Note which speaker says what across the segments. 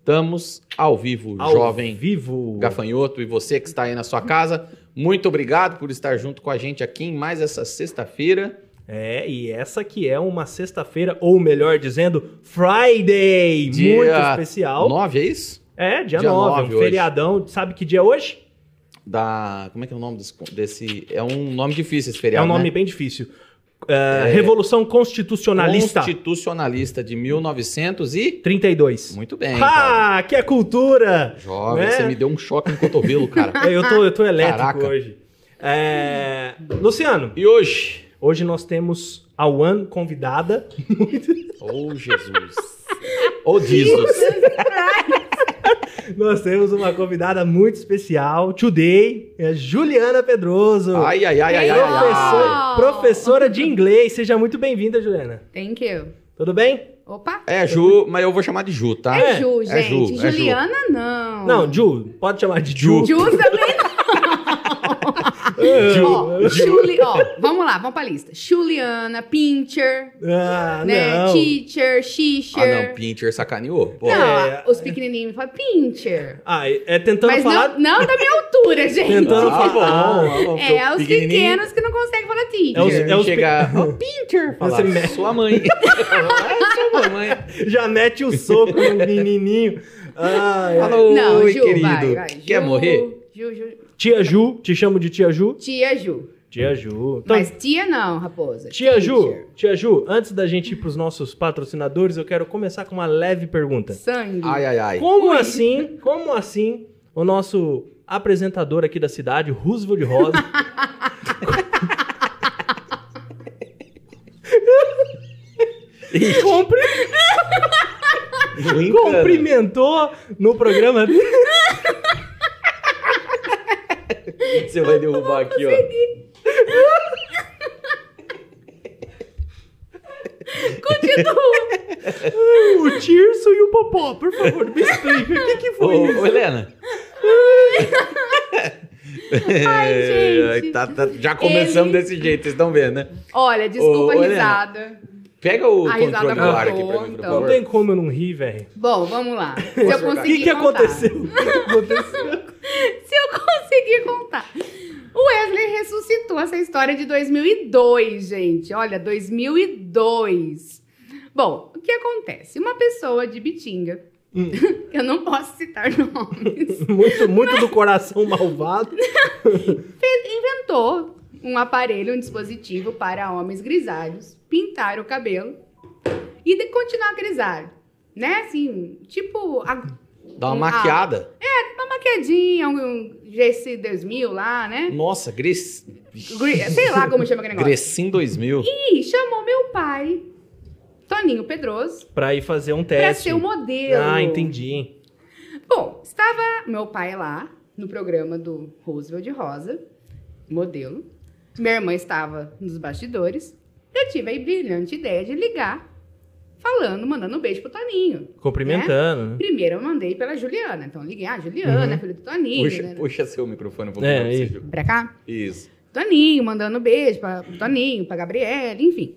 Speaker 1: Estamos ao vivo,
Speaker 2: Ao
Speaker 1: jovem
Speaker 2: vivo.
Speaker 1: gafanhoto, e você que está aí na sua casa. Muito obrigado por estar junto com a gente aqui em mais essa sexta-feira.
Speaker 2: É, e essa que é uma sexta-feira, ou melhor dizendo, Friday,
Speaker 1: Dia
Speaker 2: muito especial.
Speaker 1: Nove, é isso?
Speaker 2: É, dia
Speaker 1: dia
Speaker 2: 9,
Speaker 1: nove
Speaker 2: um
Speaker 1: hoje.
Speaker 2: feriadão. Sabe que dia é hoje?
Speaker 1: Da. Como é que é o nome desse. desse- é um nome difícil esse
Speaker 2: É
Speaker 1: feriado.
Speaker 2: um nome
Speaker 1: né?
Speaker 2: bem difícil. É, Revolução Constitucionalista
Speaker 1: Constitucionalista de 1900 e.
Speaker 2: 32.
Speaker 1: Muito bem. jovem.
Speaker 2: ah, que é cultura!
Speaker 1: Jovem,
Speaker 2: né?
Speaker 1: você me deu um choque no cotovelo, cara.
Speaker 2: É, Eu tô, eu tô elétrico
Speaker 1: Caraca.
Speaker 2: hoje. É, Luciano,
Speaker 1: E hoje?
Speaker 2: hoje nós temos a One convidada.
Speaker 1: Oh, Jesus. Oh, Jesus.
Speaker 2: Nós temos uma convidada muito especial, today, é Juliana Pedroso.
Speaker 1: Ai, ai, ai, ai, ai,
Speaker 2: Professor-
Speaker 1: ai.
Speaker 3: Ai.
Speaker 2: Professora de inglês, seja muito bem-vinda, Juliana.
Speaker 3: Thank you.
Speaker 2: Tudo bem?
Speaker 3: Opa.
Speaker 1: É Ju, mas eu vou chamar de Ju, tá?
Speaker 3: É, Ju, gente.
Speaker 1: é Ju, é Ju.
Speaker 3: Juliana, não.
Speaker 2: Não, Ju, pode chamar de Ju.
Speaker 3: Ju também não. ó, Juli- ó, vamos lá, vamos pra lista. Juliana, Pincher,
Speaker 2: Ah,
Speaker 3: né?
Speaker 2: não.
Speaker 3: Teacher, Xixer.
Speaker 1: Ah, não, Pinter sacaneou. Pô,
Speaker 3: Não,
Speaker 2: É.
Speaker 3: os pequenininhos falam Pincher.
Speaker 2: Ah, é tentando
Speaker 3: Mas
Speaker 2: falar...
Speaker 3: não, não da minha altura, gente.
Speaker 2: Tentando-
Speaker 1: tá bom, tá bom, porque
Speaker 3: É,
Speaker 1: o
Speaker 3: os
Speaker 1: pequenininho-
Speaker 3: pequenos que não conseguem falar
Speaker 2: É os-
Speaker 3: teacher.
Speaker 2: é os pe-
Speaker 1: chega, ó, Pinter, fala,
Speaker 2: Você me-
Speaker 1: sua mãe. é sua mamãe.
Speaker 2: Já mete o soco no menininho. Ah, é.
Speaker 1: Fala, oi,
Speaker 3: não, Ju,
Speaker 1: querido.
Speaker 3: vai, vai. Ju,
Speaker 1: Quer morrer?
Speaker 3: Ju, Ju,
Speaker 2: Tia Ju, te chamo de Tia Ju?
Speaker 3: tia Ju.
Speaker 2: Tia Ju. Então,
Speaker 3: Mas tia não, raposa.
Speaker 2: Tia
Speaker 3: Teacher.
Speaker 2: Ju, Tia Ju, antes da gente ir pros nossos patrocinadores, eu quero começar com uma leve pergunta.
Speaker 3: Sangue.
Speaker 1: Ai, ai, ai.
Speaker 2: Como assim, como assim o nosso apresentador aqui da cidade, Roosevelt Rosa... Compre-
Speaker 1: Brincando.
Speaker 2: Cumprimentou no programa dele.
Speaker 1: Você vai derrubar aqui, ó.
Speaker 3: Continua.
Speaker 2: o Tirso e o Popó. Por favor, me explica. O que, que
Speaker 1: Ô,
Speaker 2: foi isso?
Speaker 1: ô, Helena.
Speaker 3: Ai, gente.
Speaker 1: Tá- tá- já começamos
Speaker 3: Ele-
Speaker 1: desse jeito, vocês estão vendo, né?
Speaker 3: Olha, desculpa
Speaker 1: Ô, ô,
Speaker 3: a
Speaker 1: Helena.
Speaker 3: risada.
Speaker 1: Pega o
Speaker 3: A risada
Speaker 1: controle do ar aqui
Speaker 3: voltou,
Speaker 1: pra mim, por
Speaker 3: então.
Speaker 2: Não
Speaker 1: favor.
Speaker 2: tem como eu não rir, velho.
Speaker 3: Bom, vamos lá. Se eu
Speaker 2: O que,
Speaker 3: conseguir
Speaker 2: que
Speaker 3: contar.
Speaker 2: aconteceu? O que que aconteceu?
Speaker 3: Se eu conseguir contar. O Wesley ressuscitou essa história de 2002, gente. Olha, 2002. Bom, o que acontece? Uma pessoa de Bitinga,
Speaker 2: Hum.
Speaker 3: eu não posso citar nomes,
Speaker 2: Muito, muito do coração malvado.
Speaker 3: inventou um aparelho, um dispositivo para homens grisalhos pintar o cabelo e de continuar grisalho, né? Assim, tipo a-
Speaker 1: Dá uma
Speaker 3: Ah.
Speaker 1: maquiada.
Speaker 3: uma maquiadinha, um, um GC2000 lá, né?
Speaker 1: Nossa, Gris...
Speaker 3: Gri- Sei lá como chama aquele negócio.
Speaker 1: Grecim 2000.
Speaker 3: E chamou meu pai, Toninho Pedroso,
Speaker 2: Pra ir fazer um
Speaker 3: pra
Speaker 2: teste.
Speaker 3: ser o modelo.
Speaker 2: Ah, entendi.
Speaker 3: Bom, estava meu pai lá no programa do Roosevelt de Rosa, modelo. Minha irmã estava nos bastidores. Eu tive a brilhante ideia de ligar, falando, mandando um beijo pro Toninho. É?
Speaker 2: Cumprimentando. né?
Speaker 3: Primeiro eu mandei pela Juliana. Então eu liguei, ah, Juliana,
Speaker 2: Uhum.
Speaker 3: filha do Toninho,
Speaker 1: Puxa,
Speaker 3: né?
Speaker 1: puxa seu microfone um pouco
Speaker 2: É,
Speaker 1: pra
Speaker 2: aí.
Speaker 1: você, Ju.
Speaker 3: Pra cá.
Speaker 1: Isso.
Speaker 3: Toninho, mandando beijo pra pro Toninho, pra Gabriela, enfim.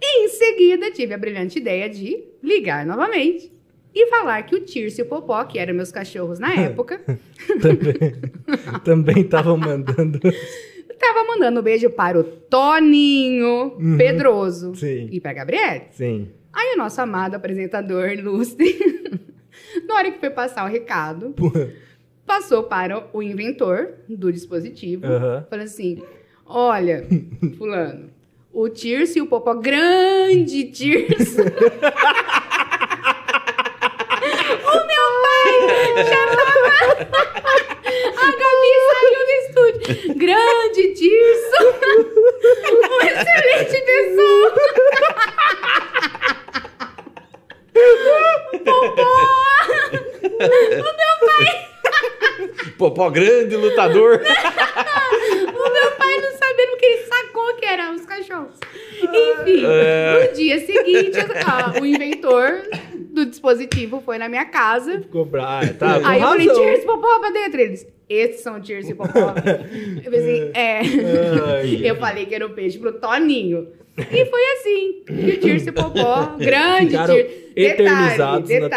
Speaker 3: Em seguida, tive a brilhante ideia de ligar novamente e falar que o Tirso e o Popó, que eram meus cachorros na época,
Speaker 2: Também, também tava mandando.
Speaker 3: tava mandando beijo para o Toninho
Speaker 2: Uhum.
Speaker 3: Pedroso
Speaker 2: Sim.
Speaker 3: e pra Gabriela.
Speaker 2: Sim.
Speaker 3: Aí o nosso amado apresentador, Lustre, na hora que foi passar o recado,
Speaker 2: Pô,
Speaker 3: passou para o inventor do dispositivo,
Speaker 2: Aham.
Speaker 3: falando assim: Olha, fulano, o Tirso e o Popó, grande Tirso. o meu pai chamava. A Gabi saiu do estúdio. Grande Tirso. um excelente pessoa.
Speaker 1: Popó grande, lutador.
Speaker 3: O meu pai não sabia porque ele sacou que eram os cachorros. Enfim,
Speaker 2: Ah. É.
Speaker 3: no dia seguinte, a- o inventor do dispositivo foi na minha casa.
Speaker 2: Ficou bravo. Ah, tá, com
Speaker 3: Aí eu falei,
Speaker 2: razão.
Speaker 3: Cheers e Popó pra dentro. Eles, esses são Cheers e Popó. Eu pensei, é.
Speaker 2: Ai.
Speaker 3: Eu falei que era um peixe pro Toninho. E foi assim. que o Tirso e o Popó, grande
Speaker 2: Ficaram
Speaker 3: Tirso.
Speaker 2: eternizados na TV
Speaker 3: Um,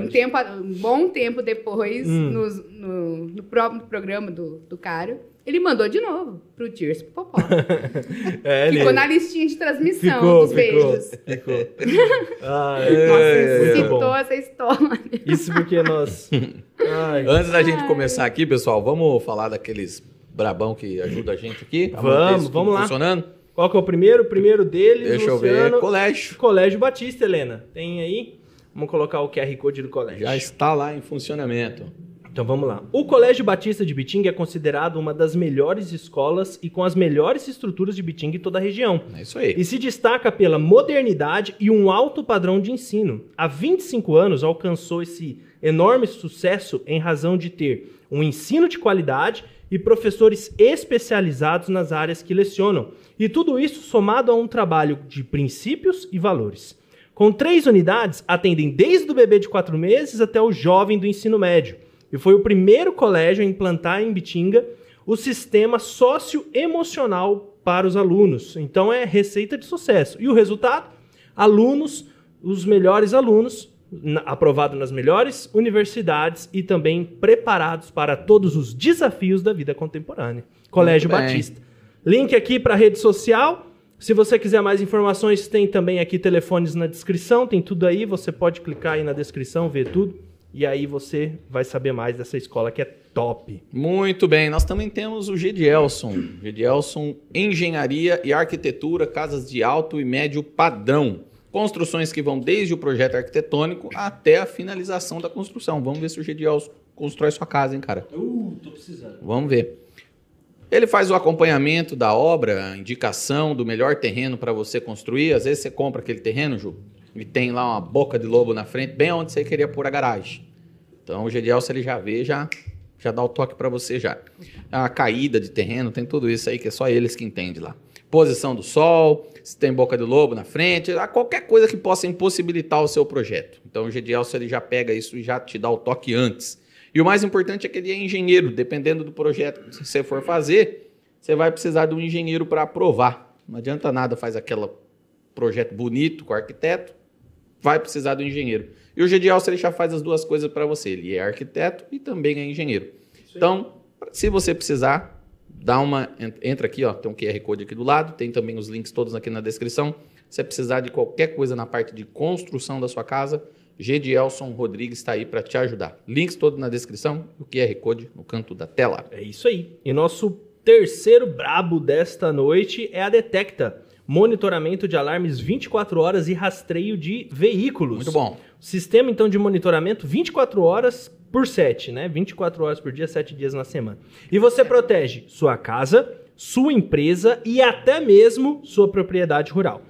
Speaker 2: Cidade.
Speaker 3: tempo, um bom tempo depois,
Speaker 2: Hum.
Speaker 3: nos- no, no próprio programa do, do Cário, ele mandou de novo pro Tirso e pro Popó.
Speaker 2: É, ele-
Speaker 3: Ficou na listinha de transmissão
Speaker 2: ficou,
Speaker 3: dos
Speaker 2: ficou,
Speaker 3: beijos.
Speaker 2: ficou. Ah, é,
Speaker 3: Nossa,
Speaker 2: muito
Speaker 3: citou
Speaker 2: bom.
Speaker 3: essa história.
Speaker 2: Isso porque nós... Ai,
Speaker 1: Antes da gente começar aqui, pessoal, vamos falar daqueles brabão que ajuda a gente aqui? a manter
Speaker 2: Vamos,
Speaker 1: isso
Speaker 2: vamos
Speaker 1: tudo
Speaker 2: lá.
Speaker 1: Funcionando?
Speaker 2: qual que é o primeiro? O primeiro deles,
Speaker 1: Deixa eu ver.
Speaker 2: Luciano,
Speaker 1: Colégio.
Speaker 2: Colégio Batista, Helena. Tem aí? Vamos colocar o QR Code do colégio.
Speaker 1: Já está lá em funcionamento.
Speaker 2: Então vamos lá. O Colégio Batista de Bitinga é considerado uma das melhores escolas e com as melhores estruturas de Bitinga em toda a região.
Speaker 1: É isso aí.
Speaker 2: E se destaca pela modernidade e um alto padrão de ensino. Há 25 anos alcançou esse enorme sucesso em razão de ter um ensino de qualidade e professores especializados nas áreas que lecionam. E tudo isso somado a um trabalho de princípios e valores. Com três unidades, atendem desde o bebê de quatro meses até o jovem do ensino médio. E foi o primeiro colégio a implantar em Bitinga o sistema socioemocional para os alunos. Então é receita de sucesso. E o resultado? Alunos, os melhores alunos, na- aprovado nas melhores universidades e também preparados para todos os desafios da vida contemporânea. Colégio
Speaker 1: Muito bem.
Speaker 2: Batista. Link aqui para a rede social. Se você quiser mais informações, tem também aqui telefones na descrição, tem tudo aí, você pode clicar aí na descrição, ver tudo, e aí você vai saber mais dessa escola que é top.
Speaker 1: Muito bem, nós também temos o Gedielson. Gedielson, engenharia e arquitetura, casas de alto e médio padrão. Construções que vão desde o projeto arquitetônico até a finalização da construção. Vamos ver se o Gedielson constrói sua casa, hein, cara?
Speaker 2: Uh, tô precisando.
Speaker 1: Vamos ver. Ele faz o acompanhamento da obra, a indicação do melhor terreno para você construir. Às vezes você compra aquele terreno, Ju, e tem lá uma boca de lobo na frente, bem onde você queria pôr a garagem. Então o Gedielson ele já vê, já, já dá o toque para você já. A caída de terreno, tem tudo isso aí que é só eles que entendem lá. Posição do sol, se tem boca de lobo na frente, ah, qualquer coisa que possa impossibilitar o seu projeto. Então o Gedielson ele já pega isso e já te dá o toque antes. E o mais importante é que ele é engenheiro. Dependendo do projeto que você for fazer, você vai precisar de um engenheiro para aprovar. Não adianta nada, faz aquele projeto bonito com o arquiteto, vai precisar do engenheiro. E o Gedielson ele já faz as duas coisas para você. Ele é arquiteto e também é engenheiro. Então, se você precisar, dá uma en- entra aqui, ó, tem um QR Code aqui do lado, tem também os links todos aqui na descrição. Se você precisar de qualquer coisa na parte de construção da sua casa, Gedielson Rodrigues está aí para te ajudar. Links todos na descrição, o QR Code no canto da tela.
Speaker 2: É isso aí. E nosso terceiro brabo desta noite é a Detecta. Monitoramento de alarmes 24 horas e rastreio de veículos.
Speaker 1: Muito bom.
Speaker 2: Sistema, então, de monitoramento 24 horas por 7, né? 24 horas por dia, 7 dias na semana. E você protege sua casa, sua empresa e até mesmo sua propriedade rural.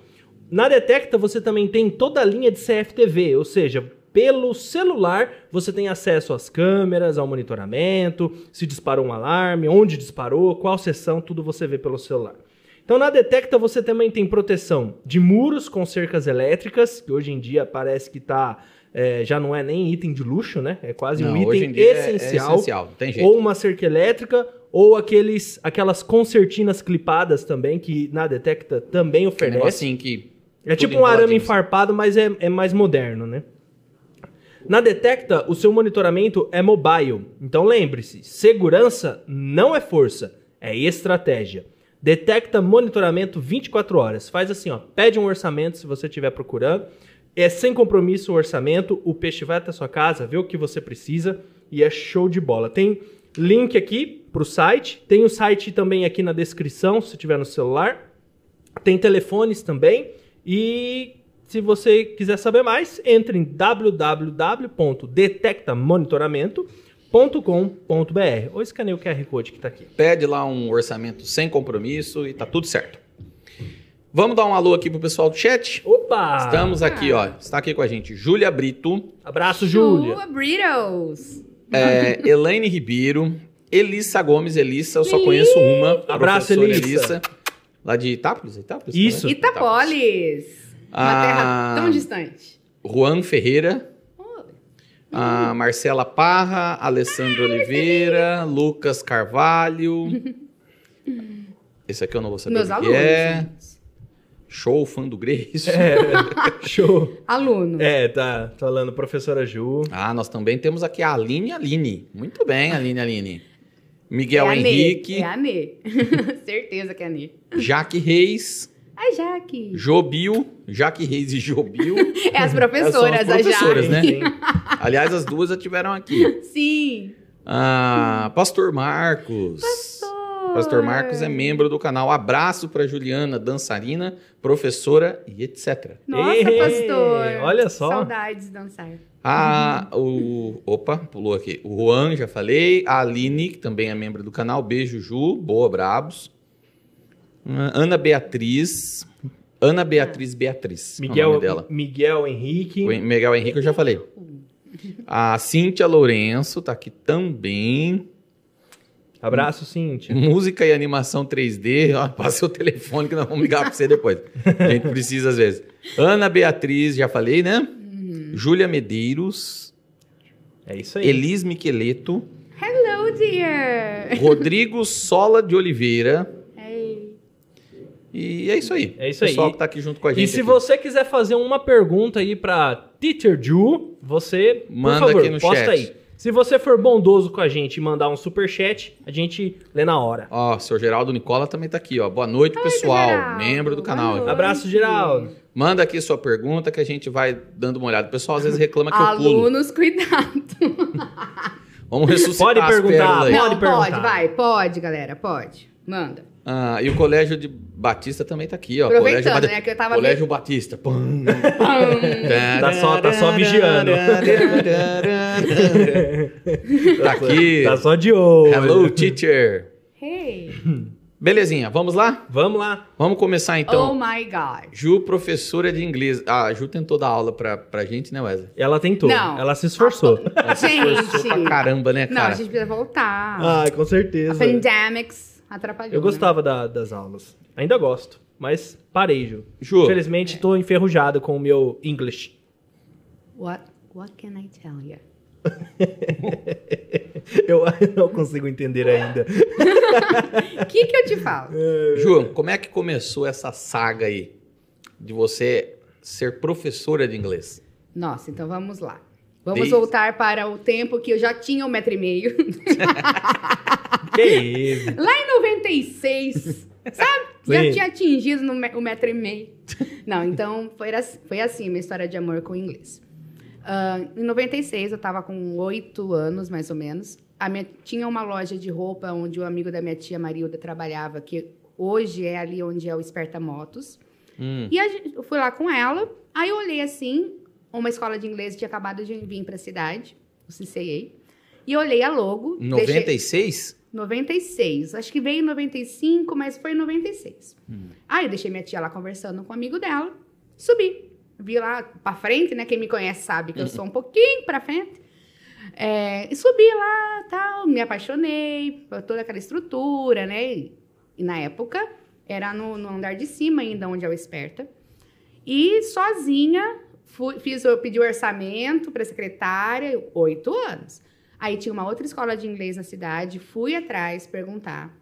Speaker 2: Na Detecta, você também tem toda a linha de CFTV, ou seja, pelo celular você tem acesso às câmeras, ao monitoramento, se disparou um alarme, onde disparou, qual sessão, tudo você vê pelo celular. Então na Detecta você também tem proteção de muros com cercas elétricas, que hoje em dia parece que tá, é, já não é nem item de luxo, né? É quase um
Speaker 1: Não, hoje em
Speaker 2: item
Speaker 1: dia é- É,
Speaker 2: essencial
Speaker 1: essencial, não tem jeito.
Speaker 2: ou uma cerca elétrica, ou aqueles, aquelas concertinas clipadas também, que na Detecta também
Speaker 1: um
Speaker 2: oferece.
Speaker 1: negocinho que
Speaker 2: É tipo
Speaker 1: tudo
Speaker 2: um arame
Speaker 1: enroladinho.
Speaker 2: enfarpado, mas é, é mais moderno, né? Na Detecta, o seu monitoramento é mobile. Então lembre-se, segurança não é força, é estratégia. Detecta monitoramento 24 horas. Faz assim, ó, pede um orçamento se você estiver procurando. É sem compromisso o orçamento, o peixe vai até sua casa, vê o que você precisa e é show de bola. Tem link aqui pro site, tem o site também aqui na descrição, se tiver no celular. Tem telefones também. E se você quiser saber mais, entre em www.detectamonitoramento.com.br ou escaneia o QR Code que está aqui.
Speaker 1: pede lá um orçamento sem compromisso e tá tudo certo. Vamos dar um alô aqui pro pessoal do chat.
Speaker 2: Opa!
Speaker 1: Estamos aqui, ó. Está aqui com a gente Júlia Brito,
Speaker 2: Abraço, Júlia.
Speaker 3: Chua Brittles.
Speaker 1: é, Elaine Ribeiro, Elissa Gomes. Elissa, eu só conheço uma.
Speaker 2: Abraço,
Speaker 1: professora
Speaker 2: Elissa.
Speaker 1: Lá de Itápolis? Itápolis
Speaker 2: Isso. tá
Speaker 1: né?
Speaker 3: Itapolis. Uma
Speaker 1: Ah.
Speaker 3: terra tão distante.
Speaker 1: Juan Ferreira,
Speaker 3: Oh,
Speaker 1: a Marcela Parra, Alessandro Oliveira, Lucas Carvalho. Esse aqui eu não vou saber
Speaker 3: meus
Speaker 1: o que
Speaker 3: alunos.
Speaker 1: é.
Speaker 3: gente.
Speaker 1: Show, fã do Grace.
Speaker 2: É, show.
Speaker 3: Aluno.
Speaker 2: É, tá tá falando professora Ju.
Speaker 1: Ah, nós também temos aqui a Aline Aline. Muito bem, Aline Aline. Miguel
Speaker 3: É a Nê,
Speaker 1: Henrique,
Speaker 3: É a Nê. Certeza que é a Nê.
Speaker 1: Jaque Reis,
Speaker 3: A Jaque.
Speaker 1: Jobil, Jaque Reis e Jobil.
Speaker 3: É as professoras,
Speaker 1: são as professoras,
Speaker 3: a
Speaker 1: né?
Speaker 2: Sim.
Speaker 1: Aliás, as duas já tiveram aqui.
Speaker 3: Jaque. Sim.
Speaker 1: Ah, Pastor Marcos. Pastor Marcos é membro do canal. Abraço para Juliana, dançarina, professora e etc.
Speaker 3: Nossa,
Speaker 2: Ei,
Speaker 3: pastor.
Speaker 2: olha só.
Speaker 3: Saudades de dançar.
Speaker 1: Ah, o. Opa, pulou aqui. O Juan, já falei. A Aline, que também é membro do canal. Beijo, Ju. Boa, Brabos. Ah, Ana Beatriz. Ana Beatriz Beatriz. é o
Speaker 2: Miguel,
Speaker 1: nome dela.
Speaker 2: Miguel Henrique.
Speaker 1: O Hen- Miguel Henrique, eu já falei. A Cíntia Lourenço tá aqui também.
Speaker 2: Abraço, Cíntia.
Speaker 1: Música e animação 3D. Ó, passa o telefone que nós vamos ligar pra você depois. A gente precisa às vezes. Ana Beatriz, já falei, né?
Speaker 3: Uhum.
Speaker 1: Júlia Medeiros.
Speaker 2: É isso aí.
Speaker 1: Elis Miqueleto.
Speaker 3: Hello, dear.
Speaker 1: Rodrigo Sola de Oliveira.
Speaker 3: Ei.
Speaker 1: E é isso aí.
Speaker 2: É isso aí.
Speaker 1: Pessoal que tá aqui junto com a gente.
Speaker 2: E se
Speaker 1: aqui.
Speaker 2: você quiser fazer uma pergunta aí pra Teacher Ju, você,
Speaker 1: Manda
Speaker 2: por favor,
Speaker 1: aqui no
Speaker 2: posta
Speaker 1: chat.
Speaker 2: aí. Se você for bondoso com a gente e mandar um superchat, a gente lê na hora.
Speaker 1: Ó, o seu Geraldo Nicola também tá aqui, ó. Boa noite, pessoal.
Speaker 3: seu Geraldo.
Speaker 1: Membro do
Speaker 3: Boa
Speaker 1: canal.
Speaker 3: noite.
Speaker 2: Abraço, Geraldo.
Speaker 1: Manda aqui sua pergunta que a gente vai dando uma olhada. O pessoal às vezes reclama é que eu pulo.
Speaker 3: Alunos, cuidado.
Speaker 1: Vamos ressuscitar
Speaker 2: Pode
Speaker 1: as
Speaker 2: perguntar.
Speaker 1: pérolas aí.
Speaker 2: Pode
Speaker 3: Não, pode,
Speaker 2: perguntar.
Speaker 3: vai. Pode, galera, pode. Manda.
Speaker 1: Ah, e o Colégio de Batista também tá aqui, ó.
Speaker 3: Aproveitando,
Speaker 1: Colégio, Bati-
Speaker 3: né, que eu tava
Speaker 1: Colégio Batista. Pum.
Speaker 2: Tá só- tá só vigiando.
Speaker 1: tá aqui.
Speaker 2: Tá só de olho.
Speaker 1: Hello, teacher.
Speaker 3: Hey.
Speaker 1: Belezinha, vamos lá?
Speaker 2: Vamos lá.
Speaker 1: Vamos começar então.
Speaker 3: oh my God.
Speaker 1: Ju, professora de inglês. Ah, a Ju tentou dar aula pra, pra gente, né, Wesley?
Speaker 2: Ela tentou.
Speaker 3: Não.
Speaker 2: Ela se esforçou.
Speaker 1: tá. Professor pra
Speaker 3: Gente.
Speaker 1: caramba, né,
Speaker 3: Não, a
Speaker 1: cara? Ah,
Speaker 3: gente precisa voltar.
Speaker 2: Ah, com
Speaker 3: A
Speaker 2: certeza.
Speaker 3: pandemics atrapalhou.
Speaker 2: Eu
Speaker 3: né?
Speaker 2: gostava da- das aulas. Ainda gosto. Mas parei, Ju.
Speaker 1: Ju,
Speaker 2: Infelizmente, tô enferrujado com o meu English.
Speaker 3: né? What, what can I tell you?
Speaker 2: Eu não consigo entender ainda.
Speaker 3: O que que eu te falo?
Speaker 1: Ju, como é que começou essa saga aí de você ser professora de inglês?
Speaker 3: Nossa, então vamos lá. Vamos
Speaker 1: Desde-
Speaker 3: voltar para o tempo que eu já tinha um metro e meio.
Speaker 2: Que isso?
Speaker 3: Lá em 96, sabe?
Speaker 2: Sim.
Speaker 3: Já tinha atingido no me- o metro e meio. Não, então foi, as- foi assim minha história de amor com o inglês. Ah, em 96, eu estava com oito anos, mais ou menos. A minha- tinha uma loja de roupa onde o amigo da minha tia Marilda trabalhava, que hoje é ali onde é o Esperta Motos.
Speaker 1: Hum,
Speaker 3: E a gente- eu fui lá com ela, aí eu olhei assim, uma escola de inglês tinha acabado de vir pra cidade, o CCA, e eu olhei a logo.
Speaker 1: em
Speaker 3: deixei-
Speaker 1: 96?
Speaker 3: 96. Acho que veio em 95, mas foi em 96. Aí eu deixei minha tia lá conversando com um amigo dela, subi. Vi lá pra frente, né? Quem me conhece sabe que eu sou um pouquinho pra frente. É, e subi lá, tal, me apaixonei por toda aquela estrutura, né? E, e na época era no, no andar de cima ainda, onde é o Esperta. E sozinha, fui, fiz, eu pedi o orçamento pra secretária, oito anos. Aí tinha uma outra escola de inglês na cidade, fui atrás perguntar.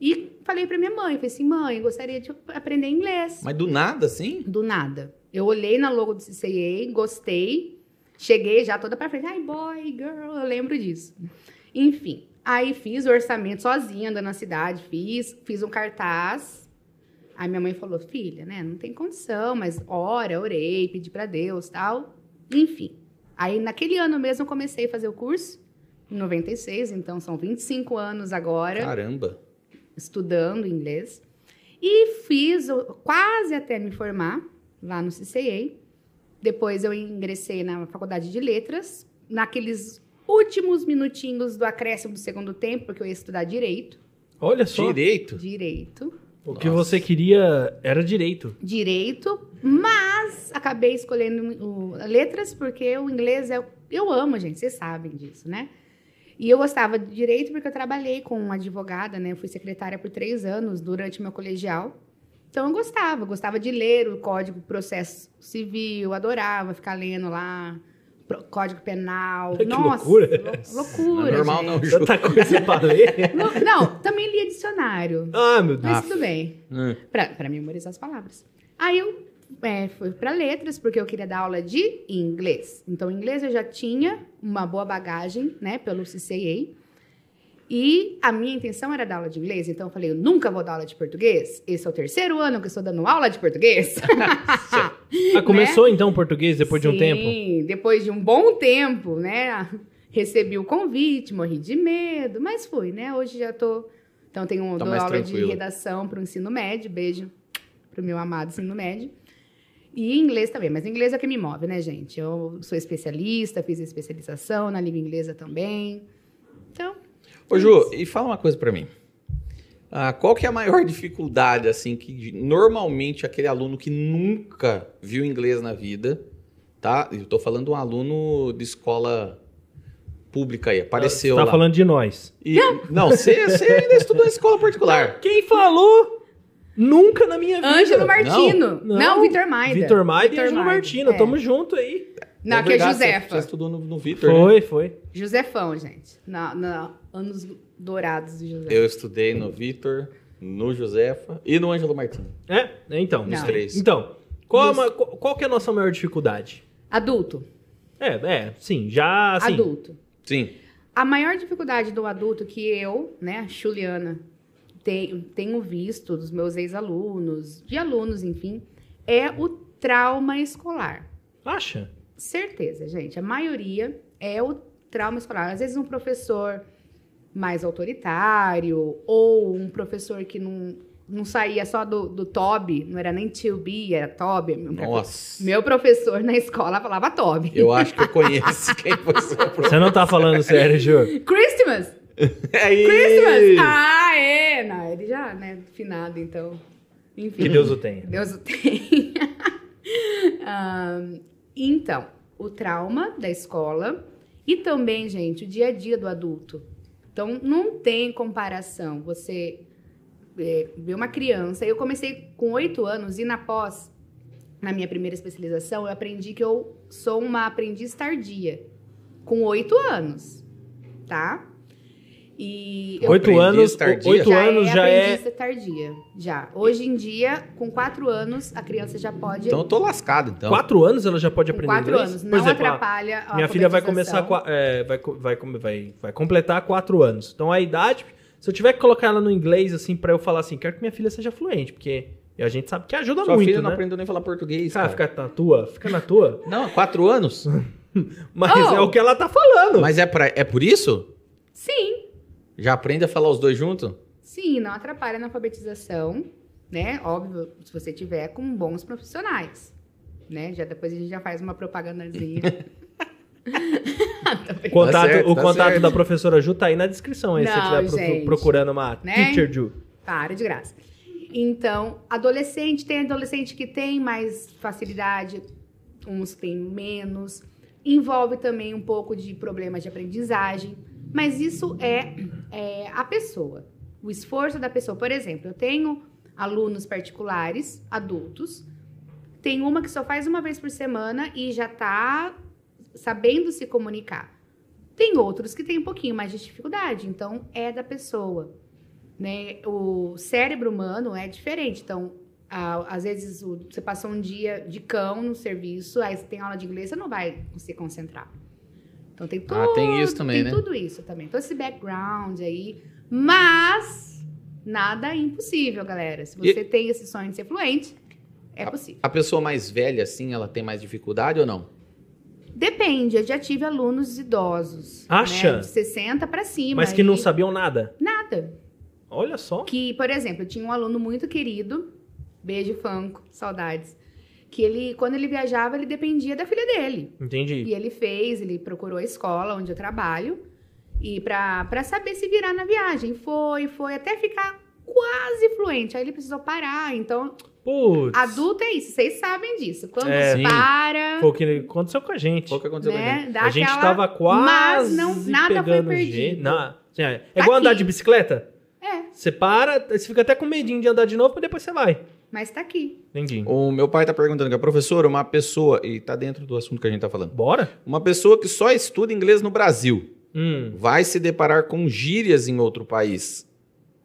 Speaker 3: E falei pra minha mãe, falei assim, mãe, gostaria de aprender inglês.
Speaker 1: Mas do nada, assim?
Speaker 3: Do nada. Eu olhei na logo do CCA, gostei, cheguei já toda pra frente, ai boy, girl, eu lembro disso. Enfim, aí fiz o orçamento sozinha, andando na cidade, fiz, fiz um cartaz. Aí minha mãe falou, filha, né, não tem condição, mas ora, orei, pedi pra Deus, tal. Enfim, aí naquele ano mesmo eu comecei a fazer o curso, em 96, então são 25 anos agora
Speaker 1: Caramba.
Speaker 3: estudando inglês. E fiz o- quase até me formar lá no CCA. Depois eu ingressei na faculdade de letras, naqueles últimos minutinhos do acréscimo do segundo tempo, porque eu ia estudar direito.
Speaker 2: Olha só.
Speaker 1: Direito?
Speaker 3: Direito.
Speaker 2: O que você queria era direito.
Speaker 3: Direito, mas acabei escolhendo o- letras porque o inglês é. o- Eu amo, gente, vocês sabem disso, né? E eu gostava de direito porque eu trabalhei com uma advogada, né? Eu fui secretária por três anos durante meu colegial. Então eu gostava, eu gostava de ler o Código Processo Civil, adorava ficar lendo lá pro- Código Penal.
Speaker 2: Que
Speaker 3: Nossa,
Speaker 2: loucura.
Speaker 3: lou- loucura.
Speaker 1: não é normal, não,
Speaker 3: gente.
Speaker 1: Ju.
Speaker 2: Tanta coisa pra ler.
Speaker 3: Lou- Não, também lia dicionário.
Speaker 2: Ah, meu Deus.
Speaker 3: Mas tudo bem.
Speaker 1: Hum.
Speaker 3: Pra, pra memorizar as palavras. Aí eu é, fui para letras, porque eu queria dar aula de inglês. Então, inglês eu já tinha uma boa bagagem, né, pelo CCA. E a minha intenção era dar aula de inglês, então eu falei, eu nunca vou dar aula de português. Esse é o terceiro ano que eu estou dando aula de português.
Speaker 2: Ah, começou então o português depois de um tempo?
Speaker 3: né? Sim, depois de um bom tempo, né? Recebi o convite, morri de medo, mas fui, né? Hoje já tô. Então tenho um,
Speaker 1: Tá
Speaker 3: dou
Speaker 1: mais
Speaker 3: aula
Speaker 1: tranquilo.
Speaker 3: de redação para o ensino médio. Beijo pro meu amado ensino médio. E inglês também, mas inglês é o que me move, né, gente? Eu sou especialista, fiz especialização na língua inglesa também. Então,
Speaker 1: Ô Ju, e fala uma coisa pra mim. Ah, qual que é a maior dificuldade, assim, que normalmente aquele aluno que nunca viu inglês na vida, tá? Eu tô falando um aluno de escola pública aí, apareceu
Speaker 2: Tá
Speaker 1: lá.
Speaker 2: falando de nós.
Speaker 1: E- não, você, você ainda estudou em escola particular.
Speaker 2: Quem falou? Nunca na minha vida.
Speaker 3: Ângelo Martino.
Speaker 2: Não.
Speaker 3: Não, Vitor Maida.
Speaker 2: Vitor Maida e
Speaker 3: Vitor
Speaker 2: Ângelo
Speaker 3: Maida,
Speaker 2: Martino.
Speaker 3: é.
Speaker 2: Tamo junto aí.
Speaker 3: Não,
Speaker 1: É
Speaker 3: que é
Speaker 1: verdade, Você, você
Speaker 3: Josefa.
Speaker 1: estudou no, no Vitor, né?
Speaker 2: Foi, foi.
Speaker 3: Josefão, gente. Na, na- anos dourados do José.
Speaker 1: Eu estudei no Vitor, no Josefa e no Ângelo Martins.
Speaker 2: É? Então.
Speaker 3: Não. Os
Speaker 1: três.
Speaker 2: Então, qual, a ma- qual- qual que é a nossa maior dificuldade?
Speaker 3: Adulto.
Speaker 2: É, é, sim, já assim.
Speaker 3: Adulto.
Speaker 1: Sim.
Speaker 3: A maior dificuldade do adulto que eu, né, Juliana, tenho, tenho visto dos meus ex-alunos, de alunos, enfim, é o trauma escolar.
Speaker 2: Acha?
Speaker 3: Certeza, gente. A maioria é o trauma escolar. Às vezes um professor mais autoritário ou um professor que não, não saía só do, do TOB, não era nem tio B, era TOB. Meu profe-
Speaker 1: Nossa.
Speaker 3: Meu professor na escola falava TOB.
Speaker 1: Eu acho que eu conheço quem foi seu professor.
Speaker 2: Você não tá falando sério, Ju.
Speaker 3: Christmas!
Speaker 1: Aí.
Speaker 3: Christmas! Ah, é! Não, ele já, né, finado, então. Enfim.
Speaker 2: Que Deus o tenha.
Speaker 3: Deus o tenha. Ahn, então, o trauma da escola e também, gente, o dia a dia do adulto. Então, não tem comparação. Você é, vê uma criança. Eu comecei com oito anos e na pós, na minha primeira especialização, eu aprendi que eu sou uma aprendiz tardia. Com oito anos, tá? E eu
Speaker 2: Oito
Speaker 1: Aprendiz
Speaker 2: anos,
Speaker 1: tardia.
Speaker 2: oito
Speaker 3: já
Speaker 2: anos
Speaker 3: é
Speaker 2: já é.
Speaker 3: aprendiz tardia. Já. Hoje em dia, com quatro anos, a criança já pode.
Speaker 1: Então eu tô lascado, então.
Speaker 2: Quatro anos ela já pode
Speaker 3: com
Speaker 2: aprender
Speaker 3: quatro
Speaker 2: inglês?
Speaker 3: anos.
Speaker 2: Por
Speaker 3: Não
Speaker 2: exemplo, a-
Speaker 3: atrapalha a
Speaker 2: Minha filha vai começar
Speaker 3: alfabetização.
Speaker 2: com a- é, vai, co- vai, com- vai, vai completar quatro anos. Então a idade, se eu tiver que colocar ela no inglês assim pra eu falar assim, quero que minha filha seja fluente, porque a gente sabe que ajuda
Speaker 1: Sua
Speaker 2: muito,
Speaker 1: filha não
Speaker 2: né?
Speaker 1: aprendeu nem falar português.
Speaker 2: Ah,
Speaker 1: cara.
Speaker 2: fica na tua, fica na tua.
Speaker 1: Não, quatro anos?
Speaker 2: Mas
Speaker 3: Oh!
Speaker 2: é o que ela tá falando.
Speaker 1: Mas é, pra... é por isso?
Speaker 3: Sim,
Speaker 1: Já aprende a falar os dois juntos?
Speaker 3: sim, não atrapalha na alfabetização, né? Óbvio, se você tiver com bons profissionais. Né? Já, depois a gente já faz uma propagandazinha.
Speaker 2: O contato,
Speaker 1: certo,
Speaker 2: o
Speaker 1: tá
Speaker 2: contato
Speaker 1: certo.
Speaker 2: da professora Ju tá aí na descrição aí, se você
Speaker 3: Não,
Speaker 2: estiver pro-
Speaker 3: gente.
Speaker 2: procurando uma
Speaker 3: Né?
Speaker 2: teacher Ju.
Speaker 3: Para de graça. Então, adolescente, tem adolescente que tem mais facilidade, uns que tem menos. Envolve também um pouco de problemas de aprendizagem, mas isso é, é, a pessoa, o esforço da pessoa. Por exemplo, eu tenho alunos particulares, adultos, tem uma que só faz uma vez por semana e já tá sabendo se comunicar. Tem outros que têm um pouquinho mais de dificuldade, então é da pessoa né? O cérebro humano é diferente. Então, a- às vezes o- você passou um dia de cão no serviço, aí você tem aula de inglês, você não vai se concentrar. Então tem tudo.
Speaker 1: Ah, tem isso também,
Speaker 3: tem
Speaker 1: né?
Speaker 3: tudo isso também. Todo esse background aí. Mas nada é impossível, galera. Se você tem esse sonho de ser fluente, é possível.
Speaker 1: A pessoa mais velha, assim, ela tem mais dificuldade ou não?
Speaker 3: Depende, eu já tive alunos idosos.
Speaker 2: Acha?
Speaker 3: Né, de 60 pra cima.
Speaker 2: Mas que não
Speaker 3: e
Speaker 2: sabiam nada.
Speaker 3: Nada.
Speaker 2: Olha só.
Speaker 3: Que, por exemplo, eu tinha um aluno muito querido, beijo Fanco, saudades, que ele, quando ele viajava, ele dependia da filha dele.
Speaker 2: Entendi.
Speaker 3: E ele fez, ele procurou a escola onde eu trabalho, e pra pra saber se virar na viagem. Foi, foi, até ficar quase fluente. Aí ele precisou parar. Então,
Speaker 2: Putz.
Speaker 3: adulto é isso, vocês sabem disso. Quando
Speaker 2: É.
Speaker 1: Sim.
Speaker 3: para,
Speaker 2: Foi o que aconteceu com a gente.
Speaker 1: Foi o que aconteceu com a gente.
Speaker 3: né, dá
Speaker 2: a gente
Speaker 3: aquela...
Speaker 2: tava quase
Speaker 3: Mas não- nada foi
Speaker 2: pegando
Speaker 3: perdido.
Speaker 2: jeito. Na- assim, é
Speaker 3: Tá
Speaker 2: igual andar
Speaker 3: aqui.
Speaker 2: de bicicleta.
Speaker 3: É.
Speaker 2: Você para, você fica até com medinho de andar de novo, mas depois você vai.
Speaker 3: Mas tá aqui.
Speaker 2: Entendi.
Speaker 1: O meu pai tá perguntando que a professora, uma pessoa, e tá dentro do assunto que a gente tá falando,
Speaker 2: Bora?
Speaker 1: uma pessoa que só estuda inglês no Brasil
Speaker 2: Hum.
Speaker 1: vai se deparar com gírias em outro país.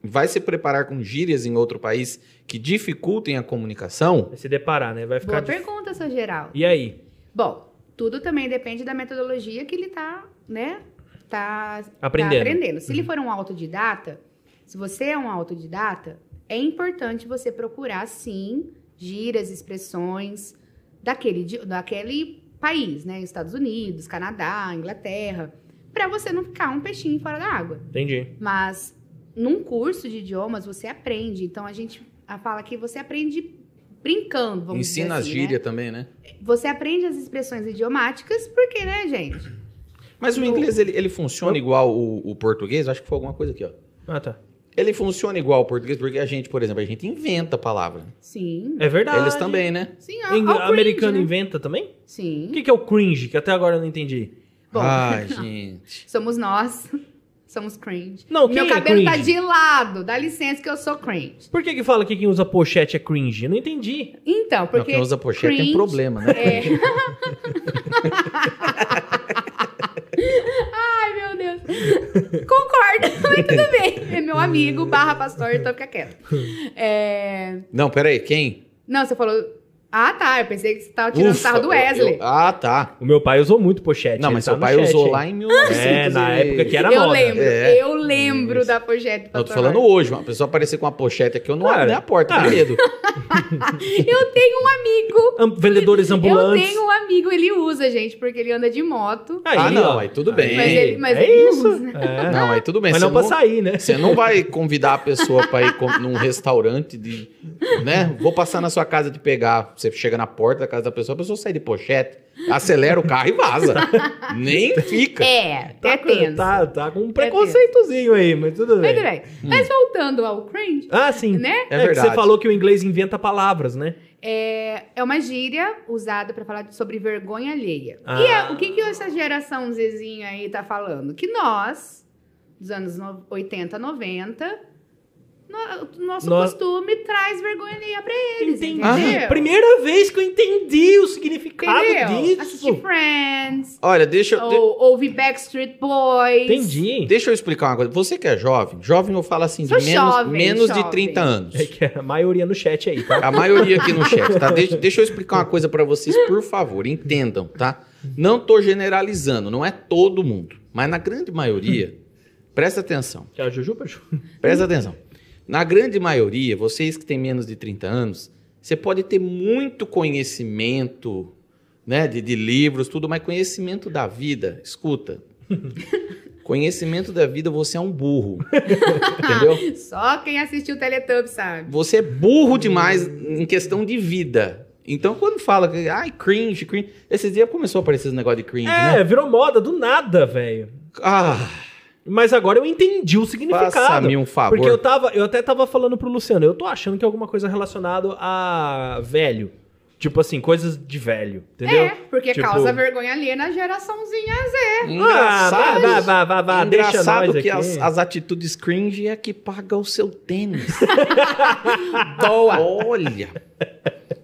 Speaker 1: vai se preparar com gírias em outro país que dificultem a comunicação?
Speaker 2: Vai se deparar, né? Vai ficar.
Speaker 3: Boa
Speaker 2: dif-
Speaker 3: pergunta, seu geral.
Speaker 2: E aí?
Speaker 3: Bom, tudo também depende da metodologia que ele tá, né? Tá tá
Speaker 2: Aprendendo.
Speaker 3: aprendendo. Se ele for um autodidata, se você é um autodidata, é importante você procurar, sim, gírias, expressões daquele, idi- daquele país, né? Estados Unidos, Canadá, Inglaterra, para você não ficar um peixinho fora da água.
Speaker 2: Entendi.
Speaker 3: Mas num curso de idiomas você aprende. Então a gente a- fala que você aprende brincando, vamos
Speaker 1: Ensina
Speaker 3: dizer
Speaker 1: as
Speaker 3: assim,
Speaker 1: gírias também, né?
Speaker 3: Né? Você aprende as expressões idiomáticas, porque, né, gente?
Speaker 1: Mas o inglês, ele, ele funciona igual o, o português? Acho que foi alguma coisa aqui, ó.
Speaker 2: Ah, tá.
Speaker 1: Ele funciona igual o português porque a gente, por exemplo, a gente inventa a palavra.
Speaker 3: Sim.
Speaker 2: É verdade.
Speaker 1: Eles também, né?
Speaker 3: Sim, ó,
Speaker 2: Eng-
Speaker 3: ó Ah, o cringe,
Speaker 2: americano
Speaker 3: né?
Speaker 2: inventa também?
Speaker 3: Sim.
Speaker 2: O que, que é o cringe? Que até agora eu não entendi.
Speaker 3: Bom,
Speaker 1: Ai, gente.
Speaker 3: somos nós. Somos cringe.
Speaker 2: Não, quem
Speaker 3: Meu
Speaker 2: é
Speaker 3: cabelo tá
Speaker 2: cringe?
Speaker 3: de lado. Dá licença que eu sou cringe.
Speaker 2: Por que que fala que quem usa pochete é cringe? Eu não entendi.
Speaker 3: Então,
Speaker 1: Não,
Speaker 3: porque.
Speaker 1: quem usa pochete tem
Speaker 3: cringe
Speaker 1: problema, né?
Speaker 3: É. Ai, meu Deus. Concordo, mas tudo bem. É meu amigo, barra pastor, então fica quieto. É,
Speaker 1: Não, peraí, quem?
Speaker 3: Não, você falou... Ah, tá, eu pensei que você tava tirando sarro do
Speaker 1: eu-
Speaker 3: Wesley.
Speaker 1: eu- ah, tá.
Speaker 2: O meu pai usou muito pochete.
Speaker 1: Não,
Speaker 2: ele
Speaker 1: mas
Speaker 2: tá
Speaker 1: seu
Speaker 2: no
Speaker 1: pai
Speaker 2: chat
Speaker 1: usou
Speaker 2: aí.
Speaker 1: lá em mil.
Speaker 2: É, na época que
Speaker 3: Eu,
Speaker 2: era moda.
Speaker 3: lembro,
Speaker 1: É.
Speaker 3: eu lembro da projeto.
Speaker 1: Não, eu tô falando hoje, uma pessoa aparecer com uma pochete aqui, eu não
Speaker 2: Cara,
Speaker 1: abro nem a porta,
Speaker 2: ah.
Speaker 1: tem medo.
Speaker 3: Eu tenho um amigo...
Speaker 2: Am- vendedores
Speaker 3: Eu
Speaker 2: ambulantes.
Speaker 3: tenho um amigo, ele usa, gente, porque ele anda de moto.
Speaker 2: Aí,
Speaker 1: ah, não,
Speaker 2: ó.
Speaker 1: aí tudo bem.
Speaker 3: Mas ele- mas
Speaker 2: é
Speaker 3: ele
Speaker 2: isso.
Speaker 3: usa, né?
Speaker 2: É.
Speaker 1: Não, aí tudo bem.
Speaker 2: Mas
Speaker 1: você
Speaker 2: não pra sair, né?
Speaker 1: Você não vai convidar a pessoa pra ir com- num restaurante de, né? Vou passar na sua casa de pegar. Você chega na porta da casa da pessoa, a pessoa sai de pochete, acelera o carro e vaza. Nem fica.
Speaker 3: É, é
Speaker 2: com-
Speaker 3: tenso.
Speaker 2: Tá, tá com um preconceitozinho aí, mas tudo
Speaker 3: Mas, tudo
Speaker 2: bem.
Speaker 3: bem. Mas voltando ao cringe,
Speaker 2: Ah, sim.
Speaker 3: né?
Speaker 1: É,
Speaker 2: que
Speaker 1: verdade.
Speaker 2: você falou que o inglês inventa palavras, né?
Speaker 3: É, é uma gíria usada pra falar sobre vergonha alheia.
Speaker 2: Ah.
Speaker 3: E é- o que, que essa geração Zezinha aí tá falando? Que nós, dos anos no- 80, 90, no- o nosso
Speaker 2: Nó-
Speaker 3: costume traz vergonha alheia pra eles,
Speaker 1: Ah.
Speaker 3: entendeu?
Speaker 2: Primeira vez que eu entendi o significado
Speaker 3: Entendeu? Assistir
Speaker 2: disso.
Speaker 3: Friends,
Speaker 1: Olha, deixa eu. de-
Speaker 3: ou ouvir Backstreet Boys.
Speaker 2: Entendi.
Speaker 1: Deixa eu explicar uma coisa. Você que é jovem, jovem eu falo assim, de
Speaker 3: Sou
Speaker 1: menos,
Speaker 3: jovem,
Speaker 1: menos de
Speaker 3: jovem.
Speaker 1: 30 anos.
Speaker 2: É que a maioria no chat aí, tá?
Speaker 1: A maioria aqui no chat, tá? Deixa, deixa eu explicar uma coisa pra vocês, por favor, entendam, tá? Não tô generalizando, não é todo mundo, mas na grande maioria, presta atenção.
Speaker 2: Que é a Juju, Paju?
Speaker 1: Presta atenção. Na grande maioria, vocês que têm menos de 30 anos, você pode ter muito conhecimento, né, de, de livros, tudo, mas conhecimento da vida, escuta. conhecimento da vida, você é um burro. entendeu?
Speaker 3: Só quem assistiu o Teletubbies sabe.
Speaker 1: Você é burro demais em questão de vida. Então, quando fala que, ai, cringe, cringe. Esses dias começou a aparecer esse negócio de cringe, né?
Speaker 2: É, virou moda do nada, velho.
Speaker 1: Ah,
Speaker 2: Mas agora eu entendi o significado.
Speaker 1: faça-me um favor.
Speaker 2: Porque eu tava, eu até tava falando pro Luciano, eu tô achando que é alguma coisa relacionada a velho. Tipo assim, coisas de velho, entendeu?
Speaker 3: É, porque
Speaker 2: Tipo-
Speaker 3: causa vergonha alheia na geraçãozinha Z.
Speaker 2: Ah, vá, vá, vá, vá, deixa
Speaker 1: É Engraçado
Speaker 2: nós
Speaker 1: que
Speaker 2: aqui. É
Speaker 1: as, as atitudes cringe é que paga o seu tênis.
Speaker 3: Boa.
Speaker 1: Olha.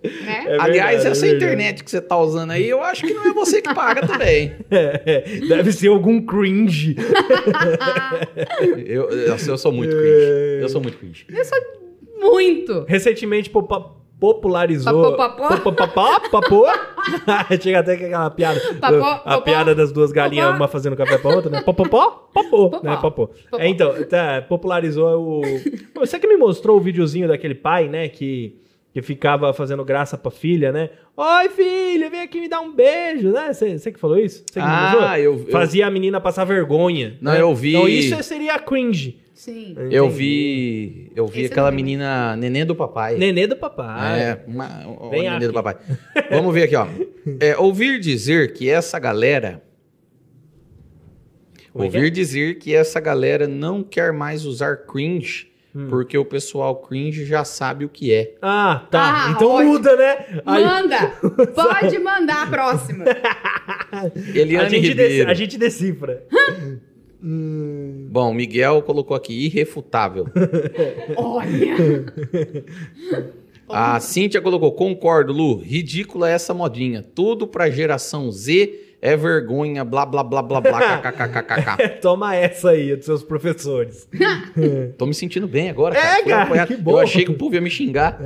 Speaker 3: Né?
Speaker 2: É
Speaker 1: Aliás,
Speaker 2: verdade, é
Speaker 1: essa
Speaker 2: verdade.
Speaker 1: internet que você tá usando aí, eu acho que não é você que paga também.
Speaker 2: É, deve ser algum cringe.
Speaker 1: Eu, eu, eu sou muito cringe. Eu sou muito cringe.
Speaker 2: É.
Speaker 3: Muito.
Speaker 2: Recentemente popa-
Speaker 1: Tá
Speaker 2: popularizou.
Speaker 3: Papopapó?
Speaker 2: Popopapó? Papô? Chega até que é aquela piada.
Speaker 3: Papô,
Speaker 2: a
Speaker 3: popó,
Speaker 2: piada das duas galinhas,
Speaker 3: popó.
Speaker 2: uma fazendo café pra outra, né? Popopó? Popô,
Speaker 3: Popó.
Speaker 2: né? Popô.
Speaker 3: Popó.
Speaker 2: É, então, tá, popularizou o. Você que me mostrou o videozinho daquele pai, né? Que, que ficava fazendo graça pra filha, né? Oi, filha, vem aqui me dar um beijo, né? Você você que falou isso? Você que me mostrou?
Speaker 1: Ah, eu, eu,
Speaker 2: Fazia a menina passar vergonha.
Speaker 1: Não,
Speaker 2: né?
Speaker 1: eu vi-
Speaker 2: Então isso seria cringe.
Speaker 3: Sim.
Speaker 1: eu
Speaker 2: Entendi.
Speaker 1: vi. Eu vi
Speaker 3: Esse
Speaker 1: aquela
Speaker 3: não é.
Speaker 1: menina neném do papai.
Speaker 2: Nenê do papai.
Speaker 1: É, uma, o- o
Speaker 2: Vem
Speaker 1: neném do
Speaker 2: aqui.
Speaker 1: papai. Vamos ver aqui, ó. É, ouvir dizer que essa galera.
Speaker 2: Como é que é?
Speaker 1: ouvir dizer que essa galera não quer mais usar cringe,
Speaker 2: Hum.
Speaker 1: porque o pessoal cringe já sabe o que é.
Speaker 2: Ah, tá.
Speaker 3: Ah,
Speaker 2: então
Speaker 3: ótimo.
Speaker 2: muda, né? Aí-
Speaker 3: Manda! Pode mandar a próxima.
Speaker 1: Eliane
Speaker 2: a, gente deci-
Speaker 1: Ribeiro.
Speaker 2: a gente decifra. Hum,
Speaker 1: Bom, Miguel colocou aqui irrefutável.
Speaker 3: Olha!
Speaker 1: A Cíntia colocou, concordo, Lu, ridícula essa modinha. Tudo pra geração Z é vergonha, blá, blá, blá, blá, blá, kkkkk.
Speaker 2: Toma essa aí dos seus professores.
Speaker 1: Tô me sentindo bem agora,
Speaker 2: É,
Speaker 1: cara. Fui
Speaker 2: cara,
Speaker 1: apoiado.
Speaker 2: que bom.
Speaker 1: Eu achei que o povo ia me xingar,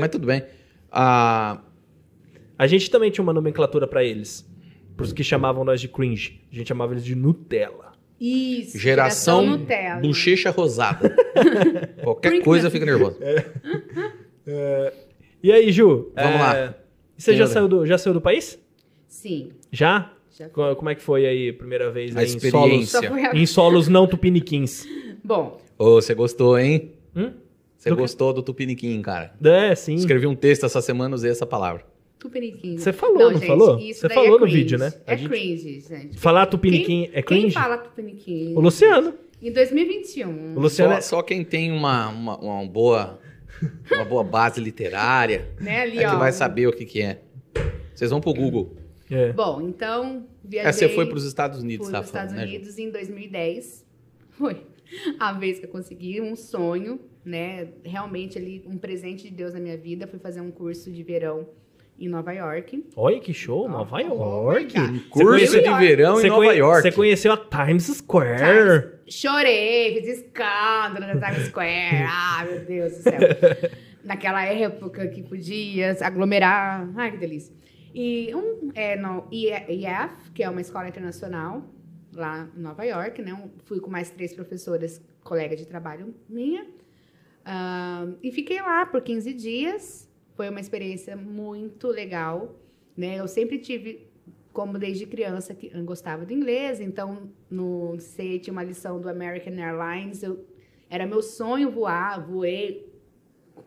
Speaker 1: mas tudo bem. Ah,
Speaker 2: É. A gente também tinha uma nomenclatura pra eles. Pros que chamavam nós de cringe. A gente chamava eles de Nutella.
Speaker 3: Isso.
Speaker 1: geração
Speaker 3: Nutella.
Speaker 1: bochecha rosada. Qualquer coisa fica nervoso.
Speaker 2: E aí, Ju? É,
Speaker 1: Vamos lá.
Speaker 2: Você
Speaker 1: Senhora.
Speaker 2: já saiu, do, já saiu do país?
Speaker 3: Sim.
Speaker 2: Já?
Speaker 3: Já-
Speaker 2: Co- Como é que foi aí, a primeira vez
Speaker 1: A
Speaker 2: aí, em solos?
Speaker 1: experiência.
Speaker 3: Só foi a-
Speaker 2: Em solos não tupiniquins.
Speaker 3: Bom,
Speaker 1: Ô, você gostou, hein?
Speaker 2: Hum?
Speaker 1: Você
Speaker 2: Do quê?
Speaker 1: gostou do Tupiniquim, cara.
Speaker 2: É, sim.
Speaker 1: Escrevi um texto essa semana, usei essa palavra.
Speaker 3: tupiniquim.
Speaker 2: Você falou, não, falou?
Speaker 3: isso
Speaker 2: Você
Speaker 3: daí é
Speaker 2: falou no
Speaker 3: cringe.
Speaker 2: vídeo, né? A
Speaker 3: É
Speaker 2: gente-
Speaker 3: cringe, gente.
Speaker 2: Falar tupiniquim é cringe?
Speaker 3: Quem fala tupiniquim?
Speaker 2: O Luciano.
Speaker 3: Em 2021.
Speaker 2: O Luciano
Speaker 1: só,
Speaker 2: é...
Speaker 1: só quem tem uma, uma, uma boa uma boa base literária
Speaker 3: Né, ali,
Speaker 1: é que
Speaker 3: ó.
Speaker 1: vai saber o que, que é. Vocês vão pro Google.
Speaker 2: é.
Speaker 3: Bom, então, viajei
Speaker 1: É, você foi pros Estados
Speaker 3: fui
Speaker 1: Unidos,
Speaker 3: pros
Speaker 1: tá
Speaker 3: Estados
Speaker 1: falando, né? Ju?
Speaker 3: Unidos em 2010. Foi a vez que eu consegui um sonho, né? Realmente ali um presente de Deus na minha vida. Fui fazer um curso de verão em Nova York.
Speaker 2: Olha que show, Nova
Speaker 3: Oh,
Speaker 2: York.
Speaker 3: my God.
Speaker 2: Você
Speaker 1: Curso
Speaker 2: conheceu-
Speaker 1: de verão
Speaker 2: você
Speaker 1: em Nova
Speaker 2: conhe-
Speaker 1: York.
Speaker 2: Você conheceu a Times Square.
Speaker 3: Chorei, fiz escândalo na Times Square. Ah, meu Deus do céu. Naquela época que podia se aglomerar. Ai, que delícia. E um é no IEF, que é uma escola internacional lá em Nova York, né? Um- Fui com mais três professoras, colega de trabalho minha. Ah, e fiquei lá por 15 dias. Foi uma experiência muito legal, né? Eu sempre tive como desde criança que eu gostava do inglês, então no CEI tinha uma lição do American Airlines, eu, era meu sonho voar, voei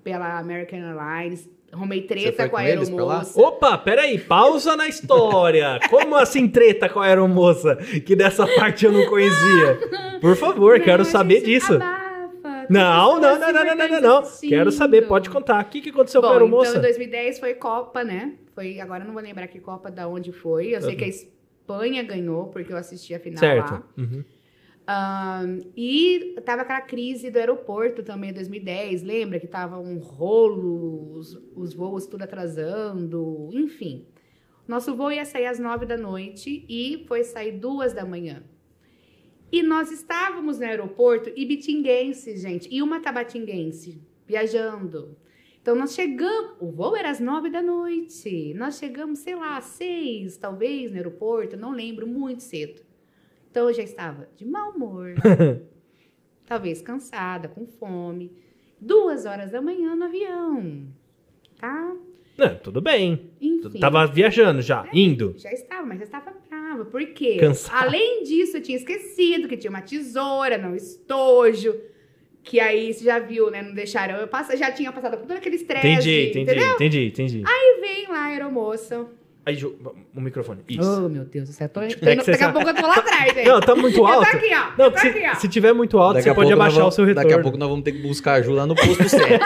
Speaker 3: pela American Airlines, arrumei treta
Speaker 1: foi
Speaker 3: com a
Speaker 1: com eles pra lá?
Speaker 3: aeromoça.
Speaker 2: Opa, peraí, pausa na história. Como assim treta com a aeromoça? Que dessa parte eu não conhecia. Por favor,
Speaker 3: Não,
Speaker 2: quero
Speaker 3: a
Speaker 2: saber
Speaker 3: gente tá
Speaker 2: disso.
Speaker 3: abafa, tem
Speaker 2: Não,
Speaker 3: pessoas
Speaker 2: não, não, não, não, não, não,
Speaker 3: super
Speaker 2: não.
Speaker 3: assistindo.
Speaker 2: Quero saber, pode contar. O que, que aconteceu com a
Speaker 3: tá Bom, então
Speaker 2: aeromoça?
Speaker 3: em 2010 foi Copa, né? Foi, agora eu não vou lembrar que Copa da onde foi. Eu sei
Speaker 2: Uhum.
Speaker 3: que a Espanha ganhou, porque eu assisti a final lá.
Speaker 2: certo. Uhum.
Speaker 3: Ahn, e tava aquela crise do aeroporto também em 2010, lembra? Que tava um rolo, os, os voos tudo atrasando, enfim. Nosso voo ia sair às nove da noite e foi sair duas da manhã. E nós estávamos no aeroporto ibitinguense, gente, e uma tabatinguense, viajando. Então nós chegamos, o voo era às nove da noite, nós chegamos, sei lá, às seis, talvez, no aeroporto, não lembro, muito cedo. Então eu já estava de mau humor, talvez cansada, com fome. Duas horas da manhã no avião, tá?
Speaker 2: Não, tudo bem.
Speaker 3: Enfim,
Speaker 2: Tava viajando já, indo.
Speaker 3: já estava, mas já estava brava. Por quê?
Speaker 2: Cansada.
Speaker 3: Além disso, eu tinha esquecido que tinha uma tesoura, não um estojo. Que aí, você já viu, né? Não deixaram eu passar, já tinha passado por todo aquele estresse.
Speaker 2: Entendi, entendi,
Speaker 3: entendeu?
Speaker 2: entendi, entendi.
Speaker 3: E vem lá a aeromoça.
Speaker 2: Aí, Ju, o microfone. Isso. É
Speaker 3: Oh, meu Deus do céu. Tô...
Speaker 2: que você
Speaker 3: Daqui a
Speaker 2: sabe.
Speaker 3: pouco eu tô lá atrás, gente.
Speaker 2: Não, tá muito
Speaker 3: eu tô
Speaker 2: alto.
Speaker 3: aqui, ó.
Speaker 2: Não,
Speaker 3: eu tô
Speaker 2: se,
Speaker 3: aqui, ó.
Speaker 2: se tiver muito alto,
Speaker 1: Daqui
Speaker 2: você
Speaker 1: a pouco
Speaker 2: pode
Speaker 1: nós
Speaker 2: abaixar
Speaker 1: vamos-
Speaker 2: o seu retorno.
Speaker 1: Daqui a pouco nós vamos ter que buscar ajuda lá no posto certo.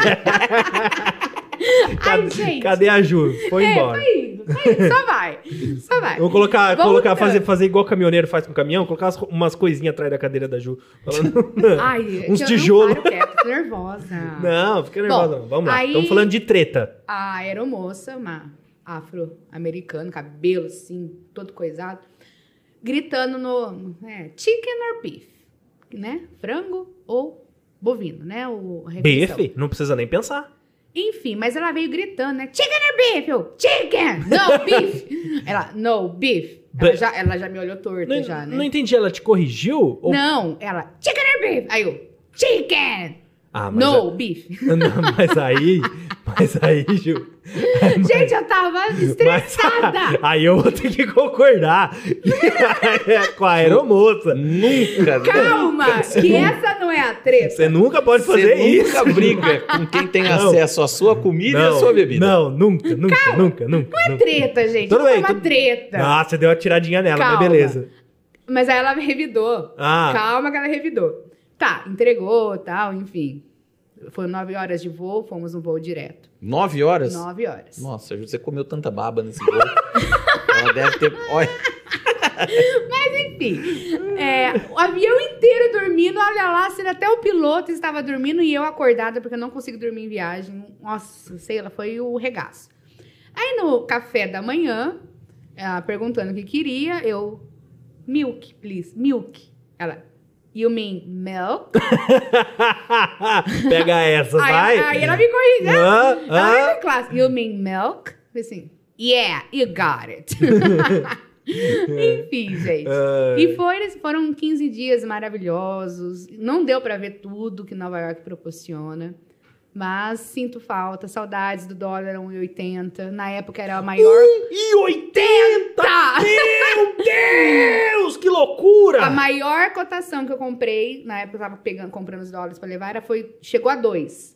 Speaker 3: Ai,
Speaker 2: Cadê-
Speaker 3: gente.
Speaker 2: Cadê a Ju? Foi
Speaker 3: É,
Speaker 2: embora.
Speaker 3: vai indo, vai indo, só vai. Só vai.
Speaker 2: Eu Vou colocar,
Speaker 3: Voltando.
Speaker 2: colocar fazer, fazer igual caminhoneiro faz com o caminhão, colocar umas, umas coisinhas atrás da cadeira da Ju. Falando-
Speaker 3: Ai,
Speaker 2: uns
Speaker 3: eu
Speaker 2: tijolo.
Speaker 3: Não paro quieto, tô nervosa.
Speaker 2: Não, fica nervosa. não. Vamos lá.
Speaker 3: aí-
Speaker 2: Estamos falando de treta.
Speaker 3: A aeromoça, uma afro-americana, cabelo assim, todo coisado, gritando no é, chicken or beef, né? Frango ou bovino, né? O a refeição.
Speaker 2: BF, não precisa nem pensar.
Speaker 3: Enfim, mas ela veio gritando, né? Chicken or beef? Eu, chicken! No beef! ela, no beef. Ela
Speaker 2: But-
Speaker 3: já, ela já me olhou torta
Speaker 2: Não,
Speaker 3: já, né?
Speaker 2: não entendi, ela te corrigiu? Ou...
Speaker 3: Não, ela, chicken or beef? Aí eu, chicken!
Speaker 2: Ah, mas
Speaker 3: No beef.
Speaker 2: a- não, mas aí. Mas aí, Ju.
Speaker 3: Gente, eu tava
Speaker 2: Mas,
Speaker 3: estressada.
Speaker 2: aí eu vou ter que concordar É com a aeromoça.
Speaker 1: nunca,
Speaker 3: Calma, que essa não é a treta.
Speaker 2: Você nunca pode fazer
Speaker 1: você
Speaker 2: isso.
Speaker 1: nunca briga com quem tem
Speaker 2: Não.
Speaker 1: acesso à sua comida
Speaker 3: é
Speaker 1: e à sua bebida.
Speaker 2: Não, nunca, nunca, nunca, nunca.
Speaker 3: Não é treta, gente.
Speaker 2: Tudo
Speaker 3: não
Speaker 2: bem,
Speaker 3: é uma
Speaker 2: tudo-
Speaker 3: treta.
Speaker 2: Ah, você deu uma tiradinha nela,
Speaker 3: Calma.
Speaker 2: mas beleza.
Speaker 3: Mas aí ela revidou.
Speaker 2: Ah.
Speaker 3: Calma que ela revidou. Tá, entregou, tal, enfim. Foi nove horas de voo, fomos um voo direto.
Speaker 1: Nove horas?
Speaker 3: Nove horas.
Speaker 1: Nossa, Ju, você comeu tanta baba nesse bolo. Ela deve ter. Olha,
Speaker 3: Enfim, é, o avião inteiro dormindo, olha lá, se até o piloto estava dormindo e eu acordada, porque eu não consigo dormir em viagem. Nossa, sei lá, foi o regaço. Aí no café da manhã, Ela perguntando o que queria, eu. Milk, please. Milk. Ela. You mean milk?
Speaker 2: Pega essa, vai.
Speaker 3: Aí, aí ela me corrige. né?
Speaker 2: Ah,
Speaker 3: Ela
Speaker 2: ah.
Speaker 3: é da classe. You mean milk? Falei assim, yeah, you got it. Enfim, gente.
Speaker 2: Ai.
Speaker 3: E foi, eles- foram 15 dias maravilhosos. Não deu pra ver tudo que Nova York proporciona. Mas sinto falta, saudades do dólar 1,80. Na época era a maior.
Speaker 2: E 80!
Speaker 3: Tá!
Speaker 2: Meu Deus, que
Speaker 3: A
Speaker 2: loucura!
Speaker 3: maior cotação que eu comprei, na época eu tava pegando, comprando os dólares pra levar, era foi, chegou a 2.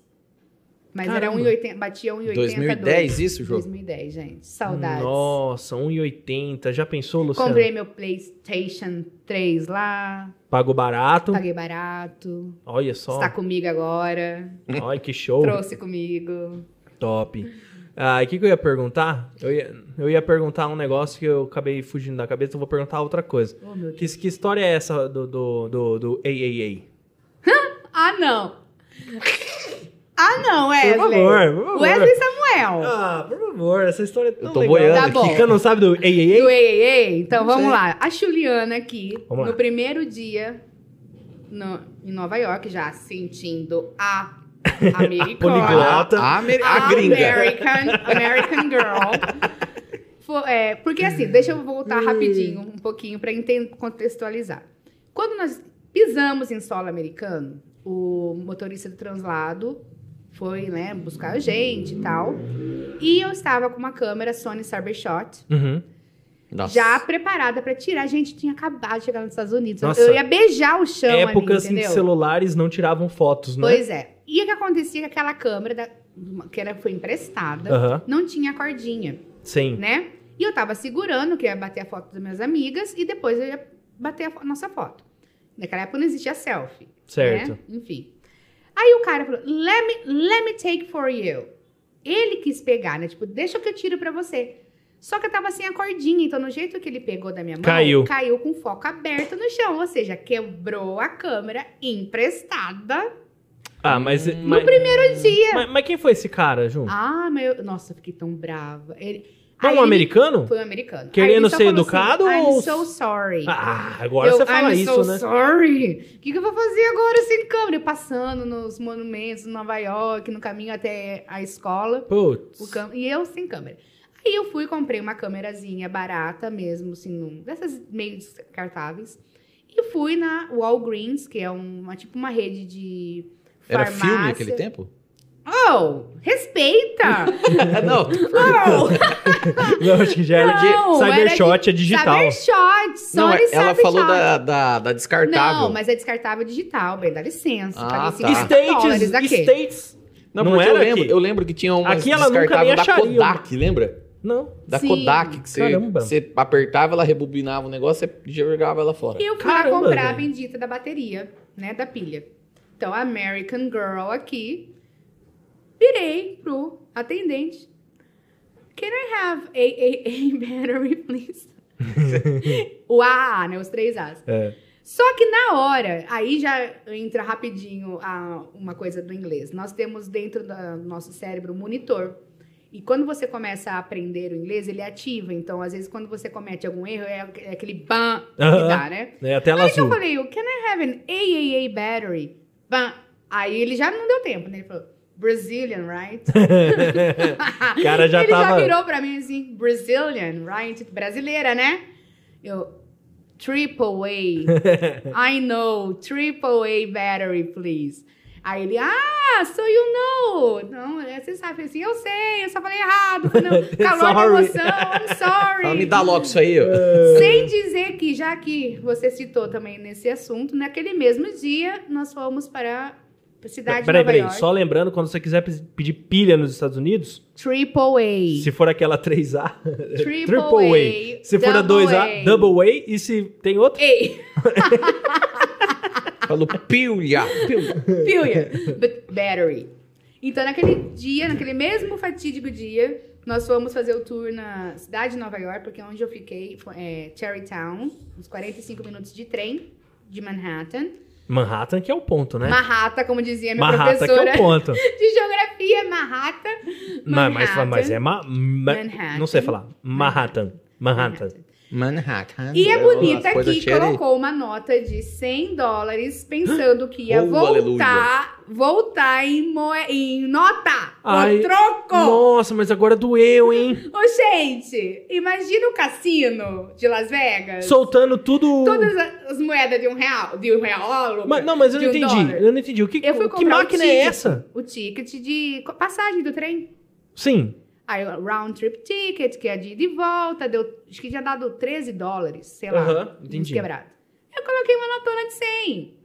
Speaker 3: Mas era
Speaker 2: Caramba.
Speaker 3: 1,80, batia 1,80.
Speaker 1: 2010
Speaker 3: dois.
Speaker 1: isso, Jô?
Speaker 3: 2010, gente. Saudades.
Speaker 2: Nossa, 1,80. Já pensou, Luciano?
Speaker 3: Comprei meu PlayStation 3 lá,
Speaker 2: Pagou barato.
Speaker 3: paguei barato.
Speaker 2: Olha só.
Speaker 3: Está comigo agora,
Speaker 2: Olha que show.
Speaker 3: trouxe comigo.
Speaker 2: Top. Ah, e o que, que eu ia perguntar? Eu ia, eu ia perguntar um negócio que eu acabei fugindo da cabeça, eu vou perguntar outra coisa.
Speaker 3: Oh, meu Deus.
Speaker 2: Que, que história é essa do, do, do, do AAA?
Speaker 3: Ah, não! Ah, não, Wesley!
Speaker 2: Por favor, por favor.
Speaker 3: Wesley Samuel!
Speaker 2: Ah, por favor, essa história é tão
Speaker 1: Eu tô
Speaker 2: legal.
Speaker 1: boiando
Speaker 3: Tá
Speaker 1: aqui.
Speaker 3: bom.
Speaker 2: Quem não sabe do
Speaker 3: Do
Speaker 2: AAA?
Speaker 3: EEE? Então
Speaker 2: Não
Speaker 3: vamos
Speaker 2: sei.
Speaker 3: lá. A Juliana aqui,
Speaker 2: Vamos lá.
Speaker 3: no primeiro dia no- em Nova York, já sentindo a americana.
Speaker 2: Poliglota.
Speaker 1: A, amer- a gringa.
Speaker 3: American, American Girl. Fo- é, porque assim, deixa eu voltar rapidinho, um pouquinho, para contextualizar. Quando nós pisamos em solo americano, o motorista do translado foi né, buscar a gente e tal. E eu estava com uma câmera Sony Cybershot
Speaker 2: Uhum.
Speaker 1: Nossa.
Speaker 3: já preparada pra tirar. A gente tinha acabado de chegar nos Estados Unidos.
Speaker 2: Nossa.
Speaker 3: Eu ia beijar o chão
Speaker 2: Épocas
Speaker 1: assim,
Speaker 3: ali,
Speaker 2: em que
Speaker 3: Então, entendeu?
Speaker 2: celulares não tiravam fotos, né?
Speaker 3: Pois é. E o que acontecia com aquela câmera da- que era, foi emprestada?
Speaker 2: Aham,
Speaker 3: Não tinha cordinha.
Speaker 2: sim.
Speaker 3: né? E eu tava segurando, que eu ia bater a foto das minhas amigas e depois eu ia bater a fo- nossa foto. Naquela época não existia selfie.
Speaker 2: Certo.
Speaker 3: Né? Enfim. Aí o cara falou: let me, let me take for you. Ele quis pegar, né? Tipo, deixa que eu tiro pra você. Só que eu tava sem a cordinha, então no jeito que ele pegou da minha mão,
Speaker 2: Caiu.
Speaker 3: caiu com o foco aberto no chão. Ou seja, quebrou a câmera emprestada
Speaker 2: Ah, mas.
Speaker 1: No
Speaker 2: mas,
Speaker 3: no dia.
Speaker 2: mas, mas quem foi esse cara, Ju?
Speaker 3: Ah, meu. Nossa, eu fiquei tão brava. Ele...
Speaker 2: Não,
Speaker 3: Aí
Speaker 2: um
Speaker 3: ele me
Speaker 2: americano?
Speaker 3: foi um americano.
Speaker 2: Querendo
Speaker 3: Aí ele só
Speaker 2: ser
Speaker 3: falou
Speaker 2: educado
Speaker 3: assim,
Speaker 2: ou-
Speaker 3: I'm so sorry.
Speaker 2: Ah, agora
Speaker 3: Eu,
Speaker 2: você fala
Speaker 3: I'm
Speaker 2: isso,
Speaker 3: so
Speaker 2: né?
Speaker 3: sorry. O que, que eu vou fazer agora sem câmera? Eu Passando nos monumentos, em Nova York, no caminho até a escola.
Speaker 2: Putz.
Speaker 3: o cam- E eu sem câmera. Aí eu fui e comprei uma câmerazinha barata mesmo, assim, num- dessas meio descartáveis. E fui na Walgreens, que é uma tipo uma rede de
Speaker 1: Era
Speaker 3: farmácia.
Speaker 1: filme naquele tempo?
Speaker 3: Oh, respeita!
Speaker 1: Não,
Speaker 3: oh!
Speaker 2: Não, acho que já era
Speaker 3: Não,
Speaker 2: de. Cybershot
Speaker 3: era
Speaker 2: é digital.
Speaker 3: Cybershot, Sony
Speaker 1: não ela
Speaker 3: Cybershot.
Speaker 1: falou da, da, da descartável.
Speaker 3: Não, mas é descartável digital, bem, dá licença.
Speaker 1: Ah,
Speaker 3: paguei
Speaker 1: tá.
Speaker 3: 50 dólares
Speaker 2: States,
Speaker 3: aqui.
Speaker 2: States.
Speaker 1: Não,
Speaker 2: Não
Speaker 1: porque eu
Speaker 2: era
Speaker 1: lembro,
Speaker 2: aqui?
Speaker 1: eu lembro que tinha uma
Speaker 2: Aqui ela nunca
Speaker 1: descartável
Speaker 2: nem
Speaker 1: da
Speaker 2: acharia uma.
Speaker 1: Kodak, lembra?
Speaker 2: Não.
Speaker 1: Da
Speaker 3: Sim.
Speaker 1: Kodak, que você,
Speaker 2: Caramba.
Speaker 1: você apertava, ela rebobinava o negócio, você jogava ela fora.
Speaker 3: E eu fui lá
Speaker 2: Caramba,
Speaker 3: comprar a
Speaker 2: velho.
Speaker 3: bendita da bateria, né, da pilha. Então, American Girl aqui, virei pro atendente. Can I have a, a, a battery, please? o AA, né, os três As.
Speaker 2: É.
Speaker 3: Só que na hora, aí já entra rapidinho a- uma coisa do inglês. Nós temos dentro da- do nosso cérebro um monitor. E quando você começa a aprender o inglês, ele ativa. Então, às vezes, quando você comete algum erro, é aqu- é aquele ban que
Speaker 2: Aham.
Speaker 3: dá, né?
Speaker 2: É a tela
Speaker 3: Aí que eu
Speaker 2: azul.
Speaker 3: falei, o can I have an AAA battery? Ban. Aí ele já não deu tempo, né? Ele falou, Brazilian, right?
Speaker 2: O cara já
Speaker 3: ele
Speaker 2: tava-
Speaker 3: já virou pra mim assim, Brazilian, right? Brasileira, né? Eu, triple A. I know, triple A battery, please. Aí ele, ah, so you know. Não, é, você sabe, eu falei assim, eu sei, eu só falei errado. Foi no calor da
Speaker 2: Sorry.
Speaker 3: emoção, I'm sorry.
Speaker 1: Ela me dá logo isso aí, ó.
Speaker 2: É.
Speaker 3: Sem dizer que, já que você citou também nesse assunto, naquele mesmo dia nós fomos para a
Speaker 2: Peraí,
Speaker 3: cidade de Nova
Speaker 2: peraí.
Speaker 3: York.
Speaker 2: Só lembrando, quando você quiser pe- pedir pilha nos Estados Unidos,
Speaker 3: Triple
Speaker 2: se for aquela 3A,
Speaker 3: A. Triple,
Speaker 2: Triple A. Se for a 2A, Double A. E se tem outra,
Speaker 3: A.
Speaker 1: Falou, pilha, pilha.
Speaker 3: Pilha. But battery. Então, naquele dia, naquele mesmo fatídico dia, nós fomos fazer o tour na cidade de Nova York, porque onde eu fiquei foi, é Cherrytown, uns 45 minutos de trem de Manhattan.
Speaker 2: Manhattan que é o ponto, né?
Speaker 3: Manhattan, como dizia minha
Speaker 2: Manhattan Né? que
Speaker 3: professora
Speaker 2: é o ponto.
Speaker 3: de geografia, Manhattan.
Speaker 2: Ma- Mas,
Speaker 3: Manhattan.
Speaker 2: mas é ma, ma-
Speaker 3: Manhattan.
Speaker 2: Não sei falar. Manhattan. Manhattan.
Speaker 1: Manhattan.
Speaker 3: E a
Speaker 1: Eu-
Speaker 3: bonita
Speaker 1: as coisas
Speaker 3: aqui
Speaker 1: cheirem-
Speaker 3: colocou uma nota de 100 dólares pensando que ia
Speaker 1: Oh,
Speaker 3: voltar, voltar em, moe- em nota,
Speaker 2: Ai,
Speaker 3: no troco.
Speaker 2: Nossa, mas agora doeu, hein?
Speaker 3: Ô, gente, imagina o cassino de Las Vegas.
Speaker 2: Soltando tudo.
Speaker 3: Todas as moedas de um real, de um real. ó,
Speaker 2: Mas- não, mas eu
Speaker 3: de
Speaker 2: não
Speaker 3: um
Speaker 2: entendi.
Speaker 3: dólar.
Speaker 2: Eu não entendi. O que,
Speaker 3: Eu fui
Speaker 2: que
Speaker 3: comprar um o
Speaker 2: máquina é
Speaker 3: ticket,
Speaker 2: essa?
Speaker 3: O ticket de co- passagem do trem.
Speaker 2: Sim.
Speaker 3: Aí, o round trip ticket, que é de ida e volta, deu, acho que tinha dado 13 dólares, sei lá,
Speaker 2: Aham,
Speaker 3: uns
Speaker 2: entendi.
Speaker 3: quebrado. Eu coloquei uma notona de 100,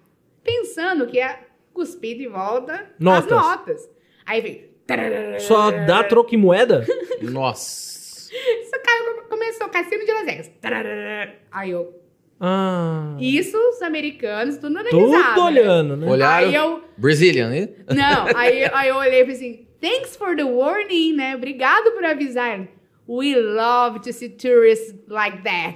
Speaker 3: pensando que ia cuspir de volta
Speaker 2: Notas.
Speaker 3: as notas. Aí veio... tararara,
Speaker 2: Só dá troco em moeda?
Speaker 1: Nossa.
Speaker 3: Isso caiu, come- começou o cassino de Las Vegas. tararara. Aí eu...
Speaker 2: Ah.
Speaker 3: Isso, os americanos, tudo analisado.
Speaker 2: Tudo
Speaker 3: né?
Speaker 2: olhando, né?
Speaker 1: Olharam.
Speaker 3: Aí eu...
Speaker 1: Brazilian, né?
Speaker 3: Não, aí, aí eu olhei e falei assim, thanks for the warning, né? Obrigado por avisar. We love to see tourists like that.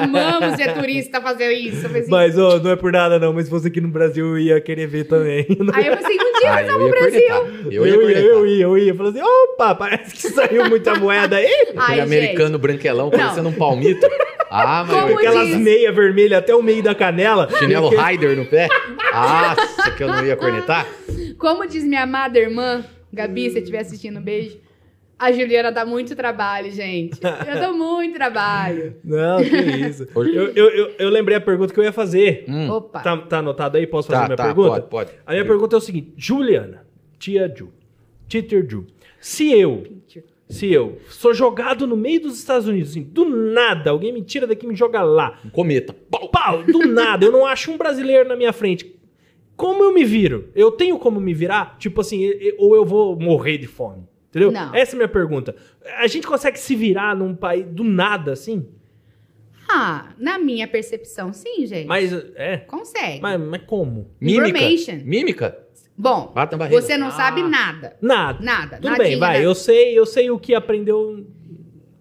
Speaker 3: Amamos ver turista fazer isso. Eu falei assim,
Speaker 2: Mas, ô, não é por nada não, mas se fosse aqui no Brasil eu ia querer ver também.
Speaker 3: Aí eu falei assim, um dia
Speaker 1: Ah,
Speaker 3: nós
Speaker 1: eu
Speaker 3: vamos
Speaker 1: ia
Speaker 3: pro Brasil.
Speaker 1: cornetar. Eu ia cornetar.
Speaker 2: eu ia, eu ia. Falei assim, opa, parece que saiu muita moeda aí.
Speaker 1: Aquele
Speaker 3: Ai,
Speaker 1: americano branquelão parecendo um palmito. Ah, mas
Speaker 3: Como
Speaker 2: Aquelas
Speaker 3: diz-
Speaker 2: meias vermelhas até o meio da canela.
Speaker 1: chinelo rider no pé. Nossa, que eu não ia cornetar.
Speaker 3: gente, como diz minha amada irmã, Gabi, se você estiver assistindo, um beijo. A Juliana dá muito trabalho, gente. Eu dou muito trabalho.
Speaker 2: Não, que isso. Eu, eu, eu, eu lembrei a pergunta que eu ia fazer.
Speaker 1: Hum.
Speaker 3: Opa.
Speaker 2: Tá, tá anotado aí? Posso fazer a
Speaker 1: Tá,
Speaker 2: minha
Speaker 1: tá,
Speaker 2: pergunta?
Speaker 1: pode, pode.
Speaker 2: A minha pergunta é o seguinte, Juliana, tia Ju, teacher Ju, se eu, se eu sou jogado no meio dos Estados Unidos, assim, do nada, alguém me tira daqui e me joga lá,
Speaker 1: Um cometa.
Speaker 2: pau, pau, do nada, eu não acho um brasileiro na minha frente, como eu me viro? Eu tenho como me virar? Tipo assim, e- e- ou eu vou morrer de fome? Entendeu?
Speaker 3: Não.
Speaker 2: Essa é a minha pergunta. A gente consegue se virar num país do nada, assim?
Speaker 3: Ah, na minha percepção, sim, gente.
Speaker 2: Mas, é...
Speaker 3: Consegue.
Speaker 2: Mas, mas como?
Speaker 1: Mímica.
Speaker 3: Information.
Speaker 1: Mímica?
Speaker 3: Bom,
Speaker 1: Bata na barriga.
Speaker 3: você não
Speaker 2: Ah.
Speaker 3: sabe nada.
Speaker 2: Nada.
Speaker 3: Nada.
Speaker 2: Tudo
Speaker 3: nadinha,
Speaker 2: bem, vai.
Speaker 3: nada.
Speaker 2: Eu sei, eu sei o que aprendeu,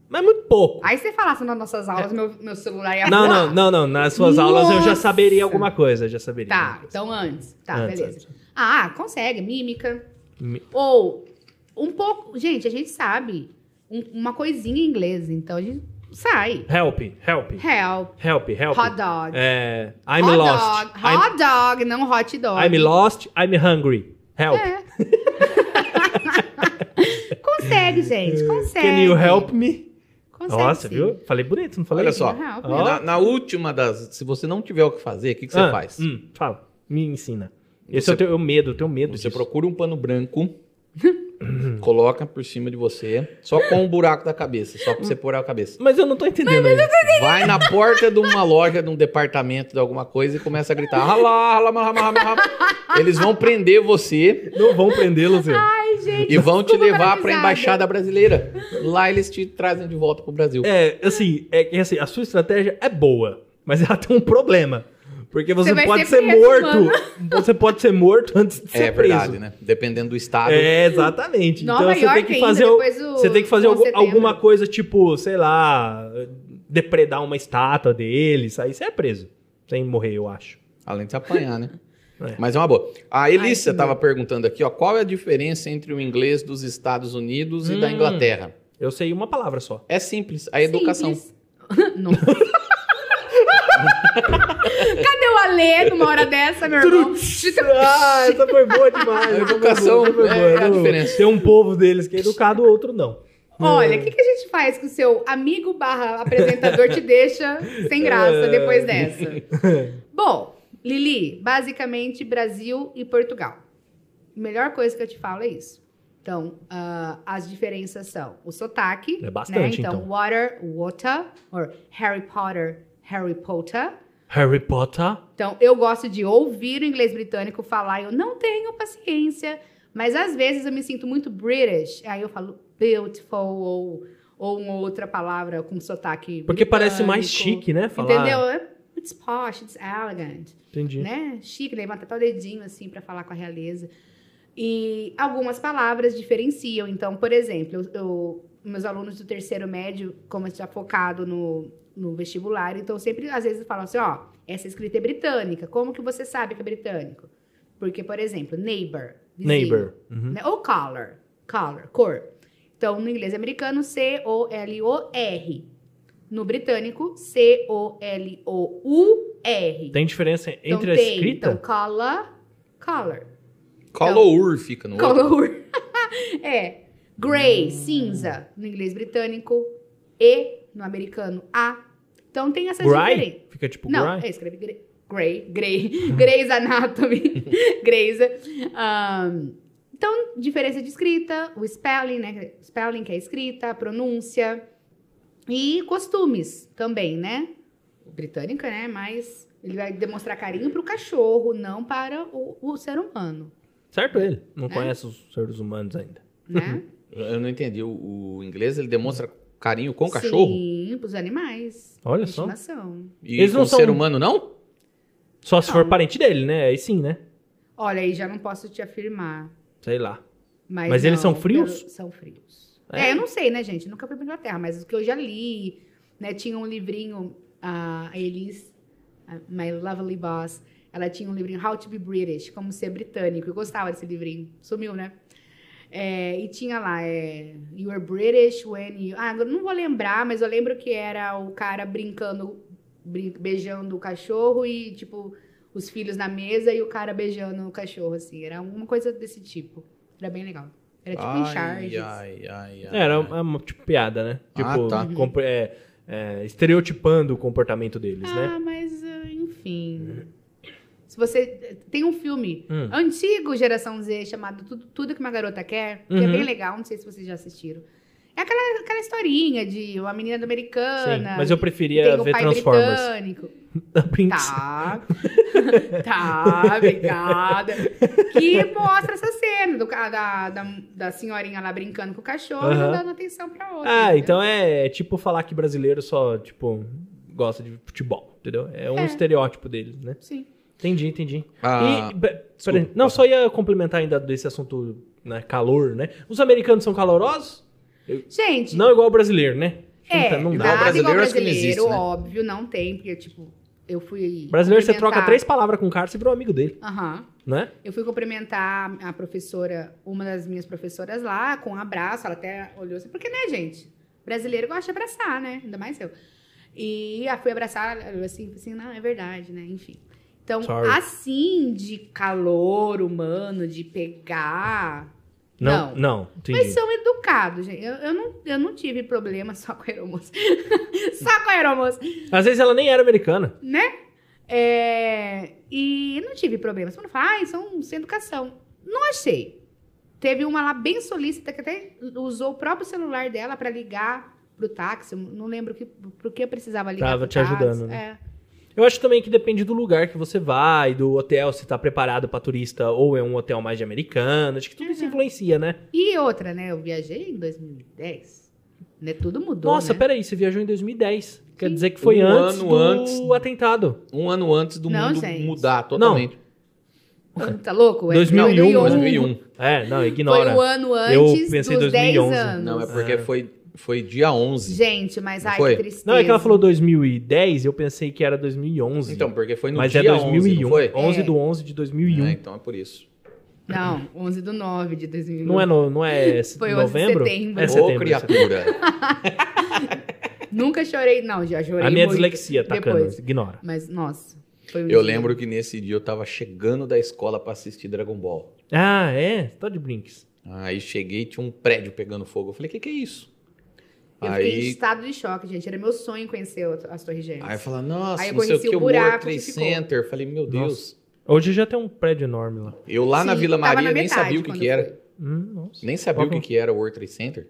Speaker 2: mas muito pouco.
Speaker 3: Aí você falasse nas nossas aulas, meu, meu celular ia
Speaker 2: Não,
Speaker 3: voar.
Speaker 2: não, não, não. Nas suas aulas eu já
Speaker 3: Nossa!
Speaker 2: saberia alguma coisa, já saberia.
Speaker 3: Tá,
Speaker 2: alguma coisa.
Speaker 3: então antes. Tá,
Speaker 2: Antes,
Speaker 3: beleza.
Speaker 2: antes.
Speaker 3: Ah, consegue, mímica.
Speaker 2: Mi-
Speaker 3: Ou um pouco. Gente, a gente sabe um- uma coisinha em inglês, então a gente sai.
Speaker 2: Help, help,
Speaker 3: Help,
Speaker 2: help, help.
Speaker 3: hot dog.
Speaker 2: É, I'm
Speaker 3: hot
Speaker 2: lost.
Speaker 3: dog,
Speaker 2: I'm,
Speaker 3: hot dog, não hot dog.
Speaker 2: I'm lost, I'm hungry. Help.
Speaker 3: É. consegue, gente, consegue.
Speaker 2: Can you help me?
Speaker 3: Consegue,
Speaker 2: Nossa,
Speaker 3: sim.
Speaker 2: viu? Falei bonito, não falei?
Speaker 1: Olha só.
Speaker 3: Não,
Speaker 2: Ó.
Speaker 1: Na, na última das. Se você não tiver o que fazer, o que, que você
Speaker 2: Ah,
Speaker 1: faz?
Speaker 2: hum, fala, me ensina. Esse
Speaker 1: Você-
Speaker 2: é o teu eu medo, eu tenho medo
Speaker 1: Você
Speaker 2: disso.
Speaker 1: procura um pano branco, coloca por cima de você, só com um buraco da cabeça, só pra
Speaker 3: Hum.
Speaker 1: você pôr a cabeça.
Speaker 2: Mas eu não tô entendendo isso.
Speaker 1: Vai na porta de uma loja, de um departamento, de alguma coisa e começa a gritar: ralá, ralá, ralá, ralá, ralá. Eles vão prender você
Speaker 2: Não vão prendê-los, eu.
Speaker 3: Ai, gente,
Speaker 1: e vão te
Speaker 3: desculpa
Speaker 1: levar pra
Speaker 3: paralisada.
Speaker 1: embaixada brasileira. Lá eles te trazem de volta pro Brasil.
Speaker 2: É, assim, é que assim, a sua estratégia é boa, mas ela tem um problema. Porque você,
Speaker 3: Você vai
Speaker 2: pode ser,
Speaker 3: ser preso,
Speaker 2: morto. Você pode ser morto antes de ser
Speaker 1: É
Speaker 2: preso.
Speaker 1: verdade, né? Dependendo do estado.
Speaker 2: É, exatamente.
Speaker 3: Nova
Speaker 2: então você
Speaker 3: York
Speaker 2: tem que
Speaker 3: ainda,
Speaker 2: fazer. o-
Speaker 3: depois do-
Speaker 2: você tem que fazer
Speaker 3: com
Speaker 2: algu-
Speaker 3: setembro.
Speaker 2: alguma coisa, tipo, sei lá, depredar uma estátua deles. Aí você é preso. Sem morrer, eu acho.
Speaker 1: Além de se apanhar, né?
Speaker 2: É.
Speaker 1: Mas é uma boa. A Elícia
Speaker 3: que
Speaker 1: estava perguntando aqui, ó, qual é a diferença entre o inglês dos Estados Unidos e da
Speaker 2: Hum.
Speaker 1: Inglaterra?
Speaker 2: Eu sei uma palavra só.
Speaker 1: É simples, a educação.
Speaker 3: Simples. então. Nossa. Cadê o Alê numa hora dessa, meu irmão?
Speaker 2: Ah, essa foi boa demais.
Speaker 1: A
Speaker 2: essa foi
Speaker 1: educação
Speaker 2: boa, essa foi
Speaker 1: é
Speaker 2: boa.
Speaker 1: a diferença.
Speaker 2: Tem um povo deles que é educado, o outro não.
Speaker 3: Olha, o que, que a gente faz que o seu amigo barra apresentador te deixa sem graça depois dessa? Bom, Lili, basicamente Brasil e Portugal. A melhor coisa que eu te falo é isso. Então, ah, as diferenças são o sotaque.
Speaker 2: É bastante,
Speaker 3: Então,
Speaker 2: então.
Speaker 3: water, water, or Harry Potter, Harry Potter.
Speaker 2: Harry Potter.
Speaker 3: Então, eu gosto de ouvir o inglês britânico falar, eu não tenho paciência, mas às vezes eu me sinto muito British, aí eu falo beautiful ou, ou uma outra palavra com sotaque.
Speaker 2: Porque parece
Speaker 3: britânico.
Speaker 2: mais chique, né? Falar.
Speaker 3: tá Entendeu? É- It's posh, it's elegant,
Speaker 2: Entendi.
Speaker 3: né? Chique, levanta até o dedinho assim pra falar com a realeza. E algumas palavras diferenciam. Então, por exemplo, eu- eu- meus alunos do terceiro médio, como está focado no, no vestibular, então sempre às vezes falam assim, ó, essa escrita é britânica. Como que você sabe que é britânico? Porque, por exemplo, neighbor, vizinho,
Speaker 2: Neighbor. Uhum.
Speaker 3: né? ou color, color, cor. Então, no inglês americano, C-O-L-O-R. No britânico, C-O-L-O-U-R.
Speaker 2: Tem diferença entre
Speaker 3: Então,
Speaker 2: a
Speaker 3: tem,
Speaker 2: escrita?
Speaker 3: Então, color, color.
Speaker 1: Color fica no outro.
Speaker 3: Color. é. Grey, cinza, no inglês britânico. E, no americano, A. Então tem essas diferenças.
Speaker 2: Gry? Fica tipo
Speaker 3: Não,
Speaker 2: Gry?
Speaker 3: é, escreve Grey. Grey. Grey. Grey's Anatomy. Grey's. Ahn, então, diferença de escrita, o spelling, né? Spelling que é escrita, a pronúncia. E costumes também, né? Britânica, né? Mas ele vai demonstrar carinho para o cachorro, não para o- o ser humano,
Speaker 2: Certo ele. Não
Speaker 3: Né?
Speaker 2: conhece os seres humanos ainda.
Speaker 3: né?
Speaker 2: Uhum.
Speaker 1: Eu não entendi. O, o inglês ele demonstra carinho com o cachorro
Speaker 3: Sim, pros animais.
Speaker 2: Olha
Speaker 3: de
Speaker 2: só.
Speaker 3: estimação.
Speaker 1: e
Speaker 2: Eles
Speaker 1: com
Speaker 2: não
Speaker 1: o
Speaker 2: são-
Speaker 1: ser humano, não?
Speaker 2: Só se
Speaker 3: Não.
Speaker 2: for parente dele, né? Aí sim, né?
Speaker 3: Olha, aí já não posso te afirmar.
Speaker 2: Sei lá.
Speaker 3: Mas,
Speaker 2: Mas eles
Speaker 3: não,
Speaker 2: são frios?
Speaker 3: pelo- São frios.
Speaker 2: É?
Speaker 3: É? eu não sei, né, gente? Nunca fui pra Inglaterra, mas o que eu já li, né? Tinha um livrinho, a Elis, a My Lovely Boss, ela tinha um livrinho How to Be British, como ser britânico. Eu gostava desse livrinho. Sumiu, né? É, e tinha lá, é, You are British when you... Ah, agora eu não vou lembrar, mas eu lembro que era o cara brincando, brin- beijando o cachorro e, tipo, os filhos na mesa e o cara beijando o cachorro, assim. Era alguma coisa desse tipo. Era bem legal. Era tipo em
Speaker 1: Ai,
Speaker 3: charges.
Speaker 1: ai, ai, ai.
Speaker 2: Era uma, uma, tipo piada, né?
Speaker 1: É, Ah,
Speaker 2: Tipo,
Speaker 1: tá.
Speaker 2: compor- é, é, estereotipando o comportamento deles, né?
Speaker 3: Ah, mas ah, enfim. Se você. Tem um filme
Speaker 2: Hum.
Speaker 3: antigo, Geração Z, chamado Tudo, Tudo Que Uma Garota Quer, que é
Speaker 2: Uhum.
Speaker 3: bem legal, não sei se vocês já assistiram. É aquela, aquela historinha de uma menina
Speaker 2: Sim.
Speaker 3: americana.
Speaker 2: Mas eu
Speaker 3: que
Speaker 2: preferia
Speaker 3: Ah, tem o
Speaker 2: ver
Speaker 3: pai
Speaker 2: Transformers.
Speaker 3: britânico.
Speaker 2: Brinks.
Speaker 3: Tá. tá, obrigada. Que mostra essa cena do, ca- da, da, da senhorinha lá brincando com o cachorro
Speaker 2: Aham.
Speaker 3: e dando atenção pra outra.
Speaker 2: Ah,
Speaker 3: entendeu?
Speaker 2: então é, é tipo falar que brasileiro só, tipo, gosta de futebol, entendeu? É um
Speaker 3: É.
Speaker 2: estereótipo deles, né?
Speaker 3: Sim.
Speaker 2: Entendi, entendi.
Speaker 1: Ah,
Speaker 2: E, pe- pera-
Speaker 1: desculpa.
Speaker 2: não, só ia complementar ainda desse assunto, né, calor, né? Os americanos são calorosos?
Speaker 3: Gente,
Speaker 2: Não igual o brasileiro, né?
Speaker 3: É,
Speaker 2: não,
Speaker 1: dá.
Speaker 3: nada igual
Speaker 1: Brasileiro, acho que não
Speaker 3: brasileiro,
Speaker 1: existe, né?
Speaker 3: óbvio, não tem, porque, tipo, eu fui.
Speaker 2: Brasileiro, você troca
Speaker 3: cumprimentar-
Speaker 2: três palavras com o cara, você virou amigo dele,
Speaker 3: Aham.
Speaker 2: né?
Speaker 3: Eu fui cumprimentar a professora, uma das minhas professoras lá, com um abraço. Ela até olhou assim, porque, né, gente? Brasileiro gosta de abraçar, né? Ainda mais eu. E a fui abraçar, ela olhou assim, falou assim, não, é verdade, né? Enfim. Então,
Speaker 2: Sorry.
Speaker 3: assim de calor humano, de pegar.
Speaker 2: Não, não,
Speaker 3: Não.
Speaker 2: entendi.
Speaker 3: Mas é- são educados, gente. Eu, eu não, eu não tive problema só com a aeromoça. só com a aeromoça.
Speaker 2: Às vezes ela nem era americana.
Speaker 3: né? É, e não tive problemas. Todo mundo fala, ah, são sem educação. Não achei. Teve uma lá bem solícita que até usou o próprio celular dela pra ligar pro táxi. Eu Não lembro que, pro que eu precisava ligar.
Speaker 2: Tava
Speaker 3: pro
Speaker 2: te ajudando,
Speaker 3: táxi.
Speaker 2: né?
Speaker 3: É.
Speaker 2: Eu acho também que depende do lugar que você vai, do hotel, se tá preparado pra turista ou é um hotel mais de americano. Acho que tudo isso
Speaker 3: Uhum.
Speaker 2: influencia, né?
Speaker 3: E outra, né? Eu viajei em 2010. Né? Tudo mudou.
Speaker 2: Nossa,
Speaker 3: né?
Speaker 2: peraí, você viajou em 2010. Quer
Speaker 3: Sim.
Speaker 2: dizer que foi
Speaker 1: Um
Speaker 2: antes
Speaker 1: ano
Speaker 2: do
Speaker 1: antes do-
Speaker 2: atentado.
Speaker 1: um ano antes do
Speaker 3: Não,
Speaker 1: mundo
Speaker 3: gente.
Speaker 1: mudar totalmente.
Speaker 3: Ah, Tá louco? É
Speaker 2: 2001,
Speaker 1: 2001.
Speaker 2: É, não,
Speaker 3: Foi
Speaker 2: ignora.
Speaker 3: o ano
Speaker 2: Eu
Speaker 3: antes
Speaker 2: pensei em
Speaker 3: dos
Speaker 2: 2011.
Speaker 3: 10 anos.
Speaker 1: Não, é porque foi, foi dia 11.
Speaker 3: Gente, mas
Speaker 1: Não
Speaker 3: ai,
Speaker 1: foi?
Speaker 3: que tristeza.
Speaker 2: Não, é que ela falou 2010, eu pensei que era 2011.
Speaker 1: Então, porque foi no
Speaker 2: mas
Speaker 1: dia
Speaker 2: é 2001.
Speaker 1: 11, não foi?
Speaker 2: 11
Speaker 3: É.
Speaker 2: do 11 de 2001.
Speaker 1: É, então é por isso.
Speaker 3: Não, 11 do 9 de 2001.
Speaker 2: Não é, no, não é s-
Speaker 3: Foi 11 de
Speaker 2: novembro?
Speaker 3: setembro.
Speaker 2: É
Speaker 1: Ô,
Speaker 2: setembro.
Speaker 1: criatura.
Speaker 3: Nunca chorei, não, já chorei.
Speaker 2: A minha
Speaker 3: muito.
Speaker 2: dislexia, tá, Cano?
Speaker 3: Depois.
Speaker 2: Ignora.
Speaker 3: Mas, nossa. Foi um
Speaker 1: Eu
Speaker 3: dia.
Speaker 1: lembro que nesse dia eu tava chegando da escola pra assistir Dragon Ball.
Speaker 2: Ah, é? Tá de brinks.
Speaker 1: Aí cheguei e tinha um prédio pegando fogo. Eu falei, o que, que é isso?
Speaker 3: Eu fiquei em
Speaker 1: aí,
Speaker 3: estado de choque, gente. Era meu sonho conhecer o- as Torres Gêmeas.
Speaker 1: aí eu falei, nossa,
Speaker 3: Aí eu
Speaker 1: não sei o
Speaker 3: conheci
Speaker 1: que,
Speaker 3: o
Speaker 1: o World
Speaker 3: buraco
Speaker 1: Trade
Speaker 3: que ficou.
Speaker 1: Center. Eu falei, meu Deus.
Speaker 2: Hoje já tem um prédio enorme lá.
Speaker 1: Eu lá na
Speaker 3: Sim,
Speaker 1: Vila
Speaker 3: tava
Speaker 1: Maria
Speaker 3: na
Speaker 1: nem
Speaker 3: metade
Speaker 1: sabia o que,
Speaker 3: quando
Speaker 1: que
Speaker 3: eu
Speaker 1: era.
Speaker 3: fui.
Speaker 2: Hum, nossa.
Speaker 1: Nem sabia o que, que era o World Trade Center.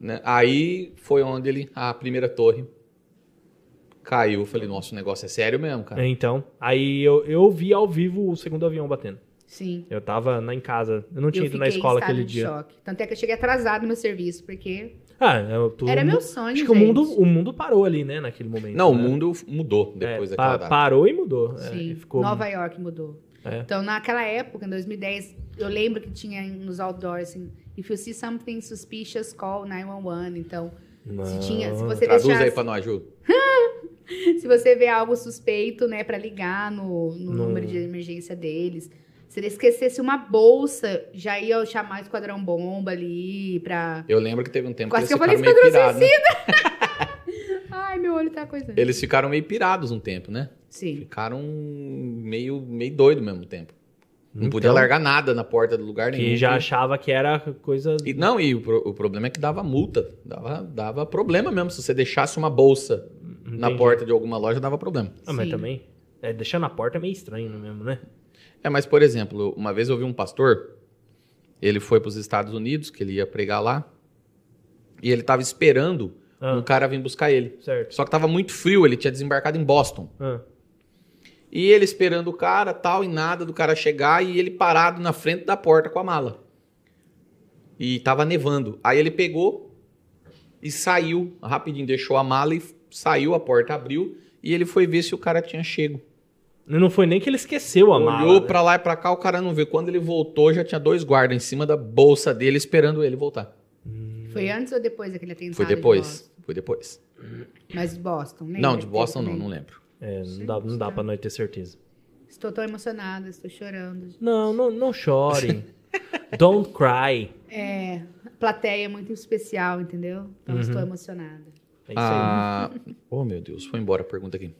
Speaker 1: Né? Aí foi onde ele, a primeira torre, caiu. Eu falei, nossa, o negócio é sério mesmo, cara.
Speaker 2: Então, aí eu, eu vi ao vivo o segundo avião batendo.
Speaker 3: Sim.
Speaker 2: Eu tava na, em casa, eu não tinha
Speaker 3: eu
Speaker 2: ido na
Speaker 3: fiquei em
Speaker 2: escola
Speaker 3: estado
Speaker 2: aquele
Speaker 3: de
Speaker 2: dia.
Speaker 3: Choque. Tanto é que eu cheguei atrasado no meu serviço, porque
Speaker 2: Ah, eu tô
Speaker 3: era
Speaker 2: mu-
Speaker 3: meu sonho.
Speaker 2: Acho que o
Speaker 3: gente.
Speaker 2: mundo, o mundo parou ali, né, naquele momento.
Speaker 1: Não, o
Speaker 2: né?
Speaker 1: mundo mudou depois
Speaker 2: É,
Speaker 1: daquela
Speaker 2: pa-
Speaker 1: data.
Speaker 2: Parou e mudou. é,
Speaker 3: Sim,
Speaker 2: e ficou...
Speaker 3: Nova York mudou.
Speaker 2: É.
Speaker 3: Então, naquela época, em 2010, eu lembro que tinha nos outdoors assim: if you see something suspicious, call 911. Então, se, tinha, se você
Speaker 1: Ah, Traduz
Speaker 3: deixasse.
Speaker 1: aí pra nós, Ju.
Speaker 3: Se você vê algo suspeito, né, pra ligar no, no
Speaker 2: No-
Speaker 3: número de emergência deles. Se ele esquecesse uma bolsa, já ia chamar o Esquadrão Bomba ali pra.
Speaker 1: Eu lembro que teve um tempo
Speaker 3: Quase
Speaker 1: que eles
Speaker 3: que eu falei é
Speaker 1: ficaram meio
Speaker 3: Esquadrão
Speaker 1: pirados. né?
Speaker 3: Ai, meu olho tá coisando.
Speaker 1: Eles ficaram meio pirados um tempo, né?
Speaker 3: Sim.
Speaker 1: Ficaram meio, meio doido ao mesmo tempo. Não
Speaker 2: Então,
Speaker 1: podia largar nada na porta do lugar nenhum.
Speaker 2: Que já achava que era coisa.
Speaker 1: E não, e o, pro- o problema é que dava multa, dava, dava problema mesmo. Se você deixasse uma bolsa na
Speaker 2: Entendi.
Speaker 1: porta de alguma loja, dava problema.
Speaker 2: Ah, mas
Speaker 3: Sim.
Speaker 2: também. É, deixar na porta é meio estranho mesmo, né?
Speaker 1: É, mas por exemplo, uma vez eu vi um pastor, ele foi para os Estados Unidos, que ele ia pregar lá, e ele tava esperando
Speaker 2: Ah.
Speaker 1: um cara vir buscar ele.
Speaker 2: Certo.
Speaker 1: Só que tava muito frio, ele tinha desembarcado em Boston.
Speaker 2: Ah,
Speaker 1: E ele esperando o cara, tal, e nada do cara chegar, e ele parado na frente da porta com a mala. E tava nevando. Aí ele pegou e saiu, rapidinho deixou a mala e saiu, a porta abriu, e ele foi ver se o cara tinha chego.
Speaker 2: Não foi nem que ele esqueceu a mala.
Speaker 1: Olhou
Speaker 2: né?
Speaker 1: pra lá e pra cá, o cara não viu. Quando ele voltou, já tinha dois guardas em cima da bolsa dele esperando ele voltar.
Speaker 3: Foi antes ou depois daquele atentado?
Speaker 1: Foi
Speaker 3: de
Speaker 1: depois. Foi depois.
Speaker 3: Boston? Mas de Boston, lembra?
Speaker 1: Não, de
Speaker 3: que
Speaker 1: Boston
Speaker 3: teve
Speaker 1: não, não
Speaker 3: também?
Speaker 1: lembro.
Speaker 2: É, não dá, não dá pra nós ter certeza.
Speaker 3: Estou tão emocionada, estou chorando.
Speaker 2: Não, não, não chorem. Don't cry.
Speaker 3: É, plateia é muito especial, entendeu? Então
Speaker 1: Uhum.
Speaker 3: estou emocionada.
Speaker 2: É isso aí.
Speaker 1: Ah, oh meu Deus, foi embora a pergunta aqui.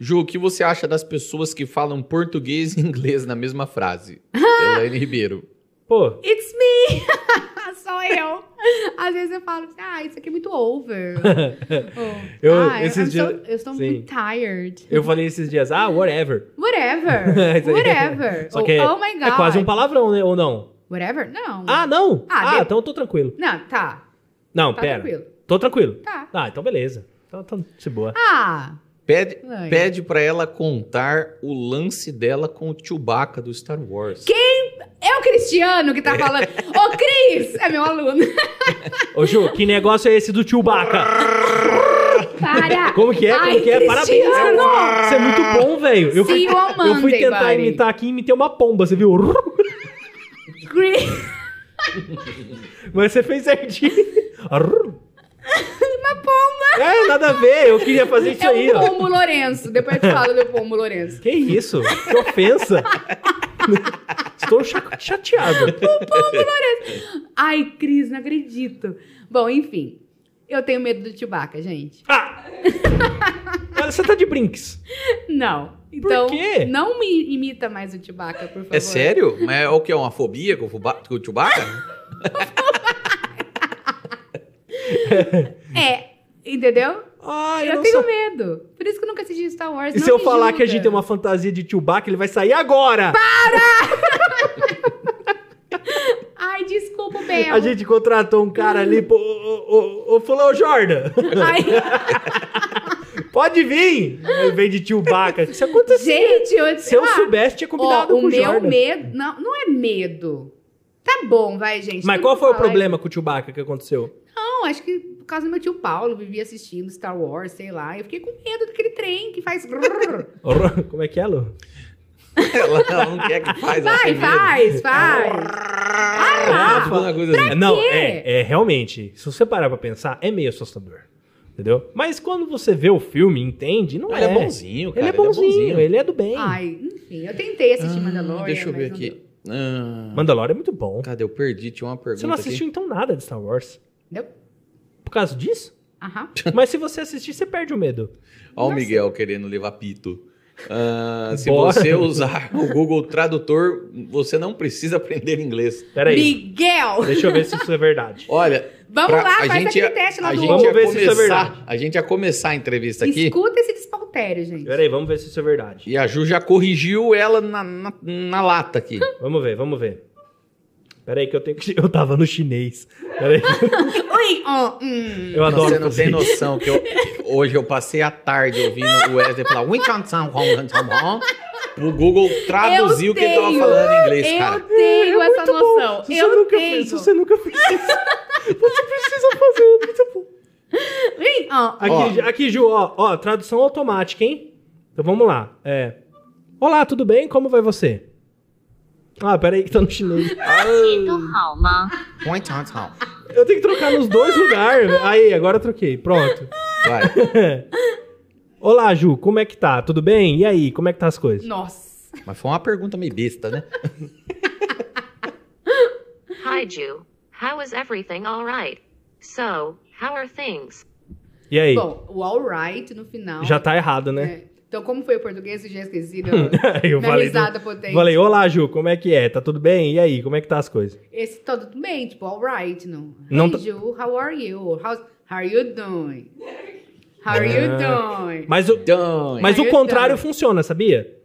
Speaker 1: Ju, o que você acha das pessoas que falam português e inglês na mesma frase? Elaine Ribeiro.
Speaker 2: Pô,
Speaker 3: It's me! Só eu. Às vezes eu falo assim, ah, isso aqui é muito over. Ou,
Speaker 2: Eu-
Speaker 3: ah,
Speaker 2: esses
Speaker 3: I'm so-
Speaker 2: dias-
Speaker 3: eu estou
Speaker 2: sim.
Speaker 3: muito tired.
Speaker 2: eu falei esses dias, ah, whatever.
Speaker 3: Whatever.
Speaker 2: Isso aí.
Speaker 3: Whatever.
Speaker 2: Só
Speaker 3: Ou,
Speaker 2: que é,
Speaker 3: oh my God.
Speaker 2: é quase um palavrão, né? Ou não?
Speaker 3: Whatever? Não.
Speaker 2: Ah, não?
Speaker 3: Ah,
Speaker 2: Ah,
Speaker 3: de-
Speaker 2: então eu tô tranquilo.
Speaker 3: Não, tá.
Speaker 2: Não,
Speaker 3: Tá
Speaker 2: pera.
Speaker 3: tranquilo.
Speaker 2: Tô tranquilo.
Speaker 3: Tá.
Speaker 2: Ah, então beleza. Então tá de boa.
Speaker 3: Ah,
Speaker 1: Pede,
Speaker 3: Ai.
Speaker 1: pede pra ela contar o lance dela com o Chewbacca do Star Wars.
Speaker 3: é o Cristiano que tá falando. Ô, Cris! É meu aluno.
Speaker 2: Ô, Ju, que negócio é esse do Chewbacca?
Speaker 3: Para!
Speaker 2: Como que é? Como
Speaker 3: Ai,
Speaker 2: que é? Parabéns,
Speaker 3: Cristiano!
Speaker 2: cara. Você é muito bom, velho. Eu fui,
Speaker 3: See you on
Speaker 2: eu fui
Speaker 3: Monday,
Speaker 2: tentar
Speaker 3: buddy.
Speaker 2: imitar aqui e imitei uma pomba, você viu?
Speaker 3: Cris!
Speaker 2: Mas você fez certinho. Uma pomba! É, nada a ver. Eu queria fazer isso
Speaker 3: É
Speaker 2: aí,
Speaker 3: o
Speaker 2: ó.
Speaker 3: Pombo Lourenço. Depois eu te falo do Pombo Lourenço.
Speaker 2: Que isso? Que ofensa. Estou cha- chateado.
Speaker 3: Ai, Cris, não acredito. Bom, enfim. Eu tenho medo do Chewbacca, gente.
Speaker 2: Ah! Olha, você tá de brinks.
Speaker 3: Não. Então,
Speaker 2: quê?
Speaker 3: não me imita mais o Chewbacca, por favor.
Speaker 1: É sério? Mas é o que? É uma fobia com o, Fuba- com o Chewbacca?
Speaker 3: É. Entendeu?
Speaker 2: Ah,
Speaker 3: eu
Speaker 2: não
Speaker 3: tenho
Speaker 2: sa-
Speaker 3: medo. Por isso que eu nunca assisti Star Wars.
Speaker 2: E
Speaker 3: não
Speaker 2: se eu
Speaker 3: me
Speaker 2: falar
Speaker 3: julga.
Speaker 2: que a gente tem uma fantasia de Chewbacca, ele vai sair agora!
Speaker 3: Ai, desculpa, Bel.
Speaker 2: A gente contratou um cara ali, pô, ô, ô, ô, ô, falou, ô, Jordan,
Speaker 3: Ai,
Speaker 2: pode vir! Aí vem de Chewbacca. Isso aconteceu.
Speaker 3: gente, eu...
Speaker 2: Se eu
Speaker 3: Ah,
Speaker 2: soubesse, tinha combinado
Speaker 3: ó,
Speaker 2: com o
Speaker 3: o meu
Speaker 2: Jordan.
Speaker 3: medo... Não, não é medo. Tá bom, vai, gente.
Speaker 2: Mas
Speaker 3: Todo
Speaker 2: qual
Speaker 3: mundo
Speaker 2: foi o
Speaker 3: fala,
Speaker 2: problema com o Chewbacca que aconteceu?
Speaker 3: Não, acho que por causa do meu tio Paulo, vivia assistindo Star Wars, sei lá. Eu fiquei com medo daquele trem que faz. grrr.
Speaker 2: Ro- Como é que é, Lu?
Speaker 1: ela não quer que faz. ela
Speaker 3: Vai,
Speaker 1: tem medo.
Speaker 3: faz, faz.
Speaker 1: Ela fica uma coisa assim.
Speaker 2: Não,
Speaker 3: quê?
Speaker 2: é, é realmente, se você parar pra pensar, é meio assustador. Entendeu? Mas quando você vê o filme, entende, não
Speaker 1: Ele
Speaker 2: é.
Speaker 1: é bonzinho, cara.
Speaker 2: Ele é bonzinho, ele é do bem.
Speaker 3: Ai, enfim, eu tentei assistir Mandalorian.
Speaker 1: Ah, deixa eu ver
Speaker 3: mas não
Speaker 1: aqui. Ah,
Speaker 2: Mandalorian é muito bom.
Speaker 1: cadê? Eu perdi, tinha uma pergunta
Speaker 2: Você não
Speaker 1: aqui.
Speaker 2: assistiu então nada de Star Wars?
Speaker 3: Deu. Deu?
Speaker 2: Por causa disso?
Speaker 3: Aham.
Speaker 2: Mas se você assistir, você perde o medo.
Speaker 1: Olha o Miguel querendo levar pito. Ah, se
Speaker 2: Bora.
Speaker 1: você usar o Google Tradutor, você não precisa aprender inglês.
Speaker 2: Peraí,
Speaker 3: Miguel!
Speaker 2: deixa eu ver se isso é verdade.
Speaker 1: Olha,
Speaker 3: Vamos
Speaker 1: pra-
Speaker 3: lá,
Speaker 1: a
Speaker 3: faz
Speaker 1: gente ia-
Speaker 3: aquele teste lá
Speaker 1: a
Speaker 3: do
Speaker 1: gente
Speaker 2: Vamos
Speaker 1: ia
Speaker 2: ver se isso é verdade.
Speaker 1: começar, A gente ia começar a entrevista aqui
Speaker 3: Escuta esse despautério, gente.
Speaker 2: Peraí, vamos ver se isso é verdade.
Speaker 1: e a Ju já corrigiu ela na, na- na lata aqui.
Speaker 2: Vamos ver, vamos ver. Peraí que eu tenho que... Eu tava no chinês. Peraí.
Speaker 3: Oi, ó, hum.
Speaker 2: Eu adoro
Speaker 1: você não
Speaker 2: fazer
Speaker 1: tem
Speaker 2: isso.
Speaker 1: noção que eu- hoje eu passei a tarde ouvindo o Wesley falar "Wing Chun Chun Hong Chun Chun Hong", pro Google traduzir
Speaker 3: Eu
Speaker 1: o que ele tava
Speaker 3: tenho.
Speaker 1: falando em inglês,
Speaker 3: Eu
Speaker 1: É cara.
Speaker 3: tenho essa
Speaker 2: É Muito bom.
Speaker 3: noção.
Speaker 2: Se você
Speaker 3: Eu
Speaker 2: nunca
Speaker 3: tenho.
Speaker 2: fez, se você nunca fez isso, você precisa fazer. é Muito bom.
Speaker 3: Ui, ó.
Speaker 2: Aqui, aqui, Ju, ó, ó, tradução automática, hein? Então vamos lá. É. Olá, tudo bem? Como vai você? Ah, peraí que tá no chinês.
Speaker 4: 都好吗？
Speaker 1: Wing Chun Chun.
Speaker 2: Eu tenho que trocar nos dois lugares. Aí, agora eu troquei. Pronto.
Speaker 1: Vai.
Speaker 2: Olá, Ju, como é que tá? Tudo bem? E aí, como é que tá as coisas?
Speaker 3: Nossa. Max.
Speaker 1: Mas foi uma pergunta meio besta, né?
Speaker 5: Hi, Jew. How is everything all right? So, how are things?
Speaker 2: E aí?
Speaker 3: Bom, o alright no final.
Speaker 2: já tá errado, né?
Speaker 3: né? Então, como foi o português, eu já esqueci. né?
Speaker 2: eu
Speaker 3: Minha
Speaker 2: falei,
Speaker 3: risada potente.
Speaker 2: falei, olá, Ju, como é que é? Tá tudo bem? E aí, como é que tá as coisas?
Speaker 3: Esse tá tudo bem, tipo, alright, não.
Speaker 2: Não
Speaker 3: hey,
Speaker 2: tá-
Speaker 3: Ju, how are you? How's, how are you doing? How are
Speaker 1: Ah.
Speaker 3: you doing?
Speaker 2: Mas o,
Speaker 1: Então,
Speaker 2: mas
Speaker 3: Aí
Speaker 2: o
Speaker 3: É, eu
Speaker 2: contrário
Speaker 3: também.
Speaker 2: funciona, sabia?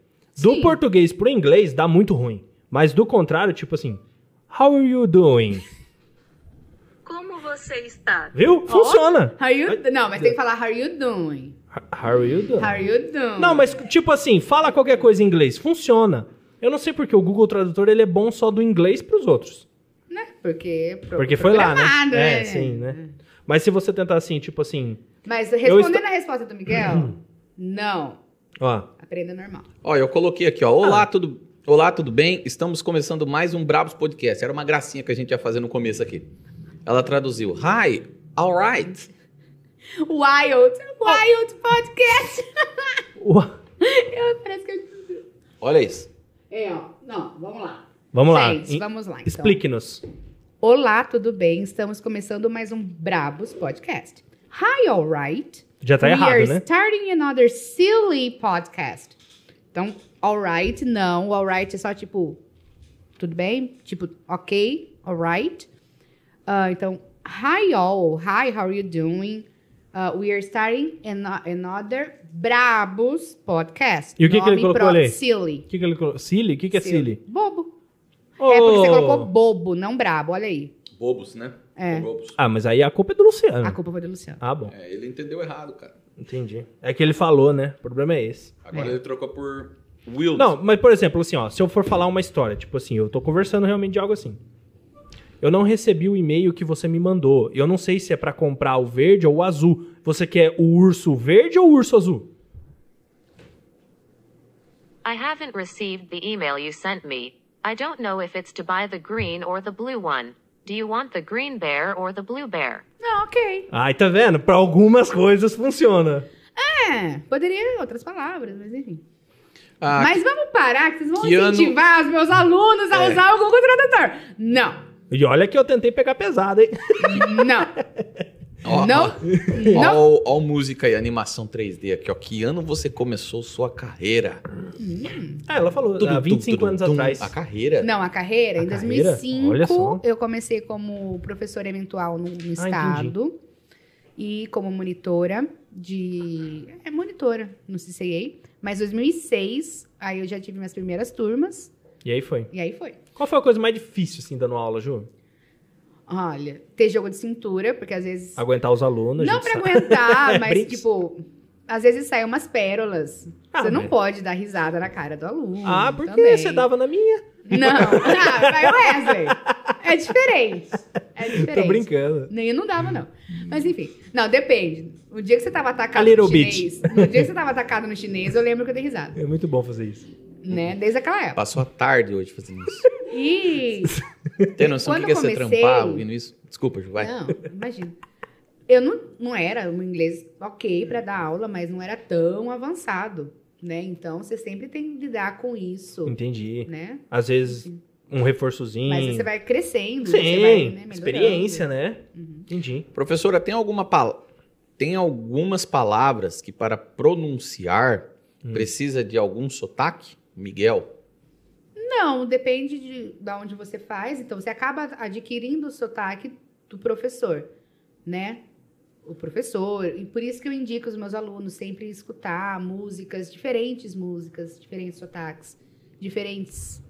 Speaker 2: Do
Speaker 3: Sim.
Speaker 2: português pro inglês dá muito ruim. Mas do contrário, tipo assim, how are you doing?
Speaker 4: Como você está?
Speaker 2: Viu? Funciona.
Speaker 3: How are you... Não, mas tem que falar how are you doing?
Speaker 2: How are you doing?
Speaker 3: How are you doing?
Speaker 2: Não, mas tipo assim, fala qualquer coisa em inglês, funciona. Eu não sei porque o Google Tradutor ele é bom só do inglês pros outros.
Speaker 3: Né? Porque, pro- Hum.
Speaker 2: Porque foi lá, né?
Speaker 3: programado,
Speaker 2: É, sim, né? Mas se você tentar assim, tipo assim,
Speaker 3: Mas respondendo
Speaker 2: estou-
Speaker 3: a resposta do Miguel, não.
Speaker 2: ó,
Speaker 3: Aprenda normal.
Speaker 1: Ó, eu coloquei aqui, ó. Olá,
Speaker 2: Ah.
Speaker 1: tudo. Olá, tudo bem? Estamos começando mais um Brabos Podcast. Era uma gracinha que a gente ia fazer no começo aqui. Ela traduziu. Hi, alright.
Speaker 3: Wild, Wild Podcast.
Speaker 2: o-
Speaker 3: Eu, parece que eu...
Speaker 1: Olha isso.
Speaker 3: É, ó. Não, vamos lá.
Speaker 2: vamos lá.
Speaker 3: Gente,
Speaker 2: em-
Speaker 3: vamos lá, então.
Speaker 2: Explique-nos.
Speaker 3: Olá, tudo bem? Estamos começando mais um Brabos Podcast. Hi, alright.
Speaker 2: Já tá
Speaker 3: We
Speaker 2: errado,
Speaker 3: are
Speaker 2: né?
Speaker 3: starting another silly podcast. Então, alright, não. Alright é só tipo, tudo bem? Tipo, ok, alright. Ah, então, hi all, hi, how are you doing? Ah, we are starting an- another Brabos podcast.
Speaker 2: E o que que ele
Speaker 3: Nome
Speaker 2: colocou
Speaker 3: próprio,
Speaker 2: ali?
Speaker 3: Silly.
Speaker 2: O que, que ele colocou? Silly? O que, que é silly? Oh.
Speaker 3: Bobo. É porque você
Speaker 2: Ô!
Speaker 3: colocou bobo, não brabo, olha aí.
Speaker 1: Bobos, né?
Speaker 3: É.
Speaker 1: Bobos.
Speaker 2: Ah, mas aí a culpa é do Luciano.
Speaker 3: A culpa foi do Luciano.
Speaker 2: Ah, bom.
Speaker 1: É, ele entendeu errado, cara.
Speaker 2: Entendi. É que ele falou, né? O problema é esse.
Speaker 1: Agora ele trocou por Will.
Speaker 2: Não, mas por exemplo, assim, ó, se eu for falar uma história, tipo assim, eu tô conversando realmente de algo assim. Eu não recebi o e-mail que você me mandou. Eu não sei se é pra comprar o verde ou o azul. Você quer o urso verde ou o urso azul?
Speaker 5: I haven't received the email you sent me. I don't know if it's to buy the green or the blue one. Do you want the green bear or the blue bear?
Speaker 3: Não, ok.
Speaker 2: Ai, tá vendo? Pra algumas coisas funciona.
Speaker 3: É, poderia outras palavras, mas enfim.
Speaker 1: Ah,
Speaker 3: mas vamos parar, que vocês vão
Speaker 1: que ano-
Speaker 3: incentivar os meus alunos a
Speaker 1: É.
Speaker 3: usar o Google Tradutor. Não,
Speaker 2: E olha que eu tentei pegar pesado, hein?
Speaker 3: não,
Speaker 1: ó,
Speaker 3: não,
Speaker 1: Ó,
Speaker 3: não.
Speaker 1: ó, ó, música e animação 3D aqui, ó. Que ano você começou sua carreira?
Speaker 2: Ah, ela falou, há 25 anos atrás.
Speaker 1: A carreira?
Speaker 3: Hum, Não, a carreira,
Speaker 2: A
Speaker 3: em
Speaker 2: carreira? Olha só.
Speaker 3: 2005, eu comecei como professora eventual
Speaker 1: Ah,
Speaker 3: no, no estado e como monitora de... É, monitora no CCA. Mas em 2006, aí eu já tive minhas primeiras turmas
Speaker 2: E aí foi.
Speaker 3: e aí foi.
Speaker 2: Qual foi a coisa mais difícil, assim, dando aula, Ju?
Speaker 3: Olha, ter jogo de cintura, porque às vezes...
Speaker 2: Aguentar os alunos.
Speaker 3: Não
Speaker 2: gente, É
Speaker 3: pra
Speaker 2: sabe?
Speaker 3: aguentar, mas
Speaker 2: Brinks.
Speaker 3: tipo, às vezes saem umas pérolas.
Speaker 2: Ah,
Speaker 3: você não
Speaker 2: mas-
Speaker 3: pode dar risada na cara do aluno.
Speaker 2: Ah, porque
Speaker 3: também.
Speaker 2: você dava na minha.
Speaker 3: Não, ah, vai Wesley. É diferente. É diferente.
Speaker 2: Tô brincando.
Speaker 3: Nem eu não dava, não. Mas enfim. Não, depende. O dia que você tava atacado
Speaker 2: A little
Speaker 3: no chinês. No dia que você tava atacado no chinês, eu lembro que eu dei risada.
Speaker 2: É muito bom fazer isso.
Speaker 3: Né? Desde aquela época.
Speaker 1: Passou a tarde hoje fazendo isso.
Speaker 3: E.
Speaker 1: Tem noção do que,
Speaker 3: Quando
Speaker 1: que é você
Speaker 3: comecei-
Speaker 1: trampar ouvindo isso? Desculpa, Ju, vai.
Speaker 3: Não, imagina. Eu não, não era um inglês ok para dar aula, mas não era tão avançado, né? Então você sempre tem que lidar com isso,
Speaker 2: Entendi.
Speaker 3: né?
Speaker 2: Às vezes, um reforçozinho.
Speaker 3: Mas você vai crescendo, você
Speaker 2: Sim,
Speaker 3: vai né, melhorando. Uhum.
Speaker 2: experiência, né? Entendi.
Speaker 1: Professora, tem alguma pala- tem algumas palavras que para pronunciar
Speaker 2: Hum.
Speaker 1: precisa de algum sotaque? Miguel.
Speaker 3: Não, depende de, de onde você faz. Então você acaba adquirindo o sotaque do professor, né? O professor. E por isso que eu indico os meus alunos sempre escutar músicas, diferentes músicas, diferentes sotaques, diferentes,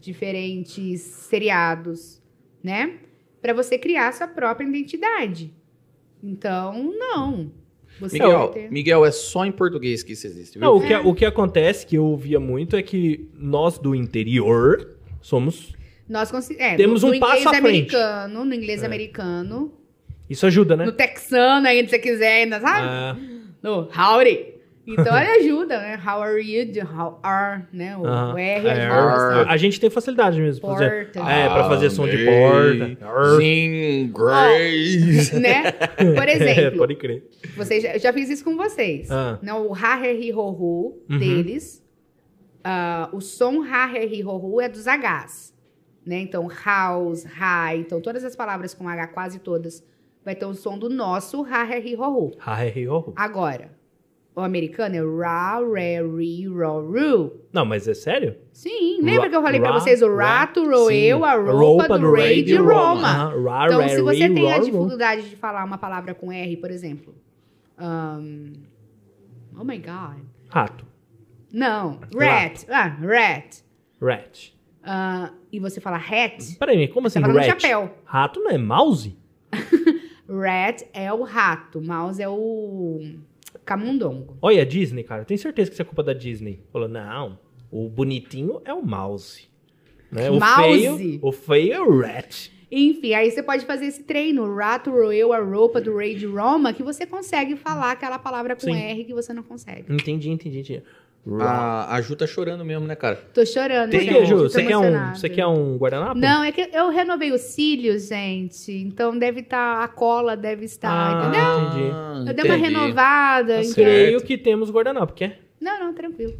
Speaker 3: diferentes seriados, né? Para você criar sua própria identidade. Então, não. Você vai
Speaker 1: Miguel,
Speaker 3: ter-
Speaker 1: Miguel, é só em português que isso existe, viu?
Speaker 2: Não, o, que, o que acontece, que eu ouvia muito, é que nós do interior somos.
Speaker 3: Nós consi- é,
Speaker 2: Temos
Speaker 3: no,
Speaker 2: um
Speaker 3: no inglês
Speaker 2: passo à frente.
Speaker 3: americano, no inglês
Speaker 2: É.
Speaker 3: americano,
Speaker 2: Isso ajuda, né?
Speaker 3: No texano ainda, se você quiser ainda, sabe?
Speaker 2: Ah,
Speaker 3: No howdy. Então ele ajuda, né? How are you? do- How are, né? O,
Speaker 2: Aham.
Speaker 3: o R é
Speaker 2: É,
Speaker 3: de voz,
Speaker 1: ar.
Speaker 3: né?
Speaker 2: a gente tem facilidade mesmo. Por exemplo.
Speaker 3: Porta.
Speaker 2: É, pra fazer som de
Speaker 1: Amei.
Speaker 2: porta.
Speaker 1: Sim, Grace.
Speaker 3: Né?
Speaker 2: É,
Speaker 3: Por exemplo,
Speaker 2: Pode crer.
Speaker 3: vocês, né? já- eu já fiz isso com vocês.
Speaker 2: Ah.
Speaker 3: Não, o ha, he, hi, ho, hu
Speaker 2: Uhum.
Speaker 3: deles. ah, o som ha, her, hi, ho, hu é dos Hs. Né? Então, house, high, então todas as palavras com H, quase todas, vai ter o som do nosso ha, her, hi, ho, hu.
Speaker 2: Ha, he, he, ho, ho.
Speaker 3: Agora, o americano é ra, re, ri, ro, ru.
Speaker 2: Não, mas é sério?
Speaker 3: Sim, lembra
Speaker 2: Ra-
Speaker 3: que eu falei pra
Speaker 2: ra-
Speaker 3: vocês o
Speaker 2: ra-
Speaker 3: rato, roeu,
Speaker 2: sim.
Speaker 3: a roupa do rei de Roma.
Speaker 2: Aham, ra,
Speaker 3: Então,
Speaker 2: ra,
Speaker 3: se você
Speaker 2: ri,
Speaker 3: tem a
Speaker 2: ro, ro.
Speaker 3: dificuldade de falar uma palavra com R, por exemplo. ahn, oh my God.
Speaker 2: Rato.
Speaker 3: Não, rat. Ah, rat.
Speaker 2: Rat.
Speaker 3: Ah, e você fala hat,
Speaker 2: Peraí, como assim
Speaker 3: tá falando
Speaker 2: rat?
Speaker 3: chapéu.
Speaker 2: Rato não é mouse?
Speaker 3: Rat é o rato, mouse é o camundongo.
Speaker 2: Olha, a Disney, cara, tem certeza que isso é culpa da Disney. Falou, não, o bonitinho é o mouse. Né? O
Speaker 3: Mouse?
Speaker 2: Feio, o feio é o rat.
Speaker 3: Enfim, aí você pode fazer esse treino. O rato roeu a roupa do rei de Roma, que você consegue falar aquela palavra com
Speaker 2: Sim.
Speaker 3: R que você não consegue.
Speaker 2: Entendi, entendi, entendi. Ra-
Speaker 3: Ah.
Speaker 1: A, a Ju tá chorando mesmo, né, cara?
Speaker 3: Tô chorando,
Speaker 2: Por
Speaker 1: Tem
Speaker 3: gente,
Speaker 2: que,
Speaker 1: um-
Speaker 2: Ju?
Speaker 3: tô
Speaker 2: Você quer, um,
Speaker 3: emocionada.
Speaker 2: você quer um guardanapo?
Speaker 3: Não, é que eu renovei os cílios, gente. Então deve estar. a cola deve estar.
Speaker 2: Ah,
Speaker 3: entendeu?
Speaker 2: entendi. Tá
Speaker 3: Eu dei uma renovada.
Speaker 2: Eu
Speaker 3: então-
Speaker 2: creio que temos guardanapo, quer?
Speaker 3: Não, não, tranquilo.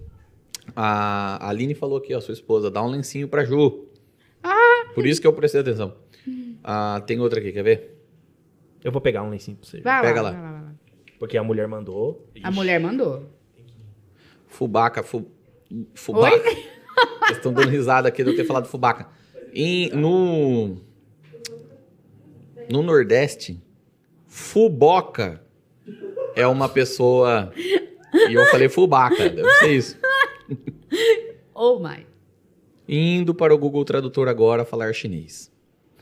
Speaker 1: A Aline falou aqui, ó, sua esposa, dá um lencinho pra Ju. Ah! Por isso que eu prestei atenção. Ah, tem outra aqui, quer ver?
Speaker 2: Eu vou pegar um lencinho pra você.
Speaker 3: Vai
Speaker 1: Pega
Speaker 3: lá,
Speaker 1: lá.
Speaker 3: vai lá, vai lá.
Speaker 2: Porque a mulher mandou. Ixi.
Speaker 3: A mulher mandou.
Speaker 1: Fubaca, fu... Fubaca. Vocês estão dando risada aqui de eu ter falado fubaca. Em, no... No Nordeste, fuboca é uma pessoa... E eu falei fubaca, deve ser isso.
Speaker 3: Oh my.
Speaker 1: Indo para o Google Tradutor agora falar chinês.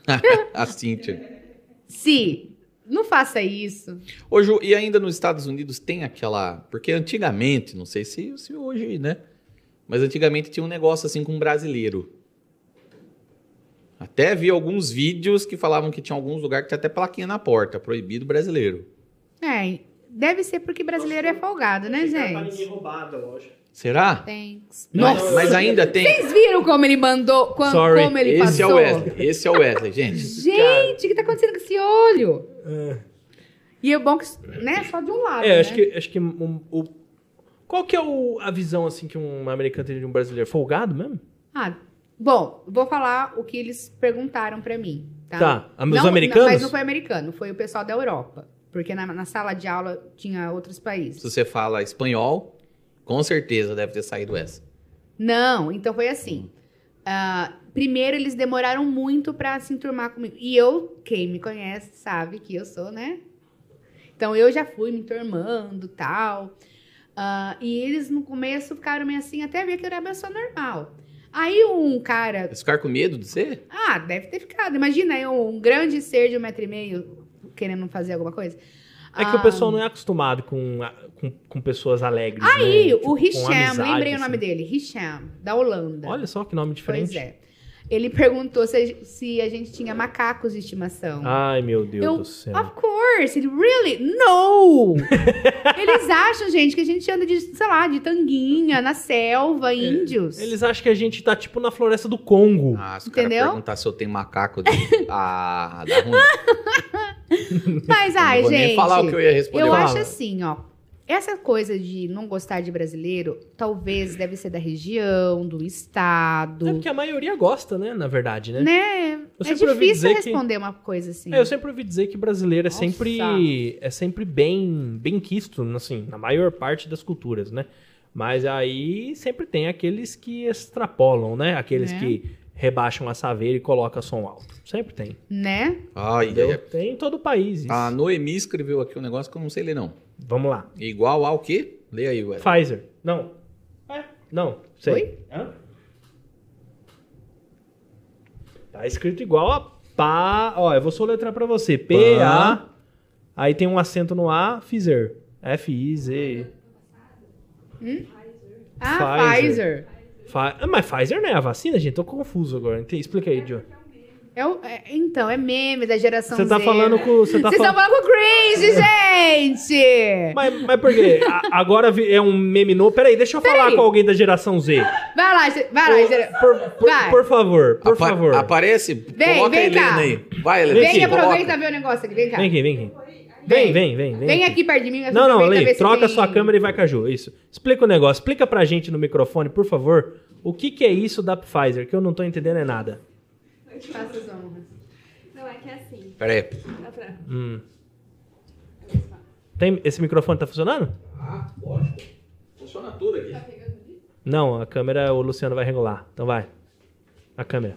Speaker 1: a Cíntia.
Speaker 3: Se não faça isso.
Speaker 1: Ô, Ju, e ainda nos Estados Unidos tem aquela. Porque antigamente, não sei se, se hoje, né? Mas antigamente tinha um negócio assim com um brasileiro. Até vi alguns vídeos que falavam que tinha alguns lugares que tinha até plaquinha na porta, proibido brasileiro.
Speaker 3: É, deve ser porque brasileiro é folgado, né, gente?
Speaker 2: roubada, lógico.
Speaker 1: Será?
Speaker 3: Thanks.
Speaker 1: Mas, mas ainda tem.
Speaker 3: Vocês viram como ele mandou, quan-
Speaker 2: Sorry,
Speaker 3: como ele
Speaker 1: Esse é o
Speaker 3: passou?
Speaker 1: Wesley. Esse é o Wesley, gente.
Speaker 3: Gente, o que tá acontecendo com esse olho? E é bom que, né, só de um lado,
Speaker 2: É,
Speaker 3: né?
Speaker 2: acho que, acho que um- o. Qual que é o- a visão assim que um americano tem de um brasileiro? Folgado mesmo?
Speaker 3: Ah, bom, vou falar o que eles perguntaram pra mim, tá?
Speaker 2: Tá. Ah, mas os
Speaker 3: Não-
Speaker 2: americanos?
Speaker 3: Não, mas não foi americano, foi o pessoal da Europa. Porque na, na sala de aula tinha outros países.
Speaker 1: Se você fala espanhol, com certeza deve ter saído essa.
Speaker 3: Não, então foi assim. Ah, primeiro, eles demoraram muito pra se enturmar comigo. E eu, quem me conhece, sabe que eu sou, né? Então eu já fui me enturmando tal. Ah, e eles no começo ficaram meio assim, até ver que eu era uma pessoa normal. Aí um cara
Speaker 1: Eles ficaram com medo de você?
Speaker 3: ah, deve ter ficado. Imagina eu, um grande ser de um metro e meio, querendo fazer alguma coisa. Ah,
Speaker 2: É que o pessoal não é acostumado com, a- com, com pessoas alegres.
Speaker 3: Aí,
Speaker 2: né?
Speaker 3: o
Speaker 2: Tipo, com
Speaker 3: Hicham,
Speaker 2: amizade,
Speaker 3: lembrei o
Speaker 2: assim.
Speaker 3: nome dele, Hicham, da Holanda.
Speaker 2: Olha só que nome diferente.
Speaker 3: Pois é. Ele perguntou se a, se a gente tinha macacos de estimação.
Speaker 2: Ai, meu Deus
Speaker 3: Eu-
Speaker 2: do céu.
Speaker 3: Of course, ele really? No! Eles acham, gente, que a gente anda de, sei lá, de tanguinha, na selva, índios.
Speaker 2: É, Eles acham que a gente tá tipo na floresta do Congo.
Speaker 1: Ah, se o cara
Speaker 3: Entendeu?
Speaker 1: perguntar se eu tenho macaco. De... Ah, dá ruim.
Speaker 3: Mas, ai,
Speaker 1: não vou
Speaker 3: Tá, gente.
Speaker 1: nem falar o que eu ia responder.
Speaker 3: Eu
Speaker 2: Fala.
Speaker 3: acho assim, ó. Essa coisa de não gostar de brasileiro, talvez deve ser da região, do
Speaker 2: É
Speaker 3: estado.
Speaker 2: porque a maioria gosta, né? Na verdade, né?
Speaker 3: Né?
Speaker 2: Eu
Speaker 3: É
Speaker 2: sempre ouvi dizer
Speaker 3: difícil
Speaker 2: que-
Speaker 3: responder uma coisa assim.
Speaker 2: É, eu sempre ouvi dizer que brasileiro é
Speaker 3: Nossa.
Speaker 2: sempre é sempre bem bem quisto, assim, na maior parte das culturas, né? Mas aí sempre tem aqueles que extrapolam, né? Aqueles
Speaker 3: Né?
Speaker 2: que rebaixam a saveira e colocam som alto. Sempre tem.
Speaker 3: Né?
Speaker 1: Ai,
Speaker 2: Entendeu?
Speaker 1: ai, ai.
Speaker 2: Tem em todo o país isso.
Speaker 1: A Noemi escreveu aqui um negócio que eu não sei ler, não.
Speaker 2: Vamos lá.
Speaker 1: Igual ao quê? Lê aí, ué.
Speaker 2: Pfizer. Não. É? Não. Sei.
Speaker 3: Oi?
Speaker 2: Hã? Tá escrito igual a pá. Ó, eu vou soletrar pra você. P, A.
Speaker 1: Pá.
Speaker 2: Aí tem um acento no A, Pfizer. F, I, Z.
Speaker 3: Ah,
Speaker 2: Pfizer.
Speaker 3: Pfizer.
Speaker 2: Fa- Ah, Mas Pfizer não é a vacina, gente? Tô confuso agora. Ente- Explica aí, Joe.
Speaker 3: É o- é- então, é meme da geração
Speaker 2: Você tá
Speaker 3: Z.
Speaker 2: falando com. Você
Speaker 3: Vocês
Speaker 2: tá
Speaker 3: estão
Speaker 2: falando.
Speaker 3: falando com o cringe, gente!
Speaker 2: Mas, mas por quê? A- agora vi- é um meme novo. Peraí, deixa eu falar
Speaker 3: Peraí.
Speaker 2: com alguém da geração Z.
Speaker 3: Vai lá, Ge- vai lá, Gera-
Speaker 2: Por, por-
Speaker 3: Vai.
Speaker 2: por favor, por
Speaker 1: Apa-
Speaker 2: favor.
Speaker 1: Aparece,
Speaker 3: Vem,
Speaker 1: coloca
Speaker 3: vem
Speaker 1: a Helena
Speaker 3: cá.
Speaker 1: aí. Vai, Helena.
Speaker 3: Vem
Speaker 1: coloca.
Speaker 3: aproveita ver o negócio aqui, vem cá.
Speaker 2: Vem aqui, vem aqui. Vem, vem, vem. Vem,
Speaker 3: Vem aqui perto de mim. assim,
Speaker 2: Não, não,
Speaker 3: aproveita
Speaker 2: Lei,
Speaker 3: ver se
Speaker 2: troca
Speaker 3: tem-
Speaker 2: sua câmera e vai com a Ju. Isso. Explica o negócio. Explica pra gente no microfone, por favor, o que, que é isso da Pfizer, que eu não tô entendendo é nada.
Speaker 3: Faça as honras.
Speaker 6: Não, é que é assim.
Speaker 1: Pera aí.
Speaker 6: Dá pra...
Speaker 2: Hum. Tem, esse microfone tá funcionando?
Speaker 1: Ah, lógico. Funciona tudo aqui.
Speaker 2: Não, a câmera o Luciano vai regular. Então vai. A câmera.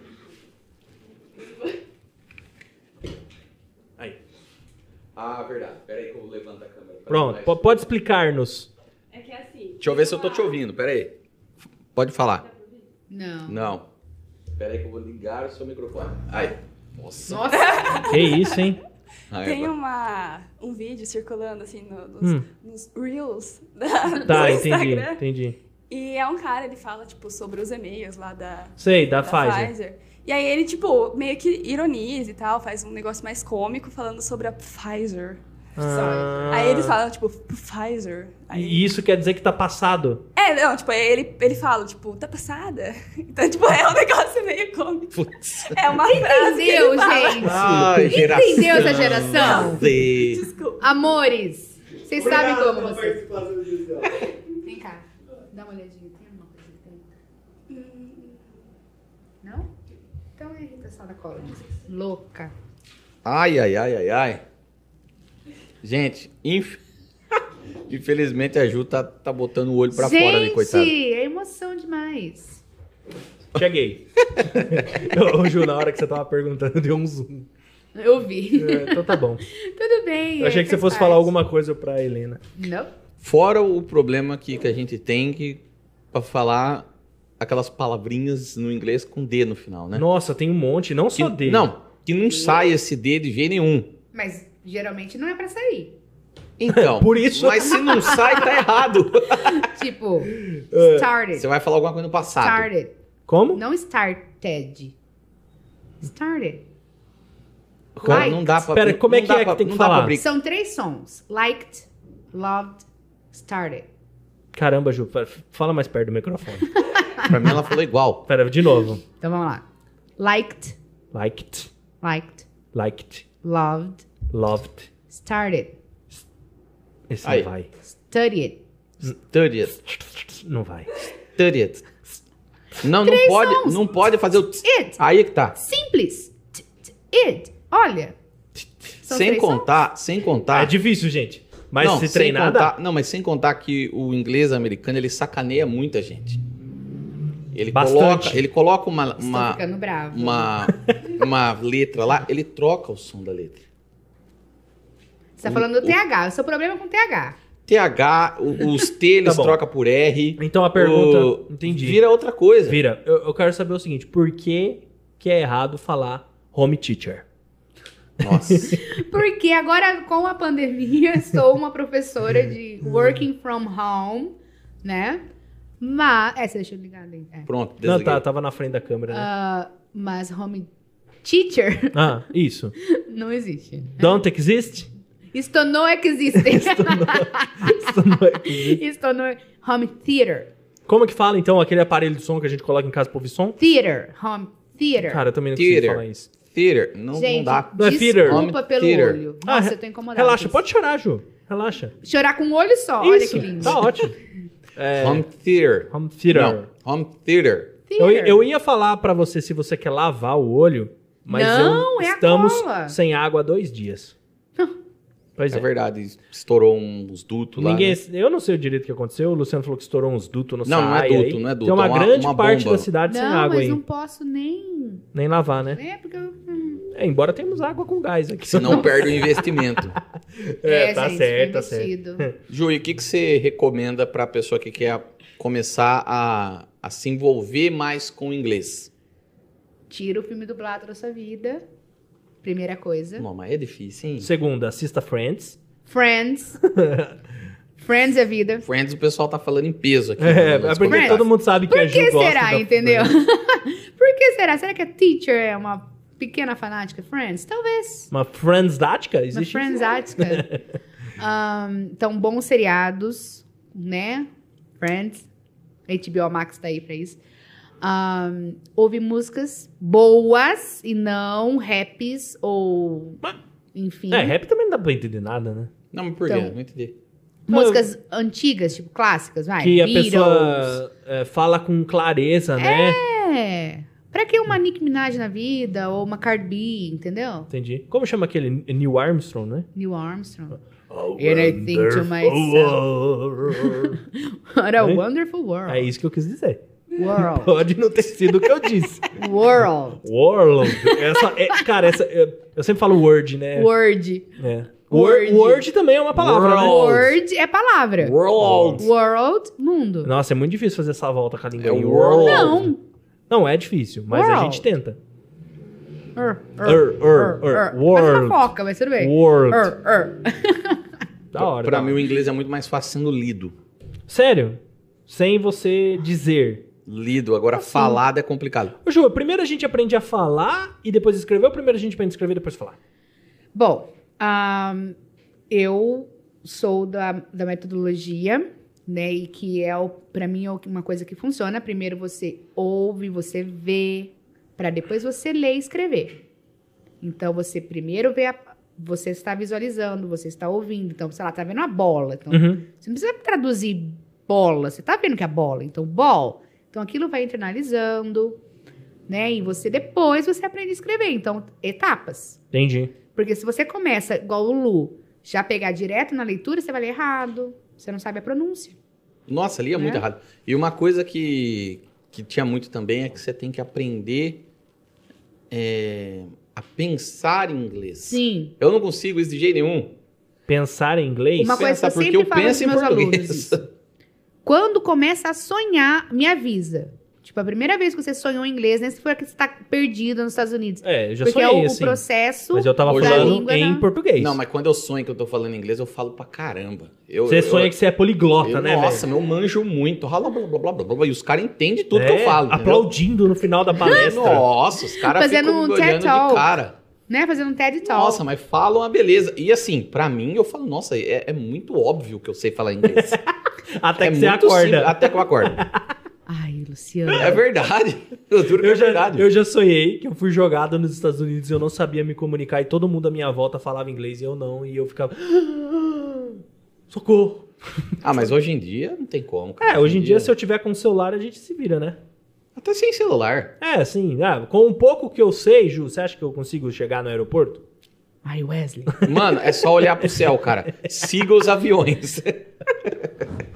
Speaker 2: Aí.
Speaker 1: Ah, verdade. Pera aí que eu levanto a câmera.
Speaker 2: Pronto. po- pode explicar-nos.
Speaker 6: É que é assim.
Speaker 1: Deixa eu ver se eu tô te ouvindo. Pera aí. Pode falar.
Speaker 3: Não.
Speaker 1: Não. Pera aí que eu vou ligar o seu microfone. Aí. Nossa.
Speaker 3: Nossa,
Speaker 2: Que isso, hein?
Speaker 1: Aí,
Speaker 6: Tem
Speaker 1: agora.
Speaker 6: uma, um vídeo circulando, assim, no- nos,
Speaker 2: Hum.
Speaker 6: nos Reels da,
Speaker 2: Tá,
Speaker 6: do
Speaker 2: entendi.
Speaker 6: Instagram.
Speaker 2: Entendi.
Speaker 6: E é um cara, ele fala, tipo, sobre os e-mails lá da,
Speaker 2: Sei, da,
Speaker 6: da
Speaker 2: Pfizer.
Speaker 6: E aí ele, tipo, meio que ironiza e tal, faz um negócio mais cômico falando sobre a Pfizer.
Speaker 2: Ah.
Speaker 6: Aí ele fala, tipo, Pfizer. Aí...
Speaker 2: E isso quer dizer que tá passado.
Speaker 6: É, não, tipo, ele, ele fala, tipo, tá passada? Então, tipo, é um negócio meio cômico.
Speaker 1: Putz.
Speaker 6: É uma frase que ele
Speaker 3: entendeu,
Speaker 6: fala.
Speaker 3: gente?
Speaker 1: Ai, geração.
Speaker 3: Entendeu essa geração?
Speaker 1: Sim.
Speaker 6: Desculpa.
Speaker 3: Amores, vocês sabem
Speaker 7: Obrigado
Speaker 3: como
Speaker 7: pela
Speaker 3: vocês.
Speaker 7: participação especial.
Speaker 3: Vem cá, dá uma olhadinha. Tem alguma coisa que tem? Não? Então é Rita Sara Collins. Louca.
Speaker 1: Ai, ai, ai, ai, ai. Gente, inf- infelizmente a Ju tá, tá botando o olho pra
Speaker 3: Gente,
Speaker 1: fora ali, coitada.
Speaker 3: é emoção demais.
Speaker 2: Cheguei. eu, Ju, na hora que você tava perguntando, deu um zoom.
Speaker 3: Eu vi.
Speaker 2: É, então tá bom.
Speaker 3: Tudo bem.
Speaker 2: Eu achei
Speaker 3: é,
Speaker 2: que você
Speaker 3: faz
Speaker 2: fosse
Speaker 3: parte.
Speaker 2: falar alguma coisa pra Helena.
Speaker 3: Não?
Speaker 1: Fora o problema que, que a gente tem que pra falar aquelas palavrinhas no inglês com D no final, né?
Speaker 2: Nossa, tem um monte, não
Speaker 1: que,
Speaker 2: só dele.
Speaker 1: Não, que não sai esse D de jeito nenhum.
Speaker 3: Mas geralmente não é pra sair.
Speaker 1: Então,
Speaker 2: Por isso-
Speaker 1: mas se não sai, tá errado.
Speaker 3: Tipo,
Speaker 2: É.
Speaker 3: started.
Speaker 1: Você vai falar alguma coisa no passado.
Speaker 3: Started.
Speaker 2: Como?
Speaker 3: Não started. Started.
Speaker 1: Como-
Speaker 3: Like.
Speaker 1: Então, Não dá pra,
Speaker 2: Espera, como é
Speaker 1: não
Speaker 2: que
Speaker 1: dá
Speaker 2: é que
Speaker 1: pra-
Speaker 2: tem que
Speaker 1: não dá pra
Speaker 2: falar?
Speaker 1: abrir.
Speaker 3: São três sons. Liked, loved, started.
Speaker 2: Caramba, Ju, fa- fala mais perto do microfone.
Speaker 1: Pra mim ela falou igual.
Speaker 2: Pera, de novo.
Speaker 3: Então vamos lá. Liked,
Speaker 2: Liked,
Speaker 3: liked,
Speaker 2: liked,
Speaker 3: loved,
Speaker 2: loved.
Speaker 3: started,
Speaker 2: Esse
Speaker 1: Aí.
Speaker 2: não vai.
Speaker 3: studied.
Speaker 1: Study it.
Speaker 2: Não vai.
Speaker 1: Study it. Não, não pode, não pode fazer o... tss.
Speaker 3: It.
Speaker 1: Aí que tá.
Speaker 3: Simples. T- t- It. Olha. São
Speaker 1: sem
Speaker 3: três sons?
Speaker 1: contar, sem contar.
Speaker 2: É difícil, gente. Mas
Speaker 1: Tá. não,
Speaker 2: se
Speaker 1: sem
Speaker 2: treinar, dá.
Speaker 1: contar- não, mas sem contar que o inglês americano ele sacaneia muita gente. Ele
Speaker 2: Bastante.
Speaker 1: coloca, ele coloca uma
Speaker 3: Estou
Speaker 1: uma,
Speaker 3: tá ficando bravo.
Speaker 1: uma uma letra lá, ele troca o som da letra.
Speaker 3: Você tá falando
Speaker 1: O-
Speaker 3: do TH. O seu problema é com TH.
Speaker 1: TH, o- os T eles
Speaker 2: Tá bom.
Speaker 1: trocam por R.
Speaker 2: Então a pergunta.
Speaker 1: o-
Speaker 2: Entendi.
Speaker 1: Vira outra coisa.
Speaker 2: Vira, eu, eu quero saber o seguinte: por que, que é errado falar home teacher?
Speaker 1: Nossa.
Speaker 3: Porque agora, com a pandemia, sou uma professora de working from home, né? Mas. É, você deixou ligado aí. É.
Speaker 1: Pronto,
Speaker 2: Não,
Speaker 1: desliguei.
Speaker 2: tá, tava na frente da câmera, né?
Speaker 3: Ah, mas home teacher
Speaker 2: Ah, isso.
Speaker 3: não existe.
Speaker 2: Don't exist?
Speaker 3: Isto não existe.
Speaker 2: Isso não é-
Speaker 3: Isto não Home theater.
Speaker 2: Como que fala então aquele aparelho de som que a gente coloca em casa pra ouvir som?
Speaker 3: Theater. Home theater.
Speaker 2: Cara, eu também não consigo
Speaker 1: Theater.
Speaker 2: falar isso.
Speaker 1: Theater. Não, não
Speaker 3: Gente,
Speaker 1: dá.
Speaker 2: Não é theater.
Speaker 3: desculpa
Speaker 1: Home
Speaker 3: pelo
Speaker 1: theater.
Speaker 3: olho.
Speaker 2: Ah,
Speaker 3: Nossa,
Speaker 2: re-
Speaker 3: eu tô incomodada.
Speaker 2: Relaxa,
Speaker 3: com
Speaker 2: pode chorar, Ju. Relaxa.
Speaker 3: isso. Chorar com um olho só. Olha
Speaker 2: isso,
Speaker 3: que lindo.
Speaker 2: tá ótimo. É,
Speaker 1: Home theater.
Speaker 2: Home theater.
Speaker 1: Não, home theater. É
Speaker 2: Eu,
Speaker 3: Theater.
Speaker 2: eu ia falar pra você se você quer lavar o olho, mas eu-
Speaker 3: Não, é a
Speaker 2: estamos
Speaker 3: cola.
Speaker 2: sem água há dois dias. Pois
Speaker 1: É
Speaker 2: é.
Speaker 1: verdade, estourou um uns dutos lá.
Speaker 2: Ninguém,
Speaker 1: né?
Speaker 2: Eu não sei o direito que aconteceu. O Luciano falou que estourou uns dutos no
Speaker 1: Não, não é
Speaker 2: Saai
Speaker 1: duto,
Speaker 2: aí.
Speaker 1: não é duto,
Speaker 2: Tem uma,
Speaker 1: é uma-
Speaker 2: grande
Speaker 1: uma
Speaker 2: parte
Speaker 1: bomba.
Speaker 2: da cidade sem
Speaker 3: Não,
Speaker 2: água
Speaker 3: mas
Speaker 2: aí.
Speaker 3: não posso nem.
Speaker 2: Nem lavar, né?
Speaker 3: É, porque eu. hum.
Speaker 2: É, embora temos água com gás aqui.
Speaker 1: Senão perde o investimento.
Speaker 2: É, tá
Speaker 3: gente,
Speaker 2: certo,
Speaker 3: foi
Speaker 2: tá certo.
Speaker 3: investido.
Speaker 1: Ju, e o que, que você recomenda pra pessoa que quer começar a, a se envolver mais com o inglês?
Speaker 3: Tira o filme dublado da sua vida. Primeira coisa.
Speaker 1: Não, mas é difícil, hein?
Speaker 2: Segunda, assista Friends.
Speaker 3: Friends. Friends é vida.
Speaker 1: Friends, o pessoal tá falando em peso aqui.
Speaker 2: É,
Speaker 1: né,
Speaker 2: é
Speaker 1: nos
Speaker 2: porque
Speaker 1: comentários.
Speaker 2: todo mundo sabe que a
Speaker 3: Por
Speaker 2: Ju
Speaker 3: que
Speaker 2: gosta
Speaker 3: será,
Speaker 2: da
Speaker 3: entendeu?
Speaker 2: Friends.
Speaker 3: Por que será? Será que a teacher é uma pequena fanática Friends? Talvez.
Speaker 2: Uma Friendsdática?
Speaker 3: Uma
Speaker 2: Existe isso?
Speaker 3: friendsática. Ahn, então, bons seriados, né? Friends. HBO Max tá aí pra isso. Ahn, ouve músicas boas e não raps ou
Speaker 7: enfim.
Speaker 2: É, rap também não dá pra entender nada, né?
Speaker 1: Não, mas por quê?
Speaker 7: Então.
Speaker 1: Não entendi.
Speaker 7: Músicas
Speaker 3: Músicas antigas, tipo clássicas,
Speaker 2: é
Speaker 3: vai.
Speaker 2: que a
Speaker 3: Beatles.
Speaker 2: pessoa é, fala com clareza, né?
Speaker 3: É. Pra que uma Nick Minaj na vida? Ou uma Cardi B, entendeu?
Speaker 2: Entendi. Como chama aquele? Neil Armstrong, né?
Speaker 3: Neil Armstrong. And I think to myself. What a
Speaker 2: Hein?
Speaker 3: wonderful world.
Speaker 2: É isso que eu quis dizer.
Speaker 3: World.
Speaker 2: Pode não ter sido o que eu disse.
Speaker 3: World.
Speaker 2: Warlord. Essa, é- cara, essa, eu, eu sempre falo word, né?
Speaker 3: Word.
Speaker 2: É. Word.
Speaker 3: Word.
Speaker 2: word também é uma palavra, né?
Speaker 1: World.
Speaker 3: Word é palavra.
Speaker 1: World.
Speaker 3: World, mundo.
Speaker 2: Nossa, é muito difícil fazer essa volta com a língua.
Speaker 1: É
Speaker 2: aí.
Speaker 1: world.
Speaker 3: Não.
Speaker 2: Não, é difícil, mas a
Speaker 3: World.
Speaker 2: gente tenta.
Speaker 3: Er,
Speaker 2: Er, er, er.
Speaker 3: Mas
Speaker 2: World.
Speaker 3: uma foca, mas tudo bem.
Speaker 2: World.
Speaker 3: Er, er.
Speaker 2: Da hora.
Speaker 1: Pra
Speaker 2: da
Speaker 1: mim,
Speaker 2: hora.
Speaker 1: o inglês é muito mais fácil sendo lido.
Speaker 2: Sério? Sem você dizer.
Speaker 1: Lido, agora falado é complicado.
Speaker 2: Ô, Ju, primeiro a gente aprende a falar e depois escrever, ou primeiro a gente aprende a escrever e depois falar?
Speaker 3: Bom, ahn, eu sou da, da metodologia, né? E que é, o- pra mim, é uma coisa que funciona. Primeiro você ouve, você vê, pra depois você ler e escrever. Então, você primeiro vê a. Você está visualizando, você está ouvindo. Então, sei lá, tá vendo a bola. Então,
Speaker 2: Uhum.
Speaker 3: Você não precisa traduzir bola, você tá vendo que é bola, então ball. Então aquilo vai internalizando, né? E você depois você aprende a escrever, então etapas.
Speaker 2: Entendi.
Speaker 3: Porque se você começa igual o Lu, já pegar direto na leitura, você vai ler errado, você não sabe a pronúncia.
Speaker 1: Nossa, lia muito
Speaker 3: Né?
Speaker 1: errado. E uma coisa que, que tinha muito também é que você tem que aprender é, a pensar em inglês.
Speaker 3: Sim.
Speaker 1: Eu não consigo isso de jeito nenhum.
Speaker 2: Pensar em inglês?
Speaker 3: Uma coisa que eu
Speaker 1: Pensa, porque
Speaker 3: sempre
Speaker 1: eu
Speaker 3: falo pros
Speaker 1: penso em
Speaker 3: meus alunos.
Speaker 1: português.
Speaker 3: isso. Quando começa a sonhar, me avisa. Tipo, a primeira vez que você sonhou em inglês, nem se for que você tá perdido nos Estados Unidos.
Speaker 2: É, eu já
Speaker 3: porque é
Speaker 2: sonhei
Speaker 3: o, o
Speaker 2: assim.
Speaker 3: processo.
Speaker 2: Mas eu tava
Speaker 1: Hoje eu-
Speaker 2: falando
Speaker 3: língua,
Speaker 2: em
Speaker 3: né?
Speaker 2: português.
Speaker 1: Não, mas quando eu sonho que eu tô falando inglês, eu falo pra caramba. Eu,
Speaker 2: Você
Speaker 1: eu-
Speaker 2: sonha que você é poliglota,
Speaker 1: eu-
Speaker 2: né,
Speaker 1: Nossa,
Speaker 2: velho?
Speaker 1: meu manjo muito. Blá, blá, blá, blá, blá, blá, blá, e os caras entendem tudo que
Speaker 2: É,
Speaker 1: eu falo. entendeu?
Speaker 2: Aplaudindo no final da palestra.
Speaker 1: Nossa, os caras
Speaker 3: Fazendo
Speaker 1: ficam
Speaker 3: um
Speaker 1: me olhando de
Speaker 3: TED Talk.
Speaker 1: cara.
Speaker 3: Né? Fazendo um TED Talk.
Speaker 1: Nossa, mas falam uma beleza. E assim, pra mim, eu falo, nossa, é, é muito óbvio que eu sei falar inglês.
Speaker 2: Até
Speaker 1: é
Speaker 2: que você
Speaker 1: muito simples,
Speaker 2: acorda.
Speaker 1: até que eu acordo.
Speaker 3: Ai, Luciana.
Speaker 1: É verdade. Eu juro que
Speaker 2: Eu
Speaker 1: é
Speaker 2: já,
Speaker 1: verdade.
Speaker 2: eu já sonhei que eu fui jogado nos Estados Unidos e eu não sabia me comunicar e todo mundo à minha volta falava inglês e eu não. E eu ficava. "Ah, Socorro!
Speaker 1: Ah, mas hoje em dia não tem como. cara.
Speaker 2: É, hoje em dia, se eu tiver com o celular, a gente se vira, né?
Speaker 1: Até sem celular.
Speaker 2: É, assim, ah, com um pouco que eu sei, Ju, você acha que eu consigo chegar no aeroporto?
Speaker 3: Ai, Wesley.
Speaker 1: Mano, é só olhar pro céu, cara. Siga os aviões.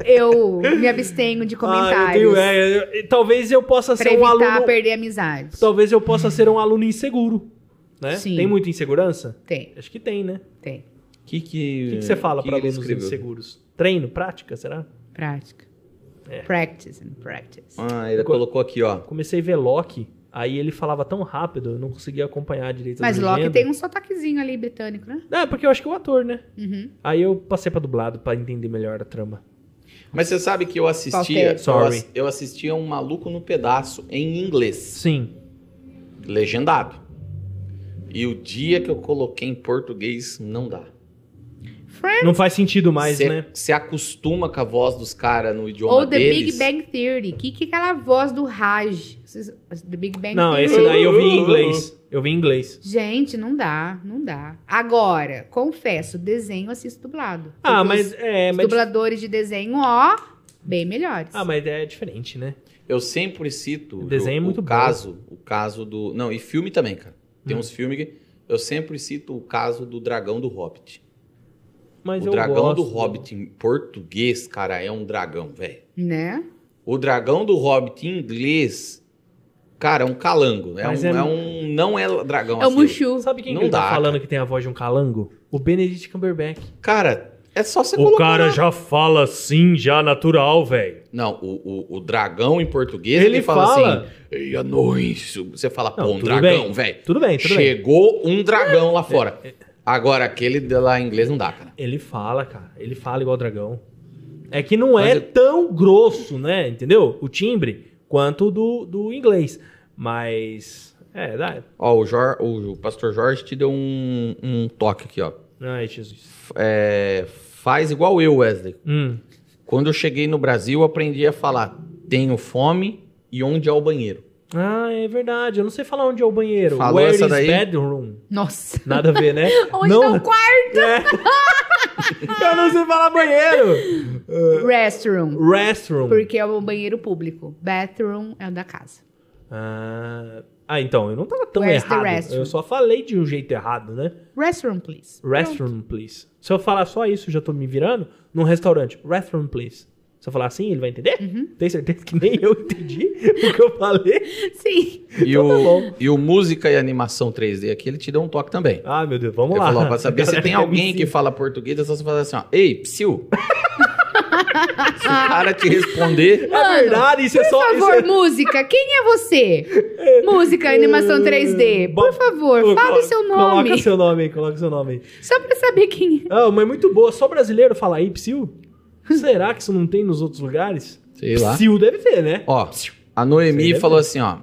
Speaker 3: Eu me abstenho de comentários.
Speaker 2: Ah, eu tenho, é, eu- eu- talvez eu possa
Speaker 3: Pra
Speaker 2: ser um
Speaker 3: evitar
Speaker 2: aluno.
Speaker 3: perder amizades.
Speaker 2: Talvez eu possa ser um aluno inseguro. Né?
Speaker 3: Sim.
Speaker 2: Tem muita insegurança?
Speaker 3: Tem,
Speaker 2: Acho que tem, né?
Speaker 3: tem.
Speaker 1: O que,
Speaker 2: O que, que você fala
Speaker 1: É, que
Speaker 2: pra
Speaker 1: ele
Speaker 2: alunos
Speaker 1: escreveu?
Speaker 2: inseguros? Treino, prática, será?
Speaker 3: Prática.
Speaker 2: É.
Speaker 3: Practice and practice.
Speaker 1: Ah, ele colocou aqui, ó.
Speaker 2: Comecei a ver Loki, aí ele falava tão rápido, eu não conseguia acompanhar direito.
Speaker 3: Mas
Speaker 2: as
Speaker 3: Loki
Speaker 2: legendas.
Speaker 3: tem um sotaquezinho ali britânico, né?
Speaker 2: É, porque eu acho que é o ator, né?
Speaker 3: Uhum.
Speaker 2: Aí eu passei pra dublado pra entender melhor a trama.
Speaker 1: Mas você sabe que eu assistia.
Speaker 3: Faltei.
Speaker 1: Eu,
Speaker 2: é? Sorry.
Speaker 1: ass- eu assistia um maluco no pedaço em inglês.
Speaker 2: Sim.
Speaker 1: legendado. E o dia que eu coloquei em português, não dá.
Speaker 3: Friends
Speaker 2: Não faz sentido mais,
Speaker 1: Cê-
Speaker 2: né?
Speaker 1: cê acostuma com a voz dos caras no idioma
Speaker 3: ou The
Speaker 1: deles.
Speaker 3: Big Bang Theory. Que que é aquela voz do Raj? Vocês- The Big Bang
Speaker 2: Não,
Speaker 3: Theory.
Speaker 2: esse daí eu vi em inglês. Eu vi em inglês.
Speaker 3: Gente, não dá, não dá. Agora, confesso, desenho eu assisto dublado.
Speaker 2: Ah,
Speaker 3: Porque
Speaker 2: mas
Speaker 3: os
Speaker 2: é, mas,
Speaker 3: dubladores de desenho, ó, bem melhores.
Speaker 2: ah, mas é diferente, né?
Speaker 1: Eu sempre cito
Speaker 2: O desenho é
Speaker 1: o,
Speaker 2: muito
Speaker 1: o
Speaker 2: bom.
Speaker 1: caso, o caso do, não, e filme também, cara. Tem
Speaker 2: Hum.
Speaker 1: uns filmes que eu sempre cito o caso do dragão do Hobbit.
Speaker 2: Mas
Speaker 1: o
Speaker 2: eu
Speaker 1: dragão
Speaker 2: gosto.
Speaker 1: do Hobbit em português, cara, é um dragão, velho.
Speaker 3: Né?
Speaker 1: O dragão do Hobbit em inglês, cara, é um calango, é,
Speaker 2: Mas
Speaker 1: um,
Speaker 2: é-
Speaker 1: é um- não é dragão
Speaker 3: É o
Speaker 1: assim.
Speaker 3: Mushu.
Speaker 2: Sabe quem
Speaker 1: Não
Speaker 2: que tá
Speaker 1: dá,
Speaker 2: falando que tem a voz de um calango? O Benedict Cumberbatch.
Speaker 1: Cara, é só você colocar lá.
Speaker 2: já fala assim, já natural, velho.
Speaker 1: Não, o, o, o dragão em português,
Speaker 2: Ele
Speaker 1: ele, fala,
Speaker 2: fala.
Speaker 1: assim, ei, anões. Você fala, pô,
Speaker 2: Não,
Speaker 1: um
Speaker 2: tudo
Speaker 1: dragão,
Speaker 2: bem.
Speaker 1: velho.
Speaker 2: Tudo bem, É, tudo bem.
Speaker 1: Chegou um dragão lá fora. Agora, aquele de lá em inglês não dá, cara.
Speaker 2: Ele fala, cara. Ele fala igual dragão. É que não é
Speaker 1: Mas eu-
Speaker 2: tão grosso, né? Entendeu? O timbre quanto o do, do inglês. Mas. É, dá.
Speaker 1: Ó, o, Jor, o, o pastor Jorge te deu um, um toque aqui, ó.
Speaker 2: Ai, Jesus.
Speaker 1: É, faz igual eu, Wesley.
Speaker 2: Hum.
Speaker 1: Quando eu cheguei no Brasil, eu aprendi a falar tenho fome e onde é o banheiro.
Speaker 2: Ah, é verdade. Eu não sei falar onde é o banheiro.
Speaker 1: Falou
Speaker 2: Where
Speaker 1: essa
Speaker 2: is
Speaker 1: daí?
Speaker 2: bedroom?
Speaker 3: Nossa.
Speaker 2: Nada a ver, né?
Speaker 3: Onde
Speaker 2: não...
Speaker 3: tá
Speaker 1: um
Speaker 3: o quarto?
Speaker 2: É. Eu não sei falar banheiro.
Speaker 3: Restroom.
Speaker 2: Restroom.
Speaker 3: Porque é o banheiro público. Bathroom é o da casa.
Speaker 2: Ah, ah, então, eu não tava tão
Speaker 3: Where's the
Speaker 2: errado.
Speaker 3: restroom?
Speaker 2: Eu só falei de um jeito errado, né?
Speaker 3: Restroom, please.
Speaker 2: Restroom, please. Se eu falar só isso, já tô me virando? Num restaurante, restroom, please. Se eu falar assim, ele vai entender?
Speaker 3: Uhum.
Speaker 2: Tem certeza que nem eu entendi o que eu falei?
Speaker 3: Sim.
Speaker 1: E
Speaker 2: Então tá
Speaker 1: o, e o música e animação 3D aqui, ele te deu um toque também.
Speaker 2: Ah, meu Deus, vamos
Speaker 1: Ele
Speaker 2: lá.
Speaker 1: falou, ó, pra saber se
Speaker 2: Galera
Speaker 1: tem
Speaker 2: que é
Speaker 1: alguém que
Speaker 2: MC.
Speaker 1: fala português, é só você falar assim, ó, ei, psiu. se o cara te responder,
Speaker 2: É verdade, isso é só...
Speaker 3: Por
Speaker 2: isso
Speaker 3: favor,
Speaker 2: é-
Speaker 3: música, quem é você? Música, animação 3D. Por
Speaker 2: Bo-
Speaker 3: favor,
Speaker 2: Colo-
Speaker 3: fala o seu
Speaker 2: Coloca
Speaker 3: nome.
Speaker 2: seu nome aí, coloca seu nome aí.
Speaker 3: Só pra saber quem é.
Speaker 2: Ah, mas muito boa. Só brasileiro fala aí, psiu? Será que isso não tem nos outros lugares?
Speaker 1: sei lá.
Speaker 2: Psiu deve ter, né?
Speaker 1: Ó, a
Speaker 2: Sei,
Speaker 1: Noemi
Speaker 2: deve
Speaker 1: falou assim, ó.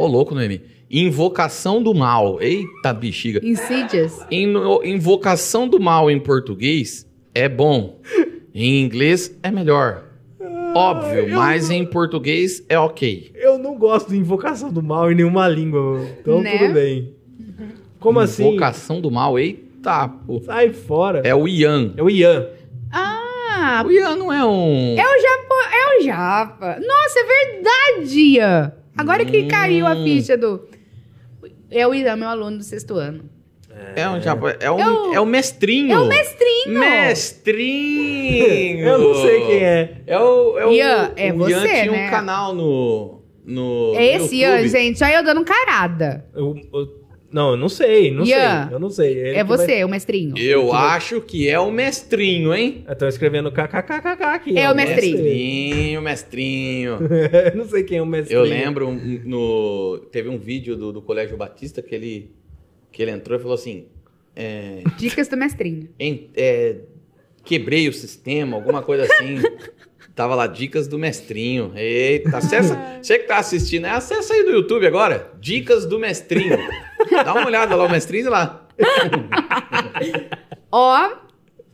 Speaker 1: Ô, louco, Noemi. Invocação do mal. Eita, bexiga.
Speaker 3: é. Insidious.
Speaker 1: Ino- invocação do mal em português é bom. Em inglês é melhor. Óbvio,
Speaker 2: eu
Speaker 1: mas em português é ok.
Speaker 2: Eu não gosto de invocação do mal em nenhuma língua, então
Speaker 3: Né?
Speaker 2: tudo bem. Como assim?
Speaker 1: Invocação do mal, eita, pô.
Speaker 2: Sai fora.
Speaker 1: É o Ian.
Speaker 2: É o Ian.
Speaker 3: Ah,
Speaker 1: O Ian não é um.
Speaker 3: é o Japão. É o Japa. Nossa, é verdade. Ian. Agora que
Speaker 1: Hum.
Speaker 3: caiu a ficha do. É o Irã, meu aluno do sexto ano.
Speaker 1: É um, japa- é um,
Speaker 3: É o-
Speaker 1: é o mestrinho.
Speaker 3: É o mestrinho.
Speaker 1: Mestrinho!
Speaker 2: Eu não sei quem é.
Speaker 1: É o. É o
Speaker 3: Ian, é
Speaker 1: o Ian
Speaker 3: você,
Speaker 1: tinha um
Speaker 3: né?
Speaker 1: canal no. no
Speaker 3: É esse
Speaker 1: YouTube.
Speaker 3: Ian, gente. Olha eu dando carada.
Speaker 2: Eu- eu- não, eu não sei, não
Speaker 3: Ian,
Speaker 2: sei. Eu não sei. Ele
Speaker 3: é
Speaker 2: que vai-
Speaker 3: você, o mestrinho.
Speaker 1: Eu acho que é o mestrinho, hein?
Speaker 2: Eu tô escrevendo kkkk aqui.
Speaker 3: É
Speaker 2: ó,
Speaker 3: o mestrinho.
Speaker 1: Mestrinho, mestrinho.
Speaker 2: não sei quem é o mestre.
Speaker 1: Eu lembro um- um- no teve um vídeo do, do Colégio Batista que ele que ele entrou e falou assim, é,
Speaker 3: Dicas do mestrinho.
Speaker 1: em- é, quebrei o sistema, alguma coisa assim. Tava lá dicas do mestrinho. Eita, acessa, você que tá assistindo, né? acessa aí no YouTube agora, dicas do mestrinho. Dá uma olhada lá o mestrinho e lá.
Speaker 3: Ó,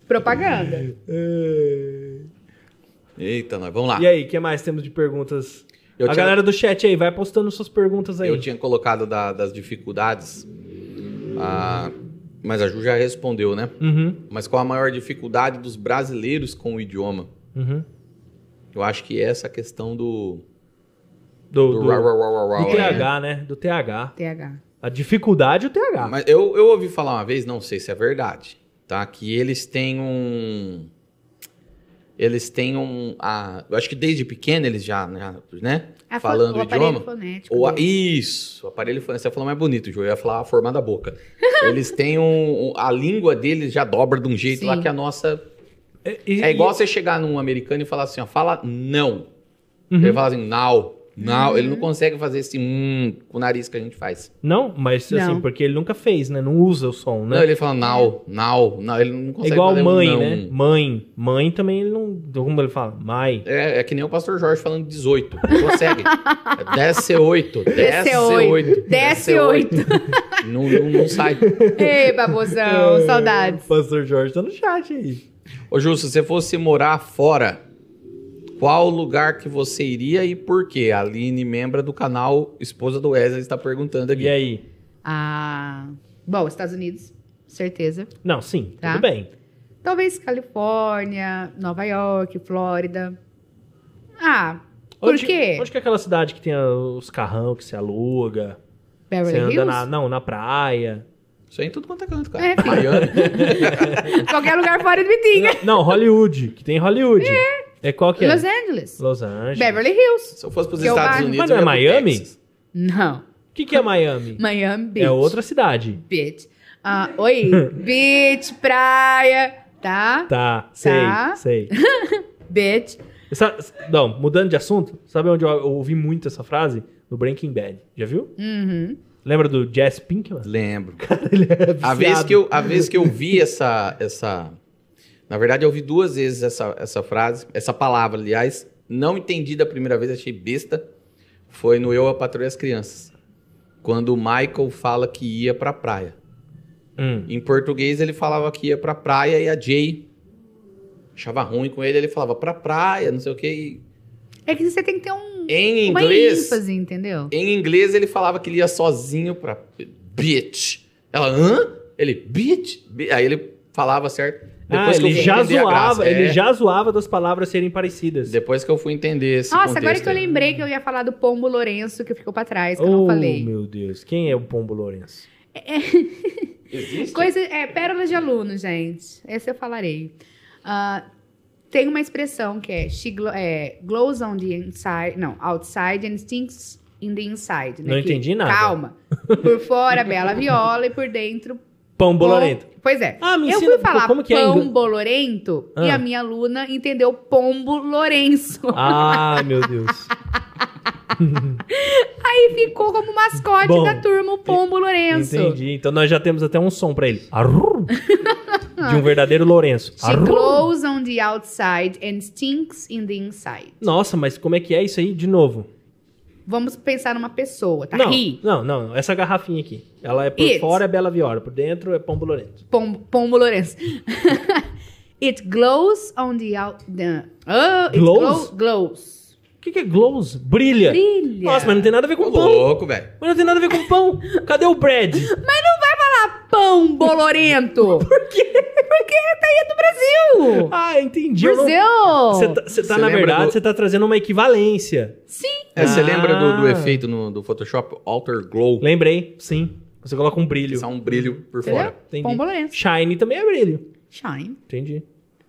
Speaker 3: propaganda.
Speaker 2: É.
Speaker 1: Eita, nós vamos lá.
Speaker 2: E é aí, o que mais temos de perguntas?
Speaker 1: Tá. Eu
Speaker 2: a
Speaker 1: tinha-
Speaker 2: galera do chat aí, vai postando suas perguntas aí.
Speaker 1: Eu tinha colocado da- das dificuldades, ah, mas a Ju já respondeu, né?
Speaker 2: Uhum,
Speaker 1: Mas qual a maior dificuldade dos brasileiros com o idioma?
Speaker 2: uhum.
Speaker 1: Eu acho que é essa questão do.
Speaker 2: Do,
Speaker 1: Do,
Speaker 2: do-
Speaker 1: rau, rau, rau, rau,
Speaker 2: do
Speaker 1: né?
Speaker 2: TH, né? Do TH.
Speaker 3: TH.
Speaker 2: A dificuldade é o TH.
Speaker 1: Mas eu, eu ouvi falar uma vez, não sei se é verdade, tá? Que eles têm um. Eles têm um. ah, eu acho que desde pequeno eles já, né? né?
Speaker 3: A fo-
Speaker 1: Falando
Speaker 3: É, o
Speaker 1: o
Speaker 3: aparelho
Speaker 1: idioma.
Speaker 3: fonético.
Speaker 1: Ou a-
Speaker 3: dele.
Speaker 1: isso, o aparelho foi. Você falou mais bonito, Ju. Eu ia falar a forma da boca. Eles têm um. um- A língua deles já dobra de um jeito lá
Speaker 3: Sim.
Speaker 1: que a nossa.
Speaker 2: E-
Speaker 1: É
Speaker 2: e-
Speaker 1: igual você chegar num americano e falar assim, ó, fala não.
Speaker 2: Uhum.
Speaker 1: Ele fala assim, now, now. Ele
Speaker 3: Uhum.
Speaker 1: não consegue fazer esse hum com o nariz que a gente faz.
Speaker 2: Não, mas assim,
Speaker 3: Não.
Speaker 2: porque ele nunca fez, né? Não usa o som,
Speaker 1: Não,
Speaker 2: né?
Speaker 1: ele fala now, now, now. Ele não
Speaker 2: é
Speaker 1: consegue
Speaker 2: igual
Speaker 1: fazer um
Speaker 2: mãe,
Speaker 1: não.
Speaker 2: né? Mãe. Mãe também ele não. Como ele fala? Mai.
Speaker 1: É, é que nem o pastor Jorge falando 18. Não consegue. É desce 8, desce 8.
Speaker 3: DC8. DC8.
Speaker 1: Não, não, não sai.
Speaker 3: Ei, babozão, É,
Speaker 2: É.
Speaker 3: saudades.
Speaker 2: O pastor Jorge tá no chat aí.
Speaker 1: Ô, Ju, se você fosse morar fora, qual lugar que você iria e por quê? A Aline, membra do canal Esposa do Wesley, está perguntando aqui.
Speaker 2: E é- aí?
Speaker 3: Ah, bom, Estados Unidos, certeza.
Speaker 2: Não, sim,
Speaker 3: Tá.
Speaker 2: tudo bem.
Speaker 3: Talvez Califórnia, Nova York, Flórida. Ah, por
Speaker 2: Onde-
Speaker 3: quê?
Speaker 2: Onde que é aquela cidade que tem os carrão que se aluga? Você
Speaker 3: Beverly
Speaker 2: anda
Speaker 3: Hills?
Speaker 2: na, não, na praia.
Speaker 1: Isso aí em tudo quanto é canto, cara.
Speaker 3: É, filho.
Speaker 1: Miami.
Speaker 3: Qualquer lugar fora de Bitinga.
Speaker 2: Não, Hollywood, que tem Hollywood. É, qual que é?
Speaker 3: Los Angeles.
Speaker 2: Los Angeles.
Speaker 3: Beverly Hills.
Speaker 1: Se eu fosse para os
Speaker 3: Que é o
Speaker 1: Estados Unidos.
Speaker 3: bairro.
Speaker 2: Mas não
Speaker 1: eu ia
Speaker 2: é
Speaker 1: pro
Speaker 2: Miami?
Speaker 1: Texas.
Speaker 3: Não.
Speaker 2: O que, que é Miami?
Speaker 3: Miami Beach.
Speaker 2: É outra cidade.
Speaker 3: Beach. Ah, oi. Beach, praia, tá?
Speaker 2: Tá, sei,
Speaker 3: Tá.
Speaker 2: sei.
Speaker 3: Beach.
Speaker 2: Sa- não, mudando de assunto, sabe onde eu eu ouvi muito essa frase? No Breaking Bad. Já viu?
Speaker 3: Uhum.
Speaker 2: Lembra do Jess Pinkman?
Speaker 1: Lembro.
Speaker 2: Ele é
Speaker 1: A
Speaker 2: viciado.
Speaker 1: vez, que eu, a vez que eu vi essa, essa. Na verdade, eu vi duas vezes essa, essa frase, essa palavra, aliás. Não entendi da primeira vez, achei besta. Foi no Eu, a Patrulha e as Crianças. Quando o Michael fala que ia pra praia.
Speaker 2: Hum.
Speaker 1: Em português, ele falava que ia pra praia e a Jay achava ruim com ele. Ele falava pra praia, não sei o quê. E
Speaker 3: É que você tem que ter um,
Speaker 1: Em
Speaker 3: uma
Speaker 1: inglês,
Speaker 3: ênfase, entendeu?
Speaker 1: em inglês ele falava que ele ia sozinho pra bitch. Ela, hã? Ele, bitch? Bi-" Aí ele falava certo.
Speaker 2: Ah,
Speaker 1: Depois que eu
Speaker 2: ele
Speaker 1: fui
Speaker 2: já
Speaker 1: entender a graça.
Speaker 2: zoava, ele
Speaker 1: É,
Speaker 2: já zoava das palavras serem parecidas.
Speaker 1: Depois que eu fui entender esse
Speaker 3: Nossa, agora
Speaker 1: contexto
Speaker 3: que eu
Speaker 1: aí.
Speaker 3: lembrei que eu ia falar do Pombo Lourenço, que ficou pra trás, que eu
Speaker 2: oh,
Speaker 3: não falei.
Speaker 2: meu Deus. Quem é o Pombo Lourenço?
Speaker 1: Existe?
Speaker 3: Coisa, é, pérolas de aluno, gente. Essa eu falarei. Ah, tem uma expressão que é, she glo- é, glows on the inside, não, outside and stinks in the inside. né?
Speaker 2: Não
Speaker 3: Que-
Speaker 2: entendi nada.
Speaker 3: Calma. Por fora, bela viola e por dentro...
Speaker 2: Pão
Speaker 3: pom-
Speaker 2: bolorento.
Speaker 3: Pois é.
Speaker 2: Ah, me
Speaker 3: eu
Speaker 2: ensina
Speaker 3: fui falar
Speaker 2: como que é em
Speaker 3: pão
Speaker 2: inglês.
Speaker 3: bolorento e
Speaker 2: Ah.
Speaker 3: a minha aluna entendeu pombo lourenço.
Speaker 2: Ah, meu Deus.
Speaker 3: Aí ficou como mascote
Speaker 2: Bom,
Speaker 3: da turma o pombo lourenço.
Speaker 2: Entendi. Então nós já temos até um som pra ele. Arrur. De um verdadeiro Lourenço.
Speaker 3: She
Speaker 2: Arrur.
Speaker 3: glows on the outside and stinks in the inside.
Speaker 2: Nossa, mas como é que é isso aí de novo?
Speaker 3: Vamos pensar numa pessoa, tá?
Speaker 2: não,
Speaker 3: Ri.
Speaker 2: não, não. Essa garrafinha aqui. Ela é por
Speaker 3: It.
Speaker 2: fora é Bela Viola, por dentro é Pombo Lourenço.
Speaker 3: Pombo, pombo Lourenço. It glows on the out... the- Oh, it
Speaker 2: Glows?
Speaker 3: glows? glows.
Speaker 2: O que, que é glows? Brilha.
Speaker 3: Brilha.
Speaker 2: Nossa, mas não tem nada a ver
Speaker 1: Ô,
Speaker 2: com pão.
Speaker 1: louco, velho.
Speaker 2: Mas não tem nada a ver com pão. Cadê o bread?
Speaker 3: Pão bolorento. Por quê? Porque tá aí do Brasil.
Speaker 2: Ah, entendi. eu não- Você
Speaker 3: Brasil.
Speaker 2: tá, você tá,
Speaker 1: Você
Speaker 2: na
Speaker 1: lembra
Speaker 2: verdade,
Speaker 1: do-
Speaker 2: você tá trazendo uma equivalência.
Speaker 3: Sim.
Speaker 1: É, Você
Speaker 2: Ah.
Speaker 1: lembra do, do efeito no- do Photoshop Alter Glow?
Speaker 2: Lembrei, sim. Você coloca um brilho.
Speaker 1: Só um brilho por
Speaker 3: Entendeu?
Speaker 1: fora.
Speaker 2: Entendi.
Speaker 3: Pombo Lourenço.
Speaker 2: Shine também é brilho.
Speaker 3: Shine.
Speaker 2: Entendi.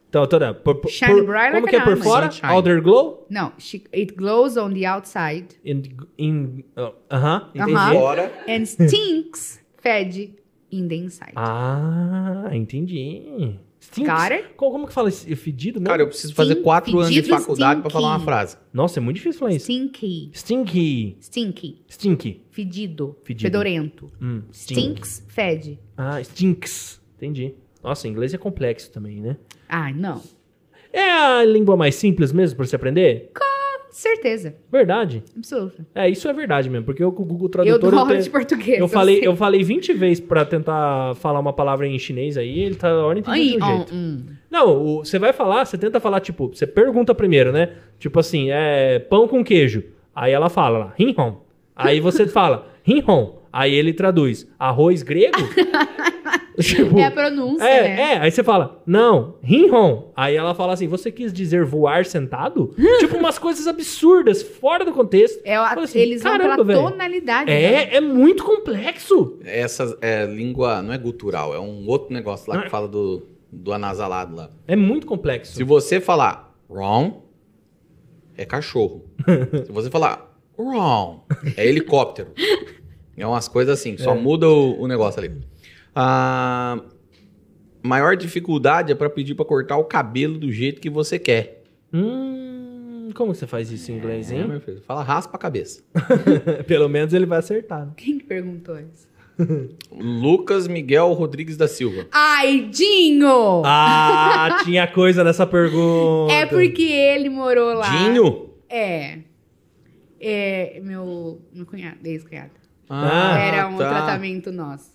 Speaker 2: Então, toda. Por, por,
Speaker 3: Shine
Speaker 2: por-
Speaker 3: bright
Speaker 2: como
Speaker 3: like
Speaker 2: que é
Speaker 3: an
Speaker 2: por
Speaker 3: diamond.
Speaker 2: fora?
Speaker 1: Sunshine.
Speaker 2: Outer glow?
Speaker 3: Não. she- it glows on the outside
Speaker 2: In, in, oh, aham, entendi.
Speaker 3: Aham.
Speaker 1: Fora.
Speaker 3: and stinks, fede, in the inside.
Speaker 2: Ah, entendi. Stinks.
Speaker 3: Cara?
Speaker 2: Co- Como que fala esse fedido mesmo?
Speaker 1: Cara, eu preciso fazer
Speaker 3: Sim,
Speaker 1: quatro anos de
Speaker 3: pedido
Speaker 1: faculdade pra
Speaker 3: stinky.
Speaker 1: falar uma frase.
Speaker 2: Nossa, é muito difícil falar isso.
Speaker 3: Stinky.
Speaker 2: Stinky.
Speaker 3: Stinky.
Speaker 2: Stinky.
Speaker 3: Fedido.
Speaker 2: Fedido.
Speaker 3: Fedorento.
Speaker 2: Hum, stink.
Speaker 3: Stinks, fede.
Speaker 2: Ah, stinks. Entendi. Nossa, inglês é complexo também, né?
Speaker 3: Ah, não.
Speaker 2: É a língua mais simples mesmo pra se aprender?
Speaker 3: Certeza.
Speaker 2: Verdade.
Speaker 3: Absoluta.
Speaker 2: É, isso é verdade mesmo, porque eu com o Google
Speaker 3: Eu
Speaker 2: Tradutor...
Speaker 3: dou aula
Speaker 2: te-
Speaker 3: de português.
Speaker 2: eu falei,
Speaker 3: sei.
Speaker 2: eu falei 20 vezes pra tentar falar uma palavra em chinês aí, ele tá hora
Speaker 3: Ai,
Speaker 2: entendendo de um
Speaker 3: ó,
Speaker 2: jeito.
Speaker 3: hum.
Speaker 2: Não, o- você vai falar, você tenta falar, tipo, você pergunta primeiro, né? Tipo assim, é pão com queijo. Aí ela fala lá, rinhon. Aí você fala, rinhon. Aí ele traduz, arroz grego? Tipo,
Speaker 3: É a pronúncia,
Speaker 2: é,
Speaker 3: né?
Speaker 2: é, aí você fala, não, rinhon. Aí ela fala assim, você quis dizer voar sentado? tipo, umas coisas absurdas, fora do contexto.
Speaker 3: É a-
Speaker 2: Fala assim,
Speaker 3: eles vão
Speaker 2: "Caramba,
Speaker 3: pela
Speaker 2: velho."
Speaker 3: tonalidade. né?
Speaker 2: É, é muito complexo.
Speaker 1: Essa é língua, não é gutural, é um outro negócio lá que fala do, do anasalado lá.
Speaker 2: É muito complexo.
Speaker 1: Se você falar wrong, é cachorro. Se você falar wrong, é helicóptero. É umas coisas assim, só muda o, o negócio ali. A maior dificuldade é pra pedir pra cortar o cabelo do jeito que você quer.
Speaker 2: Hum, como que você faz isso em inglês,
Speaker 1: É,
Speaker 2: hein?
Speaker 1: meu filho? Fala raspa a cabeça.
Speaker 2: Pelo menos ele vai acertar. né?
Speaker 3: Quem que perguntou isso?
Speaker 1: Lucas Miguel Rodrigues da Silva.
Speaker 3: Ai, Dinho!
Speaker 2: Ah, tinha coisa nessa pergunta.
Speaker 3: é porque ele morou lá.
Speaker 1: Dinho?
Speaker 3: É. É, meu, meu cunhado, ex-cunhado.
Speaker 2: Ah,
Speaker 3: Era um
Speaker 1: tá.
Speaker 3: tratamento nosso.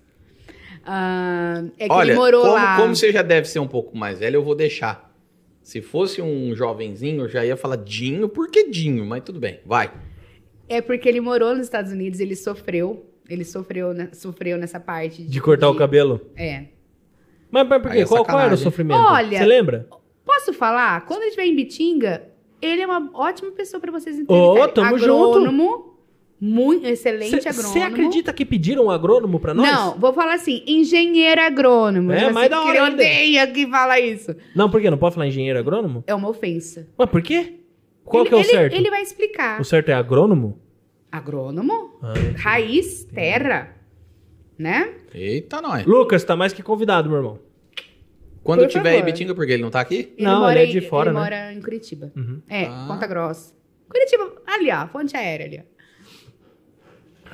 Speaker 3: Ah, é que
Speaker 1: Olha,
Speaker 3: ele morou
Speaker 1: como,
Speaker 3: lá.
Speaker 1: como você já deve ser um pouco mais velho, eu vou deixar. Se fosse um jovenzinho, eu já ia falar Dinho, porque Dinho, mas tudo bem, vai.
Speaker 3: É porque ele morou nos Estados Unidos, ele sofreu. Ele sofreu, né, sofreu nessa parte
Speaker 2: De cortar o cabelo.
Speaker 3: É.
Speaker 2: Mas, mas por
Speaker 1: Aí
Speaker 2: quê?
Speaker 1: é
Speaker 2: Qual, qual era o
Speaker 1: sacanagem.
Speaker 2: sofrimento?
Speaker 3: Olha-
Speaker 2: Você lembra?
Speaker 3: Posso falar? Quando ele estiver em Bitinga, ele é uma ótima pessoa pra vocês
Speaker 2: Ô,
Speaker 3: entrevistarem.
Speaker 2: tamo
Speaker 3: agrônomo, muito excelente agrônomo.
Speaker 2: Você acredita que pediram um agrônomo pra nós?
Speaker 3: Não, vou falar assim, engenheiro agrônomo.
Speaker 2: É,
Speaker 3: Tipo
Speaker 2: mais
Speaker 3: assim,
Speaker 2: da hora
Speaker 3: que Ele
Speaker 2: ainda.
Speaker 3: odeia que fala isso.
Speaker 2: Não, por quê? Não pode falar engenheiro agrônomo?
Speaker 3: É uma ofensa.
Speaker 2: Mas por quê? Qual
Speaker 3: ele,
Speaker 2: que é o
Speaker 3: ele-
Speaker 2: certo?
Speaker 3: Ele vai explicar.
Speaker 2: O certo é agrônomo?
Speaker 3: Agrônomo,
Speaker 2: Ah.
Speaker 3: raiz, terra, né?
Speaker 1: Eita, nós.
Speaker 2: Lucas, tá mais que convidado, meu irmão.
Speaker 1: Quando
Speaker 3: Por
Speaker 1: tiver em
Speaker 3: favor.
Speaker 1: Bitinga, porque ele não tá aqui?
Speaker 3: Ele
Speaker 2: Não,
Speaker 3: mora
Speaker 2: ele é de
Speaker 3: em-
Speaker 2: fora,
Speaker 3: ele
Speaker 2: né?
Speaker 3: mora em Curitiba.
Speaker 2: Uhum.
Speaker 3: É,
Speaker 1: Ah.
Speaker 3: Ponta Grossa. Curitiba, ali, ó, fonte aérea ali. ó.
Speaker 2: tá.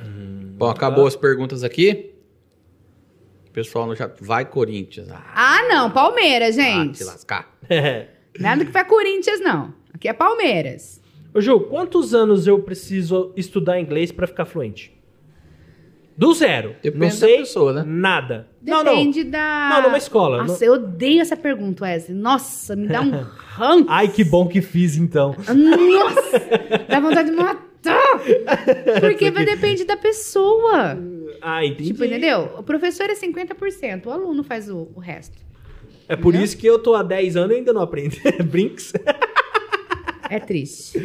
Speaker 1: Bom, acabou as perguntas aqui. O pessoal no chat, vai Corinthians. Ah,
Speaker 3: Ah, não, Palmeiras,
Speaker 1: ah,
Speaker 3: gente.
Speaker 1: te lascar.
Speaker 3: Nada que vai Corinthians, não. Aqui é Palmeiras.
Speaker 2: Ô, Ju, quantos anos eu preciso estudar inglês pra ficar fluente? Do zero.
Speaker 1: Depende
Speaker 2: não
Speaker 1: da
Speaker 2: sei
Speaker 1: pessoa, né?
Speaker 2: nada. não, não.
Speaker 3: Depende Ah, da.
Speaker 2: Não, numa escola.
Speaker 3: Nossa, eu odeio essa pergunta, Wesley. Nossa, me dá um ranço.
Speaker 2: Ai, que bom que fiz, então.
Speaker 3: Nossa! Dá vontade de matar! Porque vai depender da pessoa.
Speaker 2: Ah, entendi.
Speaker 3: Tipo, entendeu? O professor é 50%, o aluno faz o, o resto.
Speaker 2: É por isso que eu tô há 10 anos e ainda não aprendo. Brinks.
Speaker 3: É triste.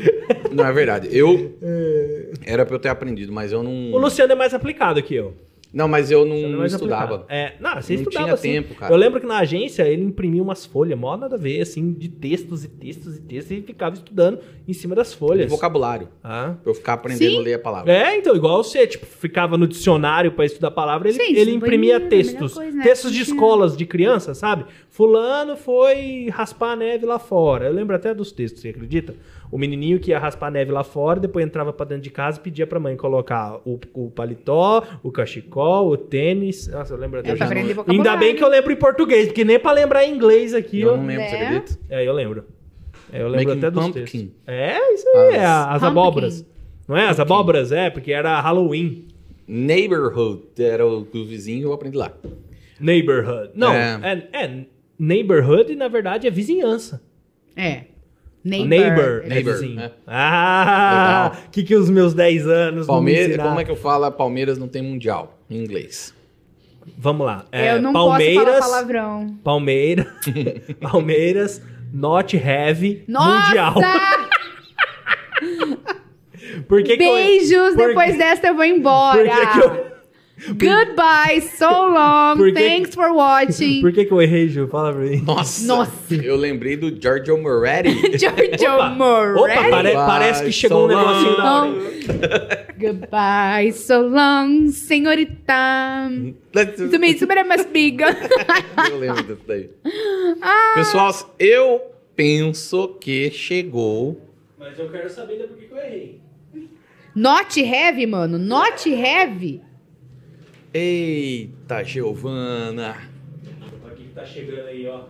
Speaker 1: Não, é verdade. Eu.
Speaker 2: É.
Speaker 1: Era pra eu ter aprendido, mas eu não.
Speaker 2: O Luciano é mais aplicado que eu.
Speaker 1: Não, mas eu
Speaker 2: Você não é
Speaker 1: não
Speaker 2: mais
Speaker 1: Hum, estudava.
Speaker 2: aplicado. É, não, você
Speaker 1: Não
Speaker 2: estudava
Speaker 1: tinha
Speaker 2: assim.
Speaker 1: tempo, cara.
Speaker 2: Eu lembro que na agência ele imprimia umas folhas, mó nada a ver, assim, de textos e textos e textos, e ficava estudando em cima das
Speaker 1: De
Speaker 2: folhas.
Speaker 1: vocabulário.
Speaker 2: Ah.
Speaker 1: Pra eu ficar aprendendo
Speaker 3: Sim.
Speaker 1: a ler a palavra.
Speaker 2: É, então, igual você, tipo, ficava no dicionário pra estudar a palavra, ele,
Speaker 3: Gente,
Speaker 2: ele
Speaker 3: no
Speaker 2: imprimia
Speaker 3: banheiro, a
Speaker 2: textos.
Speaker 3: melhor coisa, né?
Speaker 2: Textos de
Speaker 3: Tinha-
Speaker 2: escolas de criança, sabe? Fulano foi raspar a neve lá fora. Eu lembro até dos textos, você acredita? O menininho que ia raspar a neve lá fora, depois entrava pra dentro de casa e pedia pra mãe colocar o, o paletó, o cachecol, o tênis. Nossa, eu lembro até
Speaker 3: É
Speaker 1: Eu
Speaker 3: pra
Speaker 1: já
Speaker 2: hoje.
Speaker 1: não-
Speaker 3: aprender vocabulário.
Speaker 2: Ainda bem que eu lembro em português, porque nem pra lembrar em inglês aqui.
Speaker 1: Eu
Speaker 2: Eu...
Speaker 1: não lembro, você
Speaker 3: Né?
Speaker 1: acredita?
Speaker 2: É, eu lembro. É, eu lembro
Speaker 1: Making
Speaker 2: até dos
Speaker 1: pumpkin.
Speaker 2: textos. É, isso aí,
Speaker 1: As-
Speaker 2: é a- as
Speaker 3: Pumpkin.
Speaker 2: abóboras. Não é? As abóboras, é, porque era Halloween.
Speaker 1: Neighborhood era o, o vizinho, eu aprendi lá.
Speaker 2: Neighborhood. Não,
Speaker 1: É.
Speaker 2: é, é neighborhood, na verdade, é vizinhança.
Speaker 3: É.
Speaker 2: Neighbor,
Speaker 3: Neighbor.
Speaker 2: é
Speaker 1: Neighbor,
Speaker 2: vizinho.
Speaker 1: é.
Speaker 2: Ah, o que que os meus 10 anos não me
Speaker 1: Palmeiras,
Speaker 2: ensinaram?
Speaker 1: como é que eu falo? Palmeiras não tem mundial em inglês.
Speaker 2: Vamos lá. É,
Speaker 3: eu não posso falar
Speaker 2: Palmeiras,
Speaker 3: palavrão.
Speaker 2: Palmeiras, Palmeiras, not have
Speaker 3: Nossa!
Speaker 2: mundial. Por que que eu-
Speaker 3: Beijos!
Speaker 2: por
Speaker 3: Depois
Speaker 2: que-
Speaker 3: desta eu vou embora.
Speaker 2: Por que que eu...
Speaker 3: Goodbye, so long.
Speaker 2: Por que-
Speaker 3: Thanks for watching.
Speaker 2: Por que que eu errei, Ju? Fala pra mim.
Speaker 1: Nossa!
Speaker 3: Nossa.
Speaker 1: Eu lembrei do Giorgio Moretti.
Speaker 3: Giorgio
Speaker 2: Opa, Opa,
Speaker 3: Moretti.
Speaker 2: pare-
Speaker 1: Vai,
Speaker 2: parece que chegou um
Speaker 1: Solano.
Speaker 2: negocinho
Speaker 3: Então.
Speaker 2: da hora. aí.
Speaker 3: Goodbye, so long, senhorita. To me, super mais big.
Speaker 1: eu lembro disso daí.
Speaker 3: Ah!
Speaker 1: Pessoal, eu penso que chegou.
Speaker 2: Mas eu quero saber ainda por que que eu errei.
Speaker 3: Not heavy, mano. Not heavy.
Speaker 1: Eita, Giovana!
Speaker 2: Olha o que que tá chegando aí, ó.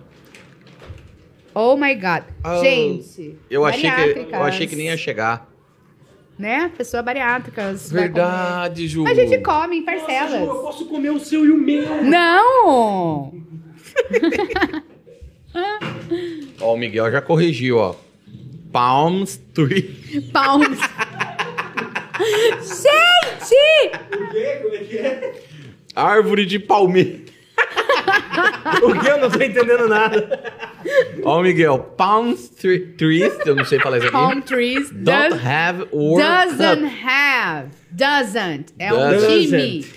Speaker 3: Oh my god.
Speaker 1: Ah,
Speaker 3: Gente.
Speaker 1: Eu achei, que,
Speaker 3: bariátricas,
Speaker 1: eu achei que nem ia chegar.
Speaker 3: Né? Pessoa bariátricas. vai
Speaker 1: Verdade, Ju.
Speaker 3: comer. A gente come em
Speaker 2: Nossa, Ju,
Speaker 3: parcelas.
Speaker 2: eu posso comer o seu e o meu.
Speaker 3: Não!
Speaker 1: Ó, o Miguel já corrigiu, ó. Palm Street.
Speaker 3: Palmas. gente!
Speaker 2: Por quê? Como é que é?
Speaker 1: Árvore de palmeira.
Speaker 2: O que? Eu não tô entendendo nada.
Speaker 1: Ó, o Miguel. Palm Street. Eu não sei falar isso
Speaker 3: Palm
Speaker 1: aqui.
Speaker 3: trees.
Speaker 1: Don't
Speaker 3: Does,
Speaker 1: have World
Speaker 3: doesn't
Speaker 1: Cup.
Speaker 3: have. Doesn't. É um
Speaker 1: Doesn't.
Speaker 3: time. Doesn't,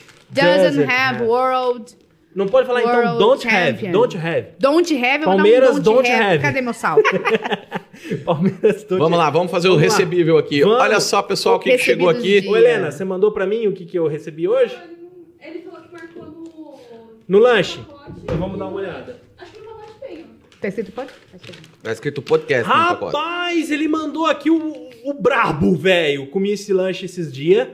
Speaker 2: Doesn't
Speaker 3: have
Speaker 2: have.
Speaker 3: world.
Speaker 2: Não pode falar, então,
Speaker 3: World
Speaker 2: don't have,
Speaker 3: champion.
Speaker 2: don't have.
Speaker 3: Don't have. eu vou dar um
Speaker 2: Palmeiras, don't have.
Speaker 3: Cadê meu sal? Tá
Speaker 2: Palmeiras, don't
Speaker 1: Vamos
Speaker 2: have.
Speaker 1: lá, vamos fazer o
Speaker 2: Vamos lá.
Speaker 1: recebível aqui.
Speaker 2: Vamos.
Speaker 1: Olha só, pessoal, o que, que chegou
Speaker 3: Recebidos
Speaker 1: aqui.
Speaker 3: de-
Speaker 2: Ô, Helena, você mandou pra mim o que que eu recebi hoje?
Speaker 7: Ele falou que marcou no
Speaker 2: No lanche?
Speaker 1: um
Speaker 7: pacote.
Speaker 2: Então vamos dar uma olhada.
Speaker 7: Acho que no pacote tem.
Speaker 3: Tá escrito pode?
Speaker 1: Tá escrito podcast no pacote.
Speaker 2: Rapaz, ele mandou aqui o, o brabo, velho. Comi esse lanche esses dias.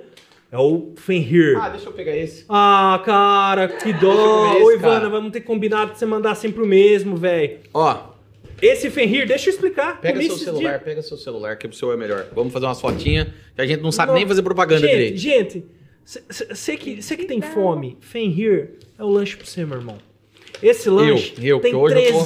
Speaker 2: É o Fenrir.
Speaker 1: Ah, deixa eu pegar esse.
Speaker 2: Ah, cara, que dó.
Speaker 1: Deixa eu ver
Speaker 2: Ô,
Speaker 1: esse,
Speaker 2: Ivana,
Speaker 1: cara.
Speaker 2: vamos ter combinado de você mandar sempre o mesmo, velho.
Speaker 1: Ó,
Speaker 2: Esse Fenrir, deixa eu explicar.
Speaker 1: pega
Speaker 2: Comi
Speaker 1: seu
Speaker 2: esses
Speaker 1: celular,
Speaker 2: dias.
Speaker 1: pega seu celular, que o seu é melhor. Vamos fazer umas fotinhas, que a gente não sabe nem
Speaker 2: Nossa.
Speaker 1: fazer propaganda
Speaker 2: gente,
Speaker 1: direito.
Speaker 2: gente, você que, cê que tem fome, Fenrir é o lanche pra você, meu irmão. Esse lanche
Speaker 1: eu, que
Speaker 2: tem
Speaker 1: hoje eu tô-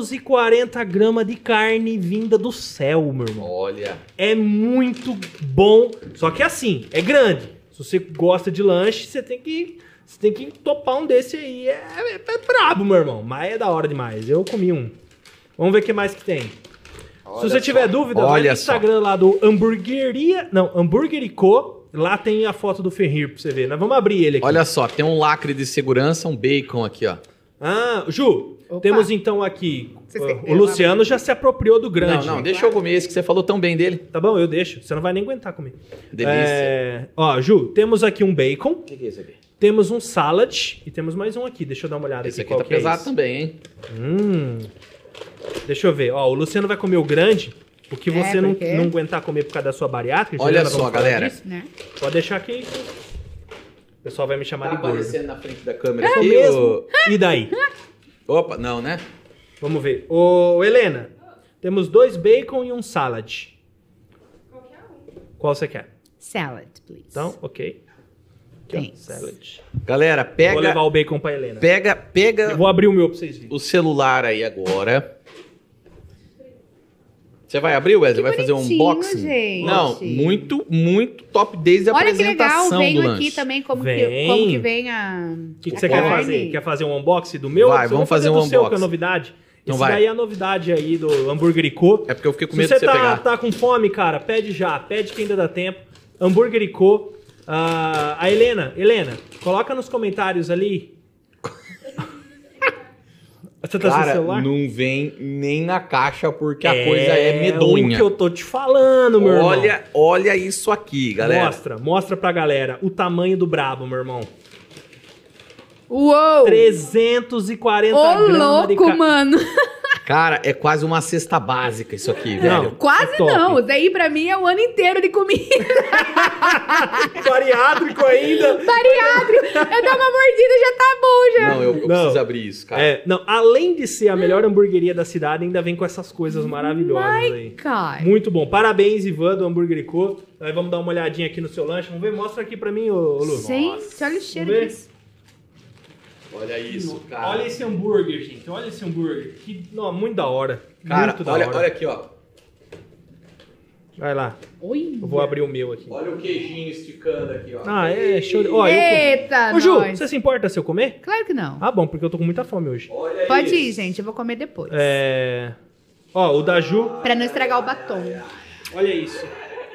Speaker 2: 340 gramas de carne vinda do céu, meu irmão.
Speaker 1: Olha.
Speaker 2: É muito bom. Só que assim, é grande. Se você gosta de lanche, você tem que. Você tem que topar um desse aí. É, é, é brabo, meu irmão. Mas é da hora demais. Eu comi um. Vamos ver o que mais que tem. Se você tiver dúvida, vai
Speaker 1: Olha
Speaker 2: no
Speaker 1: só.
Speaker 2: Instagram lá do Hamburgueria. Não, Hamburger e Co. Lá tem a foto do Ferrir pra você ver. Nós vamos abrir ele aqui.
Speaker 1: Olha só, tem um lacre de segurança, um bacon aqui, ó.
Speaker 2: Ah, Ju,
Speaker 3: Opa.
Speaker 2: temos então aqui.
Speaker 3: Você
Speaker 2: uh,
Speaker 3: tem-
Speaker 2: o Luciano já se apropriou do grande.
Speaker 1: Não, não, deixa eu comer esse que você falou tão bem dele.
Speaker 2: Tá bom, eu deixo. Você não vai nem aguentar comer.
Speaker 1: Delícia.
Speaker 2: É, Ó, Ju, temos aqui um bacon,
Speaker 1: O que, que é isso aqui?
Speaker 2: temos um salad e temos mais um aqui. Deixa eu dar uma olhada
Speaker 1: Esse
Speaker 2: aqui.
Speaker 1: aqui tá
Speaker 2: qual que é
Speaker 1: pesado
Speaker 2: esse.
Speaker 1: também, hein? Tá
Speaker 2: Hum. Deixa eu ver. Ó, o Luciano vai comer o grande, o que
Speaker 3: É,
Speaker 2: você não,
Speaker 3: porque-
Speaker 2: não aguentar comer por causa da sua bariátrica.
Speaker 1: Olha
Speaker 2: Juliana,
Speaker 1: só,
Speaker 2: vamos falar
Speaker 1: galera.
Speaker 2: disso.
Speaker 3: Né?
Speaker 2: Pode deixar aqui. O pessoal vai me chamar
Speaker 1: Tá
Speaker 2: de gordo.
Speaker 1: aparecendo É na frente da câmera
Speaker 2: Sou
Speaker 1: aqui.
Speaker 2: É mesmo. E daí?
Speaker 1: ô- Opa, não, né?
Speaker 2: Vamos ver. Ô, Helena, temos dois bacon e um salad. Qual você quer?
Speaker 3: Salad, please.
Speaker 2: Então, ok. Aqui, ó,
Speaker 1: Thanks.
Speaker 2: salad.
Speaker 1: Galera,
Speaker 2: Vou
Speaker 1: pega,
Speaker 2: levar o bacon pra Helena.
Speaker 1: pega, pega
Speaker 2: Eu vou abrir o meu pra vocês verem.
Speaker 1: o celular aí agora. Você vai abrir, Wesley?
Speaker 3: Que
Speaker 1: Vai fazer um
Speaker 3: bonitinho,
Speaker 1: unboxing?
Speaker 3: gente.
Speaker 1: Não, muito, muito top desde a
Speaker 3: Olha que legal,
Speaker 1: apresentação
Speaker 3: veio
Speaker 1: do
Speaker 3: aqui
Speaker 1: lanche.
Speaker 3: também como,
Speaker 2: Vem.
Speaker 3: Que, como que vem a.
Speaker 2: O que, que
Speaker 3: a
Speaker 2: você quer
Speaker 3: carne.
Speaker 2: fazer? Quer fazer um unboxing do meu?
Speaker 1: Vai,
Speaker 2: Você
Speaker 1: vamos
Speaker 2: vai
Speaker 1: fazer
Speaker 2: do
Speaker 1: um
Speaker 2: seu, que é
Speaker 1: unboxing.
Speaker 2: novidade.
Speaker 1: Então
Speaker 2: Esse
Speaker 1: vai.
Speaker 2: daí é a novidade aí do Hambúrguer Co.
Speaker 1: É porque eu fiquei com
Speaker 2: Se
Speaker 1: medo
Speaker 2: você
Speaker 1: de você
Speaker 2: tá,
Speaker 1: pegar.
Speaker 2: tá com fome, cara, pede já. Pede que ainda dá tempo. Hambúrguer Co. Ah, a Helena, Helena, coloca nos comentários ali. Você tá sem
Speaker 1: Cara,
Speaker 2: celular?
Speaker 1: não vem nem na caixa porque a coisa é medonha.
Speaker 2: o que eu tô te falando, meu irmão.
Speaker 1: olha, olha isso aqui, galera.
Speaker 2: Mostra, mostra pra galera o tamanho do brabo, meu irmão.
Speaker 3: Uou!
Speaker 2: 340
Speaker 3: Ô,
Speaker 2: gramas de
Speaker 3: louco,
Speaker 2: ca-
Speaker 3: mano!
Speaker 1: Cara, é quase uma cesta básica isso aqui,
Speaker 2: Não.
Speaker 1: velho.
Speaker 3: Quase
Speaker 2: É top.
Speaker 3: não. Isso daí pra mim é o ano inteiro de comida.
Speaker 2: Bariátrico ainda.
Speaker 3: Bariátrico. Eu dou uma mordida já tá bom já.
Speaker 1: Não, eu, eu
Speaker 2: Não.
Speaker 1: preciso abrir isso, cara.
Speaker 2: É, não, além de ser a melhor hamburgueria da cidade, ainda vem com essas coisas maravilhosas aí.
Speaker 3: Cara.
Speaker 2: Muito bom. Parabéns, Ivan, do Hambúrguer Co. Nós vamos dar uma olhadinha aqui no seu lanche. Vamos ver, mostra aqui pra mim, ô, ô Lu.
Speaker 3: Gente, olha o cheiro
Speaker 2: Vamos ver?
Speaker 3: disso.
Speaker 1: Olha isso, cara.
Speaker 2: Olha esse hambúrguer, gente. Olha esse hambúrguer. Que, não, muito da hora.
Speaker 1: Cara,
Speaker 2: muito da
Speaker 1: olha,
Speaker 2: hora.
Speaker 1: olha aqui, ó.
Speaker 2: Vai lá.
Speaker 3: Oi.
Speaker 2: Eu vou abrir o meu aqui.
Speaker 1: Olha o queijinho esticando aqui, ó.
Speaker 2: Ah, é, show de... Ó, eu...
Speaker 3: Eita,
Speaker 2: Ô, Ju,
Speaker 3: nós.
Speaker 2: você se importa se eu comer?
Speaker 3: Claro que não.
Speaker 2: Ah, bom, porque eu tô com muita fome hoje.
Speaker 1: Olha isso.
Speaker 3: Pode ir, gente. Eu vou comer depois.
Speaker 2: É... Ó, o da Ju...
Speaker 3: Pra não estragar o batom.
Speaker 2: Olha isso.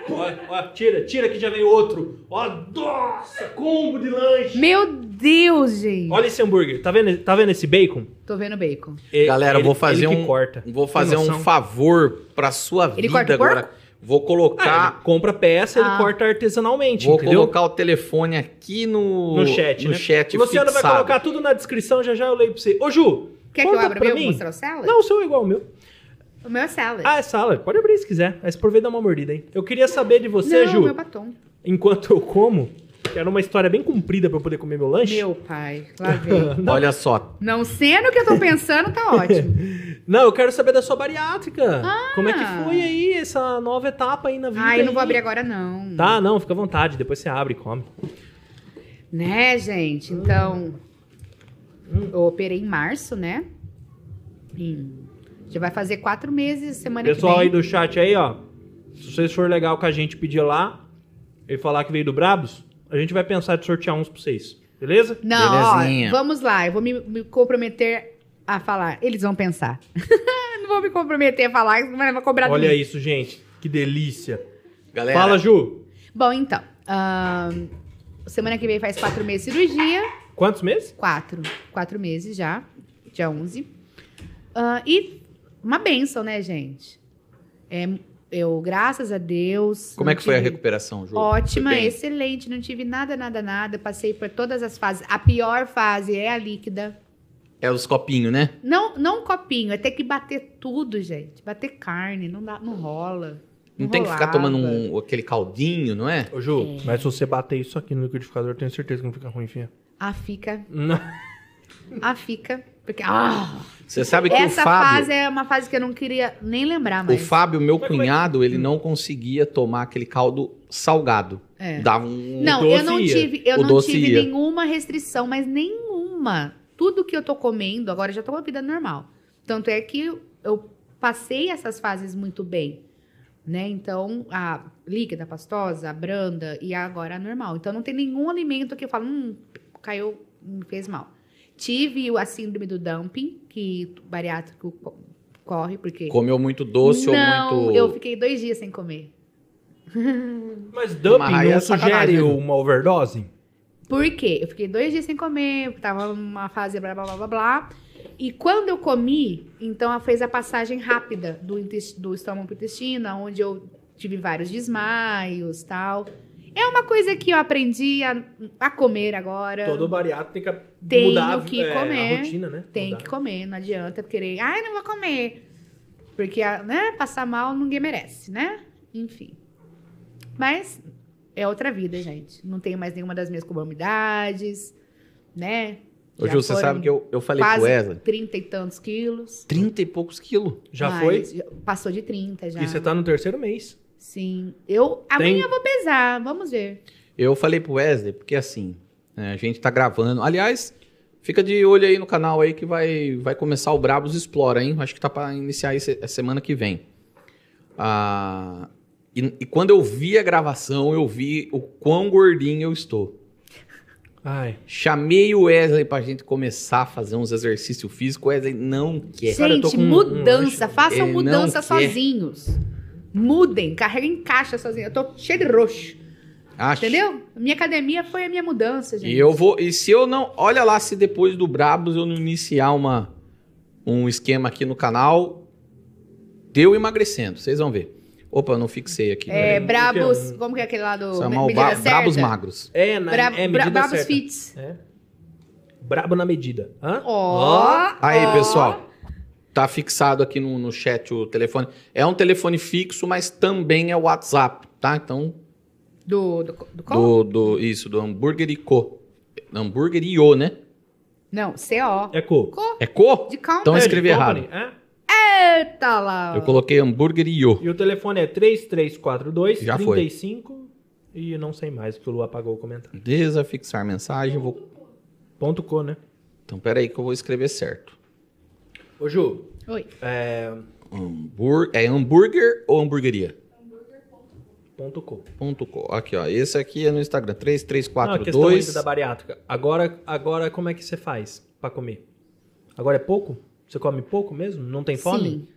Speaker 2: Ó, ó, tira, tira que já veio outro. Ó, nossa, combo de lanche.
Speaker 3: Meu Deus, gente.
Speaker 2: Olha esse hambúrguer. Tá vendo, tá vendo esse bacon?
Speaker 3: Tô vendo bacon.
Speaker 2: E-
Speaker 1: Galera, eu
Speaker 2: ele-
Speaker 1: vou fazer
Speaker 2: ele que
Speaker 1: um
Speaker 2: corta.
Speaker 1: vou
Speaker 2: Tem
Speaker 1: fazer um
Speaker 2: noção?
Speaker 1: favor pra sua vida
Speaker 3: corta o
Speaker 1: agora. Vou
Speaker 2: Ah,
Speaker 1: colocar
Speaker 2: ele compra peça, ele
Speaker 3: Ah.
Speaker 2: corta artesanalmente,
Speaker 1: vou
Speaker 2: entendeu?
Speaker 1: colocar o telefone aqui no
Speaker 2: no chat,
Speaker 1: no
Speaker 2: né?
Speaker 1: chat
Speaker 2: Luciano vai
Speaker 1: fixado.
Speaker 2: colocar tudo na descrição, já já eu leio pra você. Ô, Ju,
Speaker 3: Quer que
Speaker 2: conta
Speaker 3: eu abra o
Speaker 2: pra
Speaker 3: meu?
Speaker 2: mim.
Speaker 3: Mostrar o salad?
Speaker 2: Não, o seu é igual ao meu.
Speaker 3: O meu é salad.
Speaker 2: Ah, é salad. Pode abrir se quiser. Mas por ver dá uma mordida, hein? Eu queria saber de você,
Speaker 3: não,
Speaker 2: Ju,
Speaker 3: meu batom.
Speaker 2: enquanto eu como, que era uma história bem comprida pra eu poder comer meu lanche.
Speaker 3: Meu pai. Lá vem.
Speaker 1: Olha só.
Speaker 3: não sendo o que eu tô pensando, tá ótimo.
Speaker 2: Não, eu quero saber da sua bariátrica.
Speaker 3: Ah!
Speaker 2: Como é que foi aí essa nova etapa aí na vida?
Speaker 3: Ai,
Speaker 2: aí?
Speaker 3: não vou abrir agora, não.
Speaker 2: Tá, não, fica à vontade. Depois você abre e come.
Speaker 3: Né, gente? Então, eu operei em março, né? Em- já vai fazer quatro meses, semana
Speaker 2: Pessoal
Speaker 3: que
Speaker 2: aí
Speaker 3: vem.
Speaker 2: do chat aí, ó. Se vocês for legal com a gente pedir lá e falar que veio do Brabos, a gente vai pensar de sortear uns pra vocês. Beleza?
Speaker 3: Não, ó,
Speaker 1: Belezinha.
Speaker 3: vamos lá, eu vou me, me comprometer a falar. Eles vão pensar. não vou me comprometer a falar, mas vai cobrar de
Speaker 2: Olha
Speaker 3: mim.
Speaker 2: isso, gente. Que delícia.
Speaker 1: Galera,
Speaker 2: Fala, Ju.
Speaker 3: Bom, então, ahn, semana que vem faz quatro meses de cirurgia.
Speaker 2: Quantos meses?
Speaker 3: Quatro. Quatro meses já, dia 11. Ah, e uma benção, né, gente? É, eu, graças a Deus...
Speaker 1: como é
Speaker 3: não
Speaker 1: que foi a
Speaker 3: tive-
Speaker 1: recuperação, Ju?
Speaker 3: Ótima,
Speaker 1: Foi bem?
Speaker 3: excelente. Não tive nada, nada, nada. Passei por todas as fases. A pior fase é a líquida.
Speaker 1: É os copinhos, né?
Speaker 3: Não, não um copinho, é ter que bater tudo, gente. Bater carne, não dá, não rola.
Speaker 1: Não, tem que ficar
Speaker 3: rolava.
Speaker 1: tomando um- aquele caldinho, não é?
Speaker 2: Ô, Ju, mas se você bater isso aqui no liquidificador, eu tenho certeza que não fica ruim, enfim.
Speaker 3: A Ah, fica,
Speaker 2: Não.
Speaker 3: a fica. Porque, ah,
Speaker 1: Você sabe que
Speaker 3: essa
Speaker 1: o Fábio,
Speaker 3: fase é uma fase que eu não queria nem lembrar
Speaker 1: o
Speaker 3: mais.
Speaker 1: Fábio, meu
Speaker 2: Mas como é que-
Speaker 1: cunhado, ele não conseguia tomar aquele caldo salgado.
Speaker 3: É.
Speaker 1: Dava um
Speaker 3: Não,
Speaker 2: doce
Speaker 3: eu não
Speaker 2: ia.
Speaker 3: tive, eu
Speaker 1: O
Speaker 3: não
Speaker 1: doce
Speaker 3: tive
Speaker 1: ia.
Speaker 3: nenhuma restrição, mas nenhuma. Tudo que eu tô comendo, agora eu já tô com a vida normal. Tanto é que eu passei essas fases muito bem, né? Então, a líquida, a pastosa, a branda e agora a normal. Então, não tem nenhum alimento que eu falo, hum, caiu, me fez mal. Tive o- a síndrome do dumping, que o bariátrico co- corre, porque...
Speaker 1: comeu muito doce
Speaker 3: não,
Speaker 1: ou muito
Speaker 3: eu fiquei dois dias sem comer.
Speaker 2: Mas dumping
Speaker 1: aí é
Speaker 2: não
Speaker 1: sacanagem,
Speaker 2: sugere
Speaker 1: né?
Speaker 2: uma overdose?
Speaker 3: Por quê? Eu fiquei dois dias sem comer, porque tava numa fase blá blá blá blá blá. E quando eu comi, então ela fez a passagem rápida do, intes- do estômago pro intestino, onde eu tive vários desmaios tal. É uma coisa que eu aprendi a, a comer agora.
Speaker 2: Todo bariátrico tem que
Speaker 3: É. Tenho
Speaker 2: mudar
Speaker 3: que
Speaker 2: é,
Speaker 3: comer.
Speaker 2: a rotina, né?
Speaker 3: Tem
Speaker 2: Mudar.
Speaker 3: que comer, não adianta querer. Ai, não vou comer. Porque, ah, né, passar mal ninguém merece, né? Enfim. Mas é outra vida, gente. Não tenho mais nenhuma das minhas comorbidades, né?
Speaker 1: Ô,
Speaker 3: Já
Speaker 1: Ju, você
Speaker 3: foram
Speaker 1: sabe que eu, eu falei com
Speaker 3: quase
Speaker 1: ela.
Speaker 3: 30 e tantos quilos.
Speaker 1: 30 e poucos quilos.
Speaker 2: Já
Speaker 3: mas
Speaker 2: foi?
Speaker 3: já- Passou de 30 já.
Speaker 1: tá
Speaker 2: E você tá no terceiro mês.
Speaker 3: Sim. Eu,
Speaker 2: Tem-
Speaker 3: amanhã eu vou pesar, vamos ver.
Speaker 1: Eu falei pro Wesley, porque assim, né, a gente tá gravando. Aliás, fica de olho aí no canal aí que vai, vai começar o Brabos Explora, hein? Acho que tá pra iniciar aí se- a semana que vem. Ah, e, e quando eu vi a gravação, eu vi o quão gordinho eu estou.
Speaker 2: Ai.
Speaker 1: Chamei o Wesley pra gente começar a fazer uns exercícios físicos. O Wesley não quer.
Speaker 2: Cara, eu tô
Speaker 3: Gente,
Speaker 2: com um- um
Speaker 3: mudança. façam
Speaker 1: Ele não
Speaker 3: mudança
Speaker 1: quer.
Speaker 3: sozinhos. Mudem, carreguem caixa sozinhos. Eu tô cheio de roxo.
Speaker 1: Acho.
Speaker 3: Entendeu? Minha academia foi a minha mudança, gente.
Speaker 1: E eu vou. E se eu não. Olha lá se depois do Brabos eu não iniciar uma, um esquema aqui no canal. Deu emagrecendo. Vocês vão ver. Opa, eu não fixei aqui.
Speaker 3: É,
Speaker 1: peraí.
Speaker 3: Brabos. Como que é aquele lá do.
Speaker 1: Chamar o
Speaker 3: medida
Speaker 1: Ba-
Speaker 3: certa?
Speaker 1: Brabos Magros.
Speaker 2: É, na,
Speaker 3: Bra-
Speaker 2: é
Speaker 3: Bra-
Speaker 2: medida
Speaker 3: Brabos
Speaker 2: certa.
Speaker 3: Fits.
Speaker 2: É. Brabo na medida. Hã?
Speaker 3: Ó.
Speaker 1: Aí,
Speaker 3: ó.
Speaker 1: pessoal. Tá fixado aqui no, no chat o telefone. É um telefone fixo, mas também é WhatsApp, tá? Então
Speaker 3: Do, do, do
Speaker 1: Do,
Speaker 3: qual?
Speaker 1: do, isso, do Hambúrguer e Co. Hambúrguer e O, né?
Speaker 3: Não, CO.
Speaker 2: É co.
Speaker 3: Co.
Speaker 1: É Co?
Speaker 3: De calma.
Speaker 1: Então
Speaker 2: é, de
Speaker 1: escrevi
Speaker 2: company,
Speaker 1: errado.
Speaker 2: é.
Speaker 3: Eita lá. ó.
Speaker 1: Eu coloquei Hambúrguer e O.
Speaker 2: E o telefone é 3342
Speaker 1: Já foi.
Speaker 2: 35 e não sei mais que o Lu apagou o comentário.
Speaker 1: Desafixar mensagem. Vou...
Speaker 2: Ponto co, né?
Speaker 1: Então, peraí que eu vou escrever certo.
Speaker 2: Ô Ju,
Speaker 3: Oi.
Speaker 1: Hambur... É hambúrguer ou hamburgueria?
Speaker 2: ponto co.
Speaker 1: Ponto co. Aqui, ó. Esse aqui é no Instagram.
Speaker 2: não, a questão ainda
Speaker 1: 3342.
Speaker 2: da bariátrica. Agora, agora como é que você faz pra comer? Agora é pouco? Você come pouco mesmo? Não tem fome?
Speaker 3: Sim.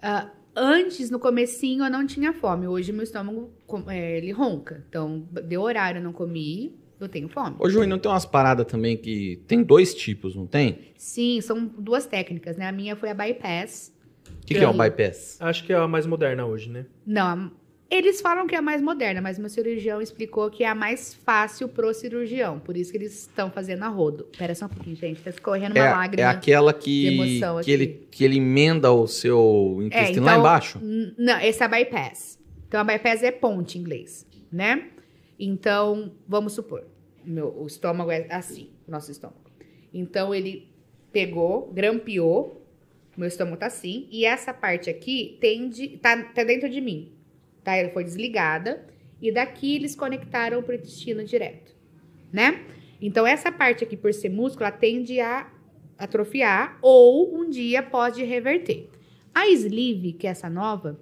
Speaker 3: Ah, antes, no comecinho, eu não tinha fome. Hoje, meu estômago, com- é, ele ronca. Então, deu horário, eu não comi. Eu tenho fome.
Speaker 1: Ô, Juí, não tem umas paradas também que tem dois tipos, não tem?
Speaker 3: Sim, são duas técnicas, né? A minha foi a bypass.
Speaker 1: O que, que é o
Speaker 3: Tem.
Speaker 1: bypass? Acho
Speaker 2: Acho que é a mais moderna hoje, né?
Speaker 3: Não, a- eles falam que é a mais moderna, mas meu cirurgião explicou que é a mais fácil pro cirurgião. Por isso que eles estão fazendo a rodo. Pera só um pouquinho, gente. Tá escorrendo uma
Speaker 1: É, é
Speaker 3: lágrima.
Speaker 1: aquela
Speaker 3: de
Speaker 1: que,
Speaker 3: emoção
Speaker 1: que,
Speaker 3: aqui.
Speaker 1: ele, que ele emenda o seu intestino lá
Speaker 3: então,
Speaker 1: embaixo.
Speaker 3: N- Não, esse é a bypass. Então, a bypass é ponte em inglês, né? Então, vamos supor, meu- o estômago é assim, o nosso estômago. Então, ele pegou, grampeou, meu estômago tá assim, e essa parte aqui tende, tá, tá dentro de mim, tá? Ela foi desligada, e daqui eles conectaram pro intestino direto, né? Então, essa parte aqui, por ser músculo, ela tende a atrofiar, ou um dia pode reverter. A sleeve, que é essa nova,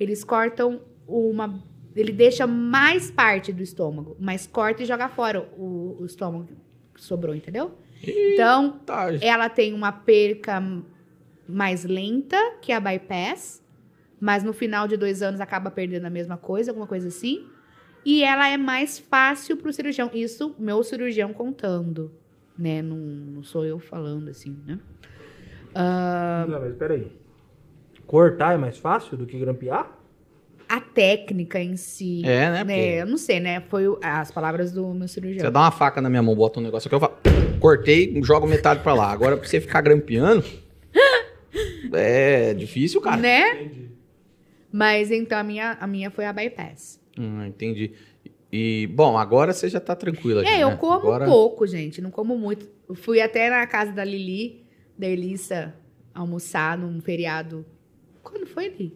Speaker 3: eles cortam uma. Ele deixa mais parte do estômago, mas corta e joga fora o, o estômago que sobrou, entendeu? Então,
Speaker 1: Tá,
Speaker 3: ela tem uma perca m- mais lenta que é a bypass, mas no final de dois anos acaba perdendo a mesma coisa, alguma coisa assim. E ela é mais fácil pro cirurgião. Isso, meu cirurgião contando, né? Não, não sou eu falando assim, né?
Speaker 2: Não, Ah, mas peraí. Cortar é mais fácil do que grampear?
Speaker 3: A técnica em si.
Speaker 1: É, né? Porque-
Speaker 3: né? Eu não sei, né? Foi o- as palavras do meu cirurgião.
Speaker 1: Você dá uma faca na minha mão, bota um negócio aqui, eu falo, cortei, jogo metade pra lá. Agora, pra você ficar grampeando, é difícil, cara.
Speaker 3: né? Mas então a minha, a minha foi a bypass.
Speaker 1: Hum, entendi. E, bom, agora você já tá tranquila. já,
Speaker 3: É, eu
Speaker 1: né?
Speaker 3: como
Speaker 1: agora...
Speaker 3: pouco, gente. Não como muito. Eu fui até na casa da Lili, da Elissa, almoçar num feriado. Quando foi ali?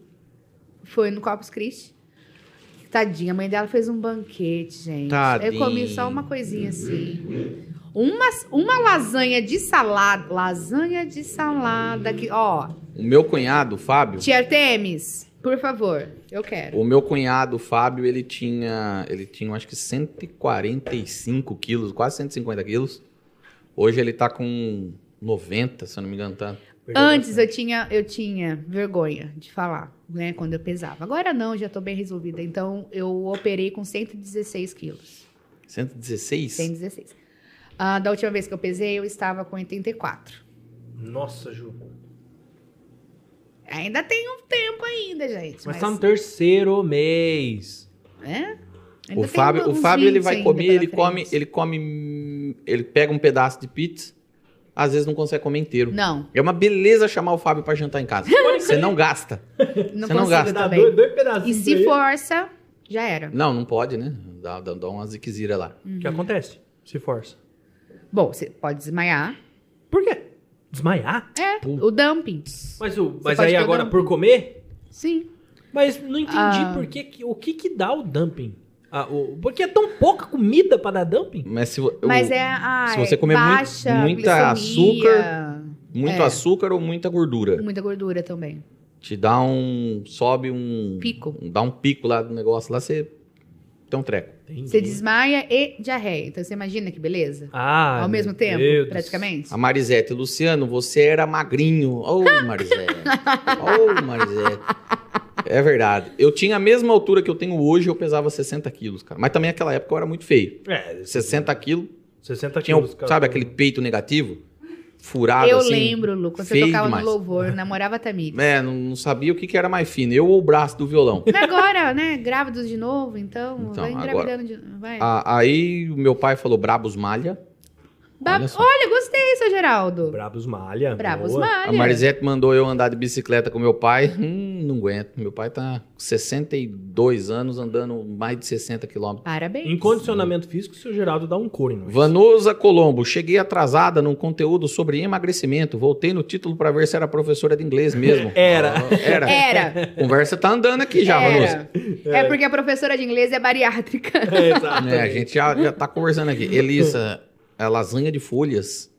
Speaker 3: Foi no Corpus Christi. Tadinha, a mãe dela fez um banquete, gente. Eu comi
Speaker 1: Tadinha.
Speaker 3: só uma coisinha assim. Uma, uma lasanha de salada. Lasanha de salada. Que, ó,
Speaker 1: O meu cunhado, o Fábio,
Speaker 3: Tia Temis, por favor, eu quero.
Speaker 1: o meu cunhado, o Fábio, ele tinha, ele tinha, acho que 145 quilos, quase 150 quilos. Hoje ele tá com 90, se eu não me engano, tá?
Speaker 2: Perdeu
Speaker 3: Antes
Speaker 2: bastante.
Speaker 3: eu tinha, eu tinha vergonha de falar, né, quando eu pesava. Agora não, já tô bem resolvida. Então eu operei com 116 quilos.
Speaker 1: 116?
Speaker 3: 116. Ah, da última vez que eu pesei, eu estava com 84.
Speaker 2: Nossa, Ju. Mas,
Speaker 3: Ainda tem um tempo ainda, gente. Mas,
Speaker 2: tá
Speaker 1: um
Speaker 2: no terceiro mês.
Speaker 3: né? Ainda
Speaker 1: O
Speaker 3: tem
Speaker 1: Fábio, o
Speaker 3: uns
Speaker 1: Fábio ele
Speaker 3: 20
Speaker 1: vai
Speaker 3: ainda
Speaker 1: comer,
Speaker 3: pela
Speaker 1: ele come,
Speaker 3: frente.
Speaker 1: ele come, ele pega um pedaço de pizza, às vezes não consegue comer inteiro.
Speaker 3: Não,
Speaker 1: É uma beleza chamar o Fábio pra jantar em casa. Você não gasta.
Speaker 3: não
Speaker 1: Você não
Speaker 3: consigo
Speaker 1: gasta.
Speaker 2: Dá
Speaker 3: também.
Speaker 2: dois, dois pedacinhos.
Speaker 3: Tá E se
Speaker 2: aí,
Speaker 3: força, já era.
Speaker 1: Não, não pode, né? Dá, dá, dá uma ziquezira lá.
Speaker 2: O
Speaker 3: Uhum.
Speaker 2: que acontece? Se força.
Speaker 3: Bom, você pode desmaiar.
Speaker 2: Por quê? Desmaiar?
Speaker 3: É,
Speaker 1: Putz.
Speaker 3: o dumping.
Speaker 2: Mas, o, mas
Speaker 3: pode um
Speaker 2: aí
Speaker 3: ter o
Speaker 2: agora
Speaker 3: dumping.
Speaker 2: por comer?
Speaker 3: Sim. Ah.
Speaker 2: Mas não entendi por que, que- o que que dá o dumping. Ah, o- Porque é tão pouca comida pra dar dumping.
Speaker 1: Mas se, vo-
Speaker 3: Mas
Speaker 1: o-
Speaker 3: é a
Speaker 1: se você comer muito-
Speaker 3: baixa
Speaker 1: muita
Speaker 3: glicemia,
Speaker 1: muito
Speaker 3: é.
Speaker 1: açúcar ou muita gordura,
Speaker 3: muita gordura
Speaker 1: Uhum.
Speaker 3: também.
Speaker 1: te dá um sobe um
Speaker 3: Pico.
Speaker 1: dá um pico lá do negócio lá você tem um treco.
Speaker 3: Você desmaia e diarreia. Então você imagina que beleza?
Speaker 2: Ah,
Speaker 3: Ao
Speaker 2: meu
Speaker 3: mesmo tempo,
Speaker 2: Deus.
Speaker 3: praticamente.
Speaker 1: A Marisete, Luciano, você era magrinho. Ô, Marisete. Ô, Marisete. É verdade. Eu tinha a mesma altura que eu tenho hoje, eu pesava 60 quilos, cara. Mas também naquela época eu era muito feio.
Speaker 2: É,
Speaker 1: 60 quilos,
Speaker 2: 60
Speaker 1: tinha, o-
Speaker 2: quilos. um. cara.
Speaker 1: sabe, aquele peito negativo? Furado
Speaker 3: eu
Speaker 1: assim.
Speaker 3: lembro, Lu, quando você
Speaker 1: feio
Speaker 3: tocava
Speaker 1: demais.
Speaker 3: no louvor, namorava a Tamires.
Speaker 1: É, não, não sabia o que, que era mais fino, eu ou o braço do violão.
Speaker 3: Mas agora, né? Grávidos de novo, então.
Speaker 1: Então, Ah,
Speaker 3: vai engravidando de novo. Vai.
Speaker 1: A- aí o meu pai falou, brabos malha.
Speaker 3: Ba-
Speaker 1: olha
Speaker 3: olha,
Speaker 1: só.
Speaker 3: gostei, seu Geraldo.
Speaker 2: Brabos malha.
Speaker 3: Bravos
Speaker 2: boa.
Speaker 1: A
Speaker 3: malha.
Speaker 1: Marisete mandou eu andar de bicicleta com meu pai. Hum, não aguento. Meu pai tá com 62 anos, andando mais de 60 quilômetros.
Speaker 3: Parabéns.
Speaker 2: Em condicionamento físico, o seu Geraldo dá um couro em nós.
Speaker 1: Vanusa Colombo, cheguei atrasada num conteúdo sobre emagrecimento. Voltei no título pra ver se era professora de inglês mesmo.
Speaker 2: Era.
Speaker 1: Era.
Speaker 3: Era.
Speaker 1: Conversa tá andando aqui já, Vanusa.
Speaker 3: É. era. É porque a professora de inglês é bariátrica.
Speaker 2: É, exato.
Speaker 1: É, a gente já, já tá conversando aqui. Elisa, é lasanha de folhas.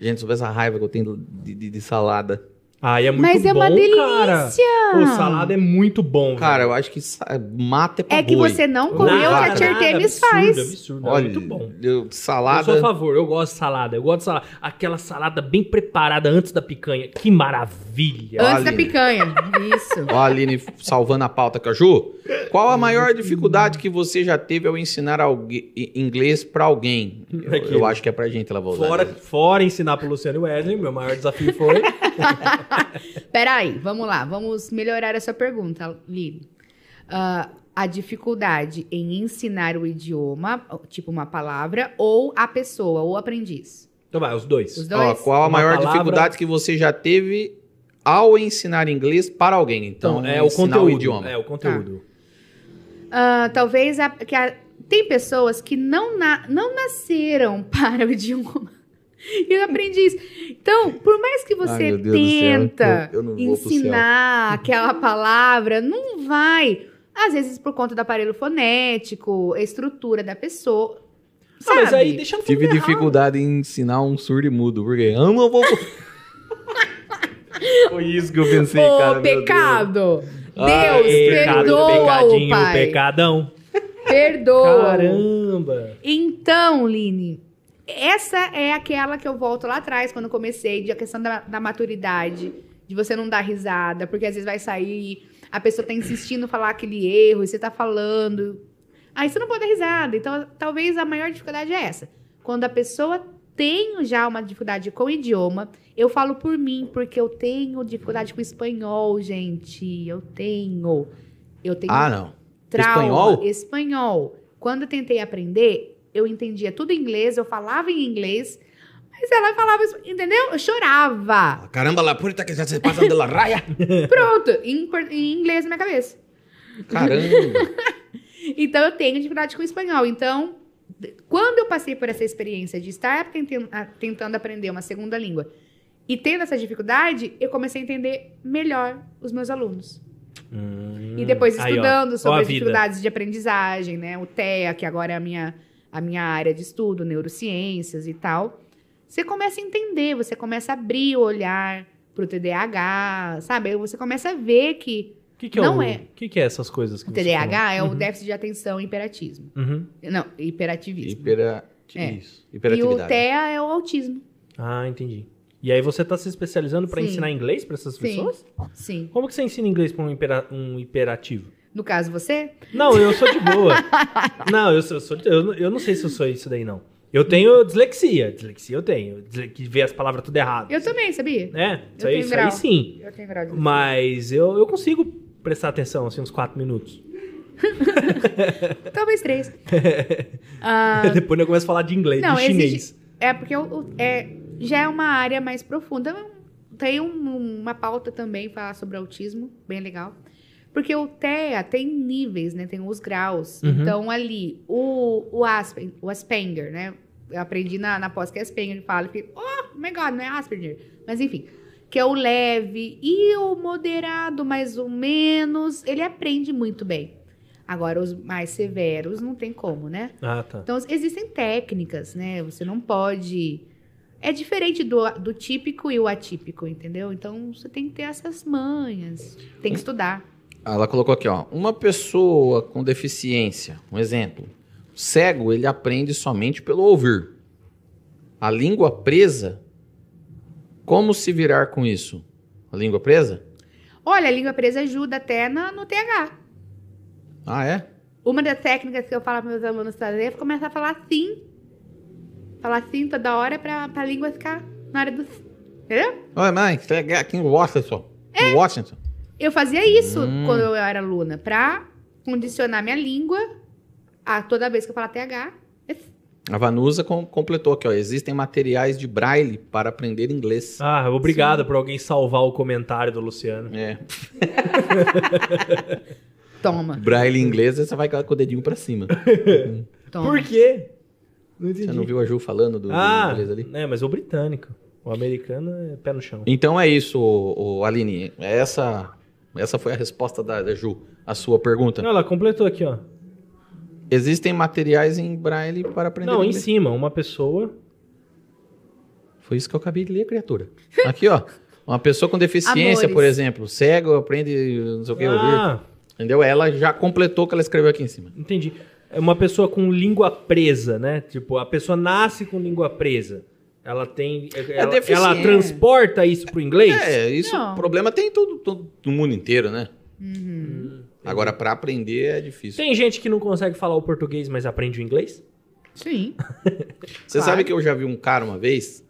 Speaker 1: Gente, sobre essa raiva que eu tenho de- de- de salada.
Speaker 2: Ah, e é muito
Speaker 3: Mas é
Speaker 2: bom,
Speaker 3: uma
Speaker 2: cara.
Speaker 3: delícia.
Speaker 2: O salada é muito bom.
Speaker 1: Cara, eu acho que sa- mata é pra
Speaker 3: É que
Speaker 1: boi.
Speaker 3: você não
Speaker 2: velho.
Speaker 3: comeu o que
Speaker 2: Nada,
Speaker 3: a Tia Artemis
Speaker 2: nada,
Speaker 3: faz.
Speaker 2: Absurdo, absurdo.
Speaker 1: Olha,
Speaker 2: é muito bom.
Speaker 1: eu-
Speaker 2: Eu sou a
Speaker 1: salada...
Speaker 2: favor, eu gosto de salada. Eu gosto de salada. Aquela salada bem preparada antes da picanha. Que maravilha.
Speaker 1: Ah.
Speaker 3: Antes da
Speaker 1: Aline.
Speaker 3: picanha. Isso.
Speaker 1: Ó, a Aline salvando a pauta, Caju. Qual a maior dificuldade que você já teve ao ensinar algue- i- inglês pra alguém? Eu,
Speaker 2: Hum, Aqui.
Speaker 1: eu acho que é pra gente, ela vai usar.
Speaker 2: Fora,
Speaker 1: né?
Speaker 2: fora ensinar pro Luciano Wesley, meu maior desafio foi.
Speaker 3: Peraí, vamos lá. Vamos melhorar essa pergunta, Lili. Ah, a dificuldade em ensinar o idioma, tipo uma palavra, ou a pessoa, ou o aprendiz.
Speaker 2: Então vai, os dois.
Speaker 3: Os dois.
Speaker 1: Ó, qual a
Speaker 2: Uma
Speaker 1: maior
Speaker 2: palavra-
Speaker 1: dificuldade que você já teve ao ensinar inglês para alguém? Então,
Speaker 2: Então, é o
Speaker 1: ensinar
Speaker 2: conteúdo.
Speaker 1: O idioma.
Speaker 2: É o conteúdo.
Speaker 3: Ah, talvez a- que a- tem pessoas que não, na- não nasceram para o idioma. E eu aprendi isso. Então, por mais que
Speaker 1: Ai,
Speaker 3: você
Speaker 1: meu Deus do céu,
Speaker 3: tenta
Speaker 1: eu- eu não vou pro céu.
Speaker 3: ensinar aquela palavra, não vai. Às vezes por conta do aparelho fonético, a estrutura da pessoa.
Speaker 2: Ah,
Speaker 3: Tá. Sabe?
Speaker 2: mas aí deixa eu
Speaker 1: Tive dificuldade em ensinar um surdo e mudo, porque eu não vou... Foi isso que eu pensei,
Speaker 3: Ô,
Speaker 1: cara. meu Deus.
Speaker 3: pecado!
Speaker 1: Ai,
Speaker 3: Deus, perdoa o
Speaker 2: pecadinho,
Speaker 3: pai.
Speaker 2: pecadão.
Speaker 3: Perdoa.
Speaker 2: Caramba.
Speaker 3: Então, Lini, essa é aquela que eu volto lá atrás, quando eu comecei, de a questão da, da maturidade, de você não dar risada, porque às vezes vai sair, a pessoa tá insistindo em falar aquele erro, e você tá falando. Aí você não pode dar risada. Então, talvez a maior dificuldade é essa. Quando a pessoa tem já uma dificuldade com o idioma, eu falo por mim, porque eu tenho dificuldade com o espanhol, gente. Eu tenho. Eu tenho
Speaker 1: Ah, não.
Speaker 3: trauma.
Speaker 1: Espanhol?
Speaker 3: Espanhol. Quando eu tentei aprender, eu entendia tudo em inglês, eu falava em inglês, mas ela falava, espan- entendeu? Eu chorava.
Speaker 1: Caramba, la puta que já se passa de la raya.
Speaker 3: Pronto, em, por- em inglês na minha cabeça.
Speaker 1: Caramba.
Speaker 3: Então eu tenho dificuldade com o espanhol. Então, d- quando eu passei por essa experiência de estar tenten- a- tentando aprender uma segunda língua e tendo essa dificuldade, eu comecei a entender melhor os meus alunos. E depois
Speaker 2: Hum. Aí, ó.
Speaker 3: estudando
Speaker 2: Ó a
Speaker 3: sobre as
Speaker 2: vida.
Speaker 3: dificuldades de aprendizagem, né? O TEA, que agora é a minha, a minha área de estudo, neurociências e tal. Você começa a entender, você começa a abrir o olhar pro TDAH, sabe? Aí Você começa a ver que
Speaker 2: O que, que é
Speaker 3: Não
Speaker 2: o
Speaker 3: é.
Speaker 2: que, que é essas coisas que
Speaker 3: o
Speaker 2: você
Speaker 3: TDAH é o
Speaker 2: Uhum.
Speaker 3: déficit de é. atenção e hiperatismo.
Speaker 2: falou? Uhum.
Speaker 3: Não, hiperativismo. É.
Speaker 1: Hiperativismo.
Speaker 3: E o
Speaker 1: Hiperatividade.
Speaker 3: TEA é o autismo.
Speaker 2: Ah, entendi. E aí você tá se especializando pra
Speaker 3: Sim.
Speaker 2: ensinar inglês pra essas
Speaker 3: Sim.
Speaker 2: pessoas?
Speaker 3: Sim.
Speaker 2: Como que você ensina inglês pra um, impera- um hiperativo?
Speaker 3: No caso, você?
Speaker 2: Não, eu sou de boa. não, eu sou, eu sou- eu, não- eu não sei se eu sou isso daí não. Eu tenho dislexia, dislexia eu tenho, Disle- que vê as palavras tudo errado.
Speaker 3: Eu também, sabia?
Speaker 2: É, isso
Speaker 3: eu
Speaker 2: aí,
Speaker 3: tenho
Speaker 2: isso aí
Speaker 3: grau.
Speaker 2: sim.
Speaker 3: Eu tenho grau de
Speaker 2: Hum. Mas eu, eu consigo prestar atenção assim uns 4 minutos.
Speaker 3: Talvez três. Ah,
Speaker 2: Depois eu começo a falar de inglês,
Speaker 3: Não,
Speaker 2: de chinês.
Speaker 3: exige- É porque o- o- é, já é uma área mais profunda. Tem um- uma pauta também falar sobre autismo, bem legal. Porque o TEA tem níveis, né? Tem os graus.
Speaker 2: Uhum.
Speaker 3: Então, ali, o, o, Aspen, o Asperger, né? Eu aprendi na, na pós que é Asperger, ele fala que, oh my God, não é Asperger. Mas, enfim, que é o leve e o moderado, mais ou menos. Ele aprende muito bem. Agora, os mais severos não tem como, né?
Speaker 2: Ah, tá.
Speaker 3: Então, existem técnicas, né? Você não pode. É diferente do, do típico e o atípico, entendeu? Então, você tem que ter essas manhas, tem que estudar.
Speaker 1: Ah, Ela colocou aqui, ó. Uma pessoa com deficiência, um exemplo. Cego, ele aprende somente pelo ouvir. A língua presa, como se virar com isso? A língua presa?
Speaker 3: Olha, a língua presa ajuda até na- no TH.
Speaker 1: Ah, é?
Speaker 3: Uma das técnicas que eu falo para meus alunos fazer é começar a falar sim. Falar sim toda hora pra, pra língua ficar na hora do. Entendeu?
Speaker 1: Olha, mãe, você é aqui em Washington.
Speaker 3: É.
Speaker 1: Em Washington.
Speaker 3: Eu fazia isso
Speaker 1: Hum.
Speaker 3: quando eu era aluna, pra condicionar minha língua a toda vez que eu falar TH.
Speaker 1: A Vanusa com- completou aqui, ó. Existem materiais de braille para aprender inglês.
Speaker 2: Ah, obrigado por alguém salvar o comentário do Luciano.
Speaker 1: É.
Speaker 3: Toma,
Speaker 1: Braille em inglês, você vai com o dedinho pra cima.
Speaker 3: toma.
Speaker 2: Por quê? Não entendi.
Speaker 1: Então. Você não viu a Ju falando do, do
Speaker 2: ah,
Speaker 1: inglês ali?
Speaker 2: é, mas o britânico. O americano é pé no chão.
Speaker 1: Então é isso, ô- ô, Aline. Essa, essa foi a resposta da, da Ju, a sua pergunta.
Speaker 2: Não, ela completou aqui, ó.
Speaker 1: Existem materiais em braille para aprender
Speaker 2: Não, em
Speaker 1: inglês.
Speaker 2: cima, uma pessoa.
Speaker 1: Foi isso que eu acabei de ler, criatura. Aqui, ó. Uma pessoa com deficiência,
Speaker 3: Amores.
Speaker 1: por exemplo, cego, aprende não sei o que ouvir.
Speaker 2: ah,
Speaker 1: Entendeu? Ela já completou o que ela escreveu aqui em cima.
Speaker 2: entendi. É uma pessoa com língua presa, né? Tipo, a pessoa nasce com língua presa. Ela tem. é, Ela,
Speaker 1: deficiente.
Speaker 2: ela transporta isso pro inglês?
Speaker 1: É, isso,
Speaker 3: Não.
Speaker 1: problema tem em todo, todo no mundo inteiro, né?
Speaker 3: Uhum.
Speaker 1: Agora, pra aprender é difícil.
Speaker 2: Hum, Tem gente que não consegue falar o português, mas aprende o inglês?
Speaker 3: Sim.
Speaker 1: Você
Speaker 3: Claro.
Speaker 1: sabe que eu já vi um cara uma vez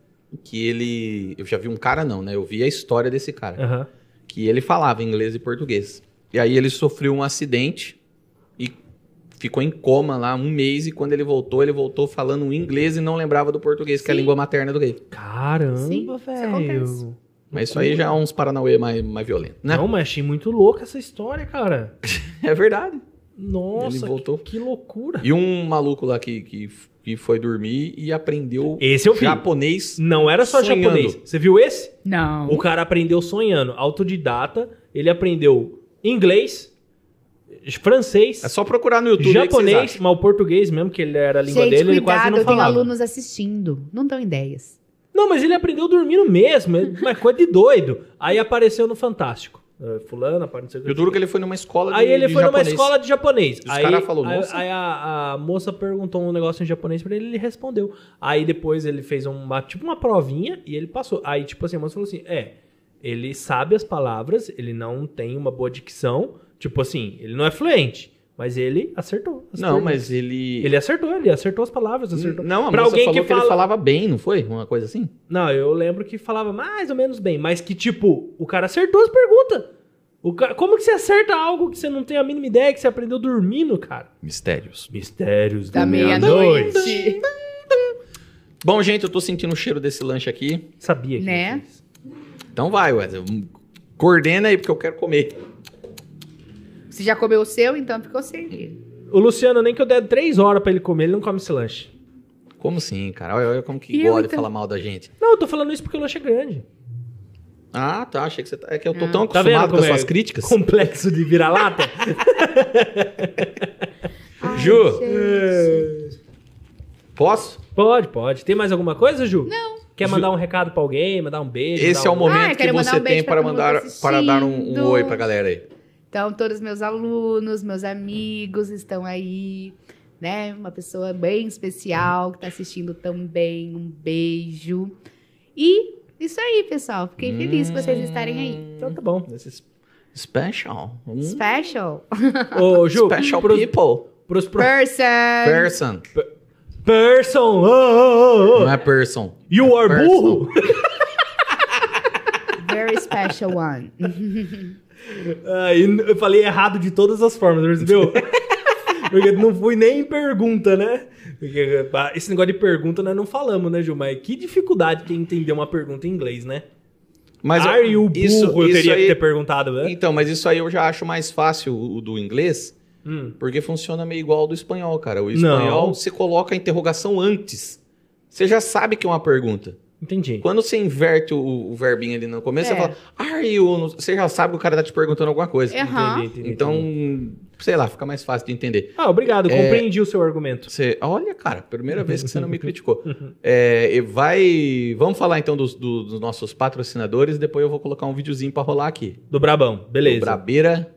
Speaker 1: que ele. Eu já vi um cara, não, né? Eu vi a história desse cara.
Speaker 2: Aham.
Speaker 1: que ele falava inglês e português. E aí ele sofreu um acidente e ficou em coma lá um mês e quando ele voltou, ele voltou falando inglês e não lembrava do português, que é a
Speaker 3: Sim.
Speaker 1: língua materna do gay.
Speaker 3: Sim,
Speaker 2: Caramba,
Speaker 3: isso
Speaker 2: velho.
Speaker 3: acontece.
Speaker 1: Mas isso aí já é uns paranauê mais, mais violento, né?
Speaker 2: Não, mas achei muito louca essa história, cara.
Speaker 1: É verdade.
Speaker 2: Nossa,
Speaker 1: Ele voltou.
Speaker 2: Que, que loucura.
Speaker 1: E um maluco lá que, que, que foi dormir e aprendeu
Speaker 2: Esse eu vi.
Speaker 1: japonês.
Speaker 2: Não era só
Speaker 1: Sonhando.
Speaker 2: japonês. Você viu esse?
Speaker 3: Não.
Speaker 2: O cara aprendeu sonhando. Autodidata. Ele aprendeu inglês, francês,
Speaker 1: É só procurar no YouTube. aí que vocês
Speaker 2: japonês,
Speaker 1: acham.
Speaker 2: mas o português mesmo, que ele era a língua
Speaker 3: Gente,
Speaker 2: dele, ele
Speaker 3: cuidado,
Speaker 2: quase não
Speaker 3: eu tenho
Speaker 2: falava.
Speaker 3: alunos assistindo. Não dão ideias.
Speaker 2: Não, mas ele aprendeu dormindo mesmo. é uma coisa de doido. Aí apareceu no Fantástico. Eh, Fulano, apareceu...
Speaker 1: Eu duro que ele foi numa escola
Speaker 2: Aí
Speaker 1: de,
Speaker 2: ele
Speaker 1: de
Speaker 2: foi
Speaker 1: japonês.
Speaker 2: numa escola de japonês.
Speaker 1: Os
Speaker 2: aí,
Speaker 1: cara falou,
Speaker 2: aí-
Speaker 1: "Nossa."
Speaker 2: aí a, a moça perguntou um negócio em japonês pra ele, ele respondeu. Aí depois ele fez uma, tipo uma provinha e ele passou. Aí tipo assim, a moça falou assim, é, ele sabe as palavras, ele não tem uma boa dicção, tipo assim, ele não é fluente, mas ele acertou. as
Speaker 1: Não,
Speaker 2: perguntas.
Speaker 1: mas Hum, ele...
Speaker 2: Ele acertou, ele acertou as palavras, acertou.
Speaker 1: Não, a
Speaker 2: Pra
Speaker 1: moça
Speaker 2: alguém
Speaker 1: falou
Speaker 2: que
Speaker 1: que,
Speaker 2: fala-
Speaker 1: ele falava bem, não foi? Uma coisa assim?
Speaker 2: Não, eu lembro que falava mais ou menos bem, mas que tipo, o cara acertou as perguntas. O cara, como que você acerta algo que você não tem a mínima ideia, que você aprendeu dormindo, cara?
Speaker 1: Mistérios.
Speaker 2: Mistérios
Speaker 3: Da meia-noite.
Speaker 1: Bom, gente, eu tô sentindo o cheiro desse lanche aqui.
Speaker 2: Sabia que
Speaker 3: Né?
Speaker 2: ia fazer isso.
Speaker 1: Então vai, Wesley. Hum, Coordena aí, porque eu quero comer.
Speaker 3: Você já comeu o seu, então ficou sem. aqui.
Speaker 2: O Luciano, nem que eu der três horas pra ele comer, ele não come esse lanche.
Speaker 1: Como assim, cara? Olha, olha como que
Speaker 3: E eu,
Speaker 1: gosta de
Speaker 3: então?
Speaker 1: falar mal da gente.
Speaker 2: Não, eu tô falando isso porque o lanche é grande.
Speaker 1: Ah, tá. Achei que você tá... É que eu tô tão
Speaker 2: Tá vendo
Speaker 1: acostumado com as
Speaker 2: como é?
Speaker 1: suas críticas.
Speaker 2: Complexo de vira-lata.
Speaker 3: Ai,
Speaker 1: Ju.
Speaker 3: gente.
Speaker 1: Posso?
Speaker 2: pode, pode. Tem mais alguma coisa, Ju?
Speaker 3: Não.
Speaker 2: Quer
Speaker 1: Ju-
Speaker 2: mandar um recado pra alguém, mandar um beijo?
Speaker 1: Esse é
Speaker 2: dar
Speaker 1: o
Speaker 2: um-
Speaker 1: momento
Speaker 3: Ah, eu
Speaker 1: que
Speaker 3: quero mandar
Speaker 1: você
Speaker 3: um beijo
Speaker 1: tem
Speaker 3: pra
Speaker 1: para
Speaker 3: todo mundo que
Speaker 1: mandar,
Speaker 3: tá
Speaker 1: para dar um, um
Speaker 3: assistindo.
Speaker 1: oi pra galera aí.
Speaker 3: Então, todos meus alunos, meus amigos estão aí, né? Uma pessoa bem especial que tá assistindo também. Um beijo. E isso aí, pessoal. Fiquei feliz por vocês estarem aí.
Speaker 2: Então tá bom.
Speaker 1: Esse Hum. special. Hum.
Speaker 3: Special
Speaker 2: Ô, Ju,
Speaker 1: Special
Speaker 2: pros,
Speaker 1: people.
Speaker 2: pros pro...
Speaker 3: person.
Speaker 1: Person.
Speaker 2: Person, ô, ô, ô, ô.
Speaker 1: Não é person.
Speaker 2: You are
Speaker 1: person.
Speaker 2: burro?
Speaker 3: Very special one.
Speaker 2: Ah, e n- eu falei errado de todas as formas, percebeu? Porque não fui nem em pergunta, né? Porque, ah, esse negócio de pergunta nós não falamos, né, Gil? Mas que dificuldade que é entender uma pergunta em inglês, né?
Speaker 1: Mas eu-
Speaker 2: Are you burro?
Speaker 1: isso,
Speaker 2: eu
Speaker 1: isso
Speaker 2: teria
Speaker 1: aí-
Speaker 2: que ter perguntado, né?
Speaker 1: Então, mas isso aí eu já acho mais fácil o o do inglês,
Speaker 2: Hum.
Speaker 1: Porque funciona meio igual ao do espanhol, cara. O
Speaker 2: Não.
Speaker 1: espanhol você coloca a interrogação antes. Você já sabe que é uma pergunta.
Speaker 2: Entendi.
Speaker 1: Quando você inverte o, o verbinho ali no começo,
Speaker 3: É.
Speaker 1: você fala, are you? Você já sabe que o cara tá te perguntando alguma coisa.
Speaker 3: Aham.
Speaker 2: Entendi, entendi,
Speaker 1: Então,
Speaker 2: entendi.
Speaker 1: sei lá, fica mais fácil de entender.
Speaker 2: Ah, obrigado,
Speaker 1: É.
Speaker 2: compreendi o seu argumento.
Speaker 1: Você, olha, cara, primeira vez que você não me criticou. É, e vai, vamos falar então dos, do- dos nossos patrocinadores, depois eu vou colocar um videozinho pra rolar aqui.
Speaker 2: Do Brabão, beleza.
Speaker 1: Do Brabeira.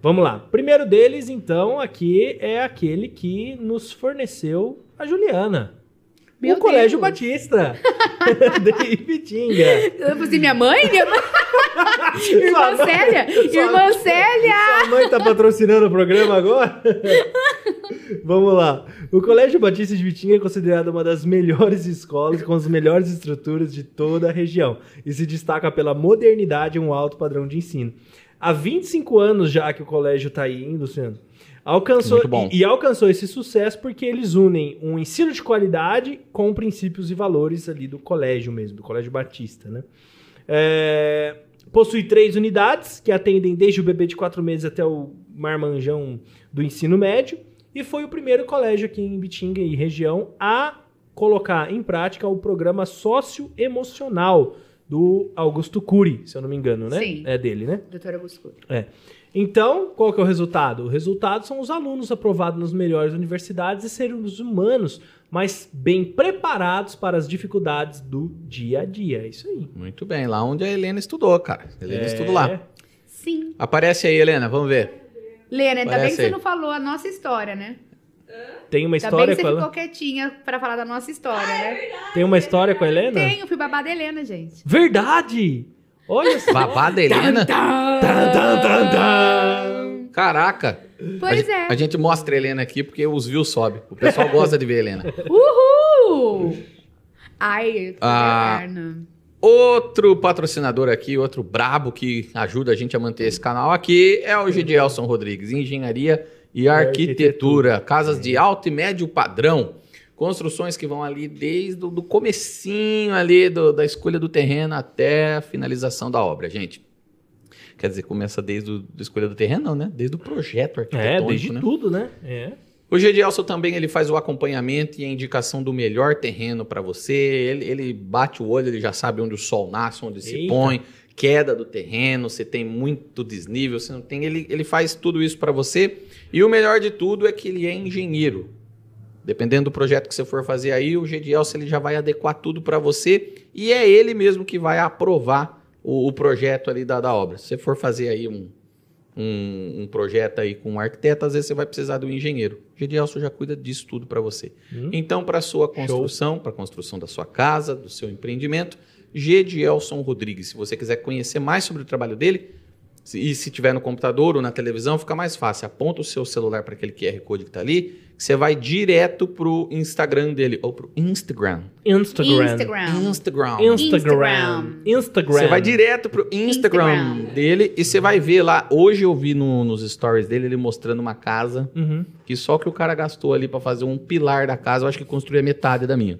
Speaker 2: Vamos lá. Primeiro deles, então, aqui é aquele que nos forneceu a Juliana.
Speaker 3: Meu
Speaker 2: o Colégio
Speaker 3: Deus.
Speaker 2: Batista. de Ibitinga.
Speaker 3: Eu falei assim, minha mãe? Minha mãe?
Speaker 2: Sua
Speaker 3: Irmã
Speaker 2: mãe-
Speaker 3: Célia?
Speaker 2: sua-
Speaker 3: Irmã Célia?
Speaker 2: Sua mãe tá patrocinando o programa agora? Vamos lá. O Colégio Batista de Vitinha é considerado uma das melhores escolas com as melhores estruturas de toda a região e se destaca pela modernidade e um alto padrão de ensino. Há 25 anos já que o colégio tá aí, hein, Luciano? Alcançou,
Speaker 1: Muito bom.
Speaker 2: E, e alcançou esse sucesso porque eles unem um ensino de qualidade com princípios e valores ali do colégio mesmo, do Colégio Batista, né? É, possui três unidades que atendem desde o bebê de quatro meses até o marmanjão do ensino médio e foi o primeiro colégio aqui em Bitinga e região a colocar em prática o programa socioemocional do Augusto Cury, se eu não me engano, né?
Speaker 3: Sim.
Speaker 2: É dele, né?
Speaker 3: Doutora Buscuro.
Speaker 2: Então, qual que é o resultado? O resultado são os alunos aprovados nas melhores universidades e seres humanos mais bem preparados para as dificuldades do dia a dia. É isso aí.
Speaker 1: Muito bem, lá onde a Helena estudou, cara. A
Speaker 2: É.
Speaker 1: Helena estudou lá.
Speaker 3: Sim.
Speaker 1: Aparece aí, Helena, vamos ver.
Speaker 3: Lena, ainda bem
Speaker 1: Parece
Speaker 3: que você
Speaker 1: aí.
Speaker 3: não falou a nossa história, né?
Speaker 2: Tem uma
Speaker 3: Ainda bem
Speaker 2: história
Speaker 3: que você
Speaker 2: com ela. É,
Speaker 3: ficou quietinha pra falar da nossa história, né?
Speaker 2: Tem uma história com a Helena?
Speaker 3: Tenho, fui babada Helena, gente.
Speaker 2: Verdade! Olha só.
Speaker 1: Babada Helena?
Speaker 2: Tan, tan, tan, tan.
Speaker 1: Caraca! a,
Speaker 3: Pois
Speaker 1: gen-
Speaker 3: é.
Speaker 1: a gente mostra a Helena aqui porque os views sobe. O pessoal gosta de ver a Helena.
Speaker 3: Uhul! Ai, eu tô
Speaker 1: Ah.
Speaker 3: com perna.
Speaker 1: Outro patrocinador aqui, outro brabo que ajuda a gente a manter esse canal aqui é o Gidelson Rodrigues, Engenharia e
Speaker 2: arquitetura.
Speaker 1: Arquitetura, casas de alto e médio padrão, construções que vão ali desde o do comecinho ali do- da escolha do terreno até a finalização da obra, gente. Quer dizer, começa desde o- da escolha do terreno, não, né? Desde o projeto
Speaker 2: É,
Speaker 1: arquitetônico,
Speaker 2: desde
Speaker 1: né?
Speaker 2: tudo, né? É.
Speaker 1: O Gedielson também ele faz o acompanhamento e a indicação do melhor terreno para você. Ele, ele bate o olho, ele já sabe onde o sol nasce, onde se
Speaker 2: Eita.
Speaker 1: põe, queda do terreno, se tem muito desnível, se não tem. Ele, ele faz tudo isso para você. E o melhor de tudo é que ele é engenheiro. Dependendo do projeto que você for fazer aí, o Gedielson ele já vai adequar tudo para você e é ele mesmo que vai aprovar o, o projeto ali da, da obra. Se você for fazer aí um, um, um projeto aí com um arquiteto, às vezes você vai precisar do engenheiro. O Gedielson já cuida disso tudo para você.
Speaker 2: Hum.
Speaker 1: Então, para sua construção, para a construção da sua casa, do seu empreendimento, Gedielson Rodrigues. Se você quiser conhecer mais sobre o trabalho dele, se- e se tiver no computador ou na televisão, fica mais fácil. Aponta o seu celular para aquele QR Code que está ali, que você vai direto pro Instagram dele, ou pro Instagram.
Speaker 2: Instagram.
Speaker 3: Ah. Instagram.
Speaker 1: Instagram.
Speaker 2: Instagram. Instagram.
Speaker 1: Você vai direto pro Instagram,
Speaker 3: Instagram.
Speaker 1: dele e você vai ver lá. Hoje eu vi no- nos stories dele ele mostrando uma casa
Speaker 2: Uhum.
Speaker 1: que só que o cara gastou ali pra fazer um pilar da casa, eu acho que construía metade da minha.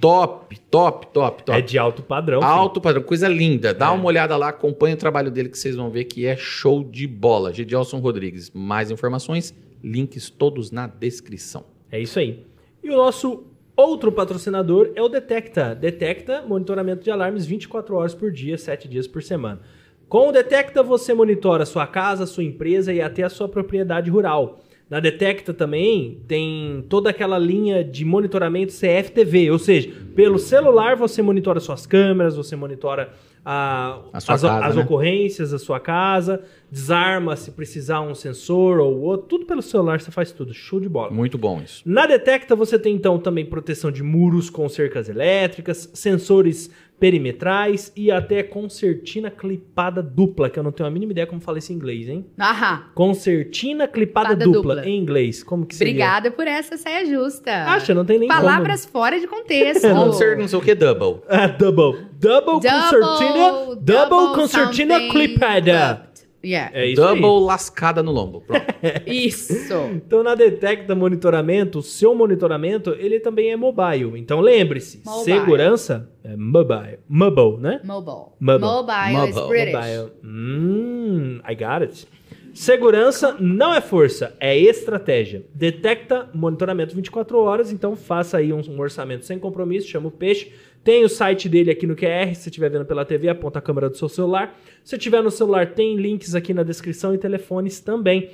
Speaker 1: top, top, top, top.
Speaker 2: É de É. alto padrão. filho.
Speaker 1: Alto padrão, coisa linda. Dá uma olhada lá, acompanha o trabalho dele que vocês vão ver que é show de bola. Gedielson Rodrigues. Mais informações, links todos na descrição.
Speaker 2: É isso aí. E o nosso outro patrocinador é o Detecta. Detecta, monitoramento de alarmes 24 horas por dia, 7 dias por semana. Com o Detecta você monitora sua casa, sua empresa e até a sua propriedade rural. Na Detecta também tem toda aquela linha de monitoramento CFTV, ou seja, pelo celular você monitora suas câmeras, você monitora a-
Speaker 1: A sua
Speaker 2: as,
Speaker 1: casa,
Speaker 2: as
Speaker 1: né?
Speaker 2: ocorrências da sua casa, desarma se precisar um sensor ou outro, tudo pelo celular você faz tudo, show de bola.
Speaker 1: Muito bom isso.
Speaker 2: Na Detecta você tem então também proteção de muros com cercas elétricas, sensores perimetrais e até concertina clipada dupla, que eu não tenho a mínima ideia como falar isso em inglês, hein?
Speaker 3: Ahá.
Speaker 2: Concertina clipada
Speaker 3: Clipada
Speaker 2: dupla,
Speaker 3: dupla.
Speaker 2: em inglês, como que seria?
Speaker 3: Obrigada por essa saia justa.
Speaker 2: Acha, não tem nem
Speaker 3: Palavras fora de contexto.
Speaker 1: Concert, não sei o que, double.
Speaker 2: como. Ah, double. Double concertina, double concertina
Speaker 3: something
Speaker 2: clipada.
Speaker 3: dubbed. Yeah.
Speaker 2: É isso aí.
Speaker 1: double lascada no lombo. Pronto.
Speaker 2: É.
Speaker 3: Isso.
Speaker 2: Então na Detecta Monitoramento, o seu monitoramento, ele também é mobile. Então lembre-se,
Speaker 3: Mobile.
Speaker 2: segurança é mobile, mobile, né?
Speaker 3: Mobile.
Speaker 2: Mobile.
Speaker 3: Mobile is
Speaker 1: Mobile.
Speaker 3: British.
Speaker 2: Mobile. Hum, I got it. Segurança não é força, é estratégia. Detecta monitoramento 24 horas, então faça aí um, um orçamento sem compromisso, chama o peixe Tem o site dele aqui no QR, se você estiver vendo pela TV, aponta a câmera do seu celular. Se tiver no celular, tem links aqui na descrição e telefones também.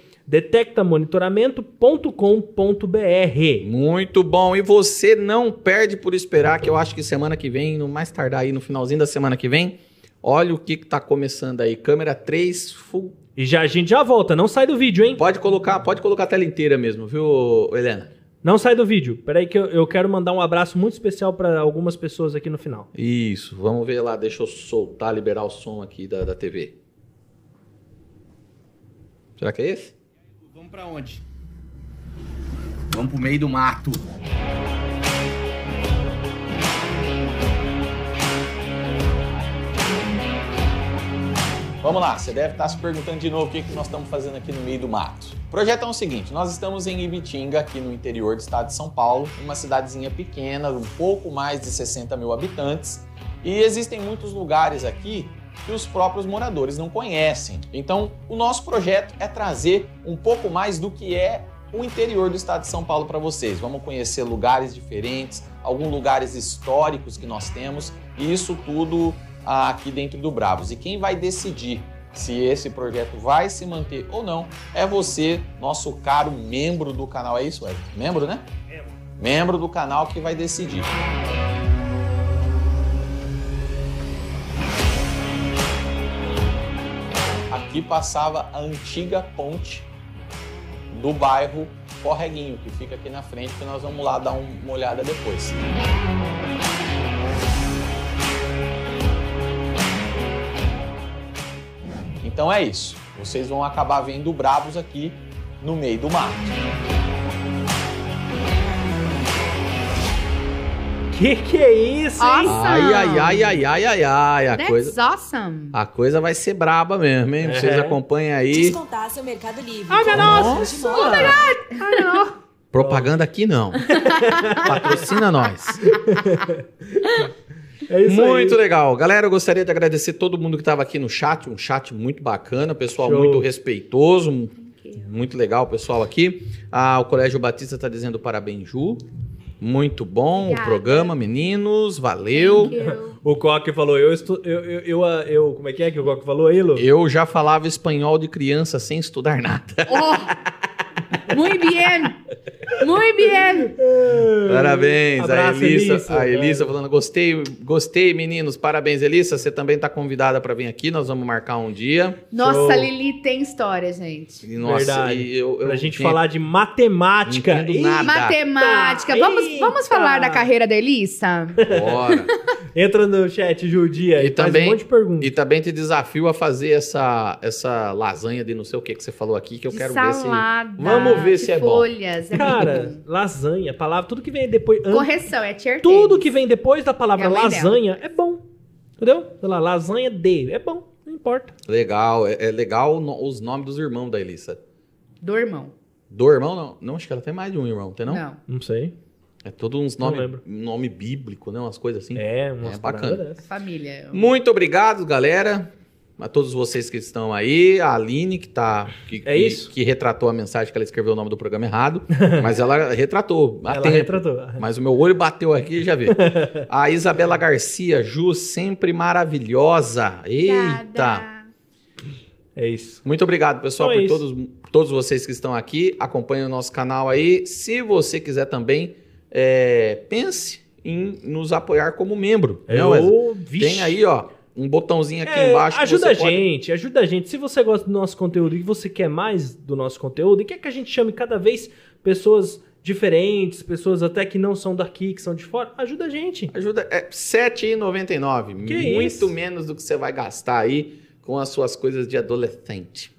Speaker 2: detectamonitoramento.com.br.
Speaker 1: Muito bom. E você não perde por esperar, que eu acho que semana que vem, no mais tardar aí, no finalzinho da semana que vem, olha o que, que tá começando aí. Câmera 3 full.
Speaker 2: E já a gente já volta, não sai do vídeo, hein?
Speaker 1: Pode colocar, pode colocar a tela inteira mesmo, viu, Helena?
Speaker 2: Não sai do vídeo. Peraí que eu, eu quero mandar um abraço muito especial para algumas pessoas aqui no final.
Speaker 1: Isso, vamos ver lá. Deixa eu soltar, liberar o som aqui da, da TV. Será que é esse?
Speaker 8: Vamos pra onde? Vamos pro meio do mato.
Speaker 1: Vamos lá, você deve estar se perguntando de novo o que, que nós estamos fazendo aqui no meio do mato. O projeto é o seguinte: nós estamos em Ibitinga, aqui no interior do estado de São Paulo, uma cidadezinha pequena, um pouco mais de 60 mil habitantes, e existem muitos lugares aqui que os próprios moradores não conhecem. Então, o nosso projeto é trazer um pouco mais do que é o interior do estado de São Paulo para vocês. Vamos conhecer lugares diferentes, alguns lugares históricos que nós temos, e isso tudo aqui dentro do Bravos. E quem vai decidir se esse projeto vai se manter ou não é você, nosso caro membro do canal. É isso, Everton? Membro, né? Membro. Membro do canal que vai decidir. Aqui passava a antiga ponte do bairro Correguinho, que fica aqui na frente, que nós vamos lá dar uma olhada depois. Então é isso. Vocês vão acabar vendo Brabos aqui no meio do mato.
Speaker 2: Que que é isso, hein?
Speaker 3: Nossa!
Speaker 1: Ai, ai, ai, ai, ai, ai, ai. A
Speaker 3: That's
Speaker 1: coisa,
Speaker 3: awesome.
Speaker 1: a coisa vai ser braba mesmo, hein? Vocês
Speaker 2: É.
Speaker 1: acompanhem aí.
Speaker 9: Descontar seu Mercado Livre.
Speaker 3: Ai, meu
Speaker 9: Nossa!
Speaker 3: Ai, não.
Speaker 1: Propaganda aqui não. Patrocina nós.
Speaker 2: É isso
Speaker 1: Muito
Speaker 2: aí.
Speaker 1: legal. Galera, eu gostaria de agradecer todo mundo que estava aqui no chat, um chat muito bacana, pessoal
Speaker 2: Show.
Speaker 1: muito respeitoso, um- muito legal o pessoal aqui. Ah, o Colégio Batista está dizendo parabéns, Ju. Muito bom o
Speaker 3: Obrigada.
Speaker 1: programa, meninos, valeu.
Speaker 2: O Coque falou, eu, estu... eu, eu, eu, ah, eu- Como é que é que o Coque falou aí, Lu?
Speaker 1: Eu já falava espanhol de criança sem estudar nada.
Speaker 3: Oh, muito bien. Muito bien.
Speaker 1: Parabéns,
Speaker 2: Abraço,
Speaker 1: a Elissa. a
Speaker 2: Elissa.
Speaker 1: Elissa falando, gostei, gostei, meninos. Parabéns, Elissa. Você também está convidada para vir aqui, nós vamos marcar um dia.
Speaker 3: Nossa,
Speaker 2: Show.
Speaker 3: Lili tem história, gente.
Speaker 1: E, nossa,
Speaker 2: Verdade.
Speaker 1: e eu, eu,
Speaker 2: É. Pra gente
Speaker 1: gente,
Speaker 2: falar de matemática.
Speaker 1: Não entendo
Speaker 2: Ih,
Speaker 1: nada.
Speaker 3: Matemática. Vamos, vamos
Speaker 2: Eita.
Speaker 3: falar da carreira da Elissa?
Speaker 1: Bora.
Speaker 2: Entra no chat, Judia,
Speaker 1: E
Speaker 2: e, faz
Speaker 1: também-
Speaker 2: um monte de perguntas.
Speaker 1: E também te desafio a fazer essa, essa lasanha de não sei o que que você falou aqui, que eu
Speaker 3: De
Speaker 1: quero ver se.
Speaker 3: salada,
Speaker 1: Vamos ver
Speaker 3: de
Speaker 1: se é bom.
Speaker 3: folhas, é muito bom.
Speaker 2: Cara, lasanha, palavra, tudo que vem depois... an-
Speaker 3: Correção, é tier
Speaker 2: Tudo que vem depois da palavra
Speaker 3: Minha mãe dela.
Speaker 2: lasanha é bom. Entendeu? Sei lá, lasanha de, é bom, não importa.
Speaker 1: Legal, é, é legal o no- os nomes dos irmãos da Elissa.
Speaker 3: Do irmão.
Speaker 1: Do irmão, não. Não, acho que ela tem mais de um irmão, tem não?
Speaker 2: Não sei.
Speaker 1: É todos uns
Speaker 2: Não
Speaker 1: nomes
Speaker 2: lembro.
Speaker 1: nome bíblico, né? Umas coisas assim.
Speaker 2: É, uma
Speaker 1: É bacana.
Speaker 3: família.
Speaker 1: Muito obrigado, galera. A todos vocês que estão aí, a Aline, que tá. Que,
Speaker 2: É
Speaker 1: que-
Speaker 2: isso?
Speaker 1: Que, retratou a mensagem que ela escreveu o nome do programa errado. mas ela retratou. a
Speaker 2: Ela
Speaker 1: tempo.
Speaker 2: retratou.
Speaker 1: Mas o meu olho bateu aqui e já vi. A Isabela Garcia, Ju, sempre maravilhosa. Eita!
Speaker 3: Obrigada.
Speaker 2: É isso.
Speaker 1: Muito obrigado, pessoal,
Speaker 2: Então é
Speaker 1: por todos, todos vocês que estão aqui. Acompanhem o nosso canal aí. Se você quiser também, é, pense em nos apoiar como membro. né, Wesley?
Speaker 2: Eu, É, vixe.
Speaker 1: Tem aí, ó, um botãozinho aqui
Speaker 2: É,
Speaker 1: embaixo. que
Speaker 2: ajuda
Speaker 1: você
Speaker 2: a
Speaker 1: pode-
Speaker 2: gente, ajuda a gente. Se você gosta do nosso conteúdo e você quer mais do nosso conteúdo e quer que a gente chame cada vez pessoas diferentes, pessoas até que não são daqui, que são de fora, ajuda a gente.
Speaker 1: Ajuda. É R$ 7,99. Muito
Speaker 2: Que isso?
Speaker 1: menos do que você vai gastar aí com as suas coisas de adolescente.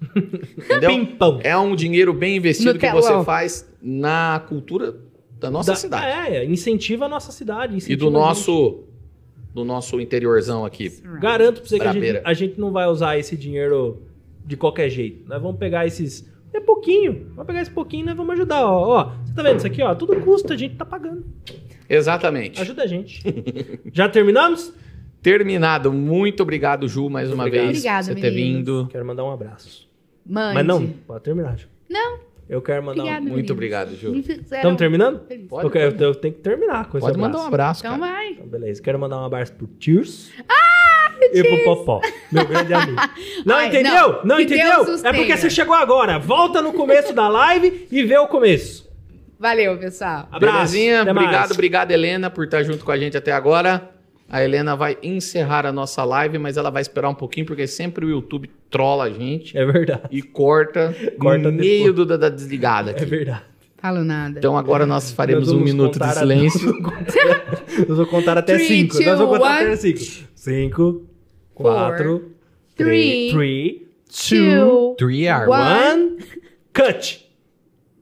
Speaker 1: Entendeu?
Speaker 2: Pimpão.
Speaker 1: É um dinheiro bem investido
Speaker 3: No
Speaker 1: que
Speaker 3: telão.
Speaker 1: você faz na cultura da nossa
Speaker 2: Da-
Speaker 1: cidade.
Speaker 2: É, incentiva a nossa cidade.
Speaker 1: E
Speaker 2: incentiva
Speaker 1: do
Speaker 2: a gente.
Speaker 1: nosso do nosso interiorzão aqui.
Speaker 2: Garanto pra você que a gente,
Speaker 1: Brabeira.
Speaker 2: a gente não vai usar esse dinheiro de qualquer jeito. Nós vamos pegar esses. É pouquinho. Vamos pegar esse pouquinho e nós vamos ajudar. Ó, ó, você tá vendo isso aqui, ó? Tudo custa, a gente tá pagando.
Speaker 1: Exatamente.
Speaker 2: Ajuda a gente. Já terminamos?
Speaker 1: Terminado. Muito obrigado, Ju, mais uma
Speaker 2: Obrigado.
Speaker 1: vez por
Speaker 3: Obrigado,
Speaker 1: você ter
Speaker 3: meninos.
Speaker 1: vindo.
Speaker 2: Quero mandar um abraço.
Speaker 3: Mande.
Speaker 2: Mas não, pode terminar. Ju.
Speaker 3: Não,
Speaker 2: Eu quero mandar
Speaker 3: Obrigada,
Speaker 2: um.
Speaker 1: Muito
Speaker 3: meninos.
Speaker 1: obrigado, Ju.
Speaker 3: Me fizeram
Speaker 2: Estamos terminando?
Speaker 3: feliz.
Speaker 1: Pode,
Speaker 2: eu, quero- eu tenho que terminar com esse
Speaker 1: Pode mandar um abraço,
Speaker 2: abraço.
Speaker 3: Então
Speaker 1: cara.
Speaker 3: vai.
Speaker 2: Então, beleza. Quero mandar um abraço pro Tears. E pro Popó, meu grande amigo. Não
Speaker 3: Ah, Ai,
Speaker 2: entendeu? Não,
Speaker 3: não. Que
Speaker 2: entendeu?
Speaker 3: Deus os
Speaker 2: É porque
Speaker 3: tenha.
Speaker 2: você chegou agora. Volta no começo da live e vê o começo.
Speaker 3: Valeu, pessoal.
Speaker 2: Abraço.
Speaker 1: Belezinha?
Speaker 2: até mais.
Speaker 1: Obrigado, obrigado, Helena, por estar junto com a gente até agora. A Helena vai encerrar a nossa live, mas ela vai esperar um pouquinho, porque sempre o YouTube trola a gente
Speaker 2: É verdade.
Speaker 1: e corta,
Speaker 2: Corta
Speaker 1: no meio do, da, da desligada
Speaker 2: É
Speaker 1: aqui.
Speaker 2: verdade.
Speaker 3: Falo nada.
Speaker 1: Então agora nós faremos
Speaker 2: É. Nós
Speaker 1: um
Speaker 2: vamos
Speaker 1: minuto
Speaker 2: contar
Speaker 1: de
Speaker 2: a-
Speaker 1: silêncio.
Speaker 2: Nós vamos contar até
Speaker 3: Three,
Speaker 2: 5. Nós vamos
Speaker 3: two,
Speaker 2: contar até
Speaker 3: one.
Speaker 2: 5. 5, 4,
Speaker 3: Three,
Speaker 2: 3, 2,
Speaker 3: two,
Speaker 1: 3
Speaker 3: one.
Speaker 2: 1. Cut!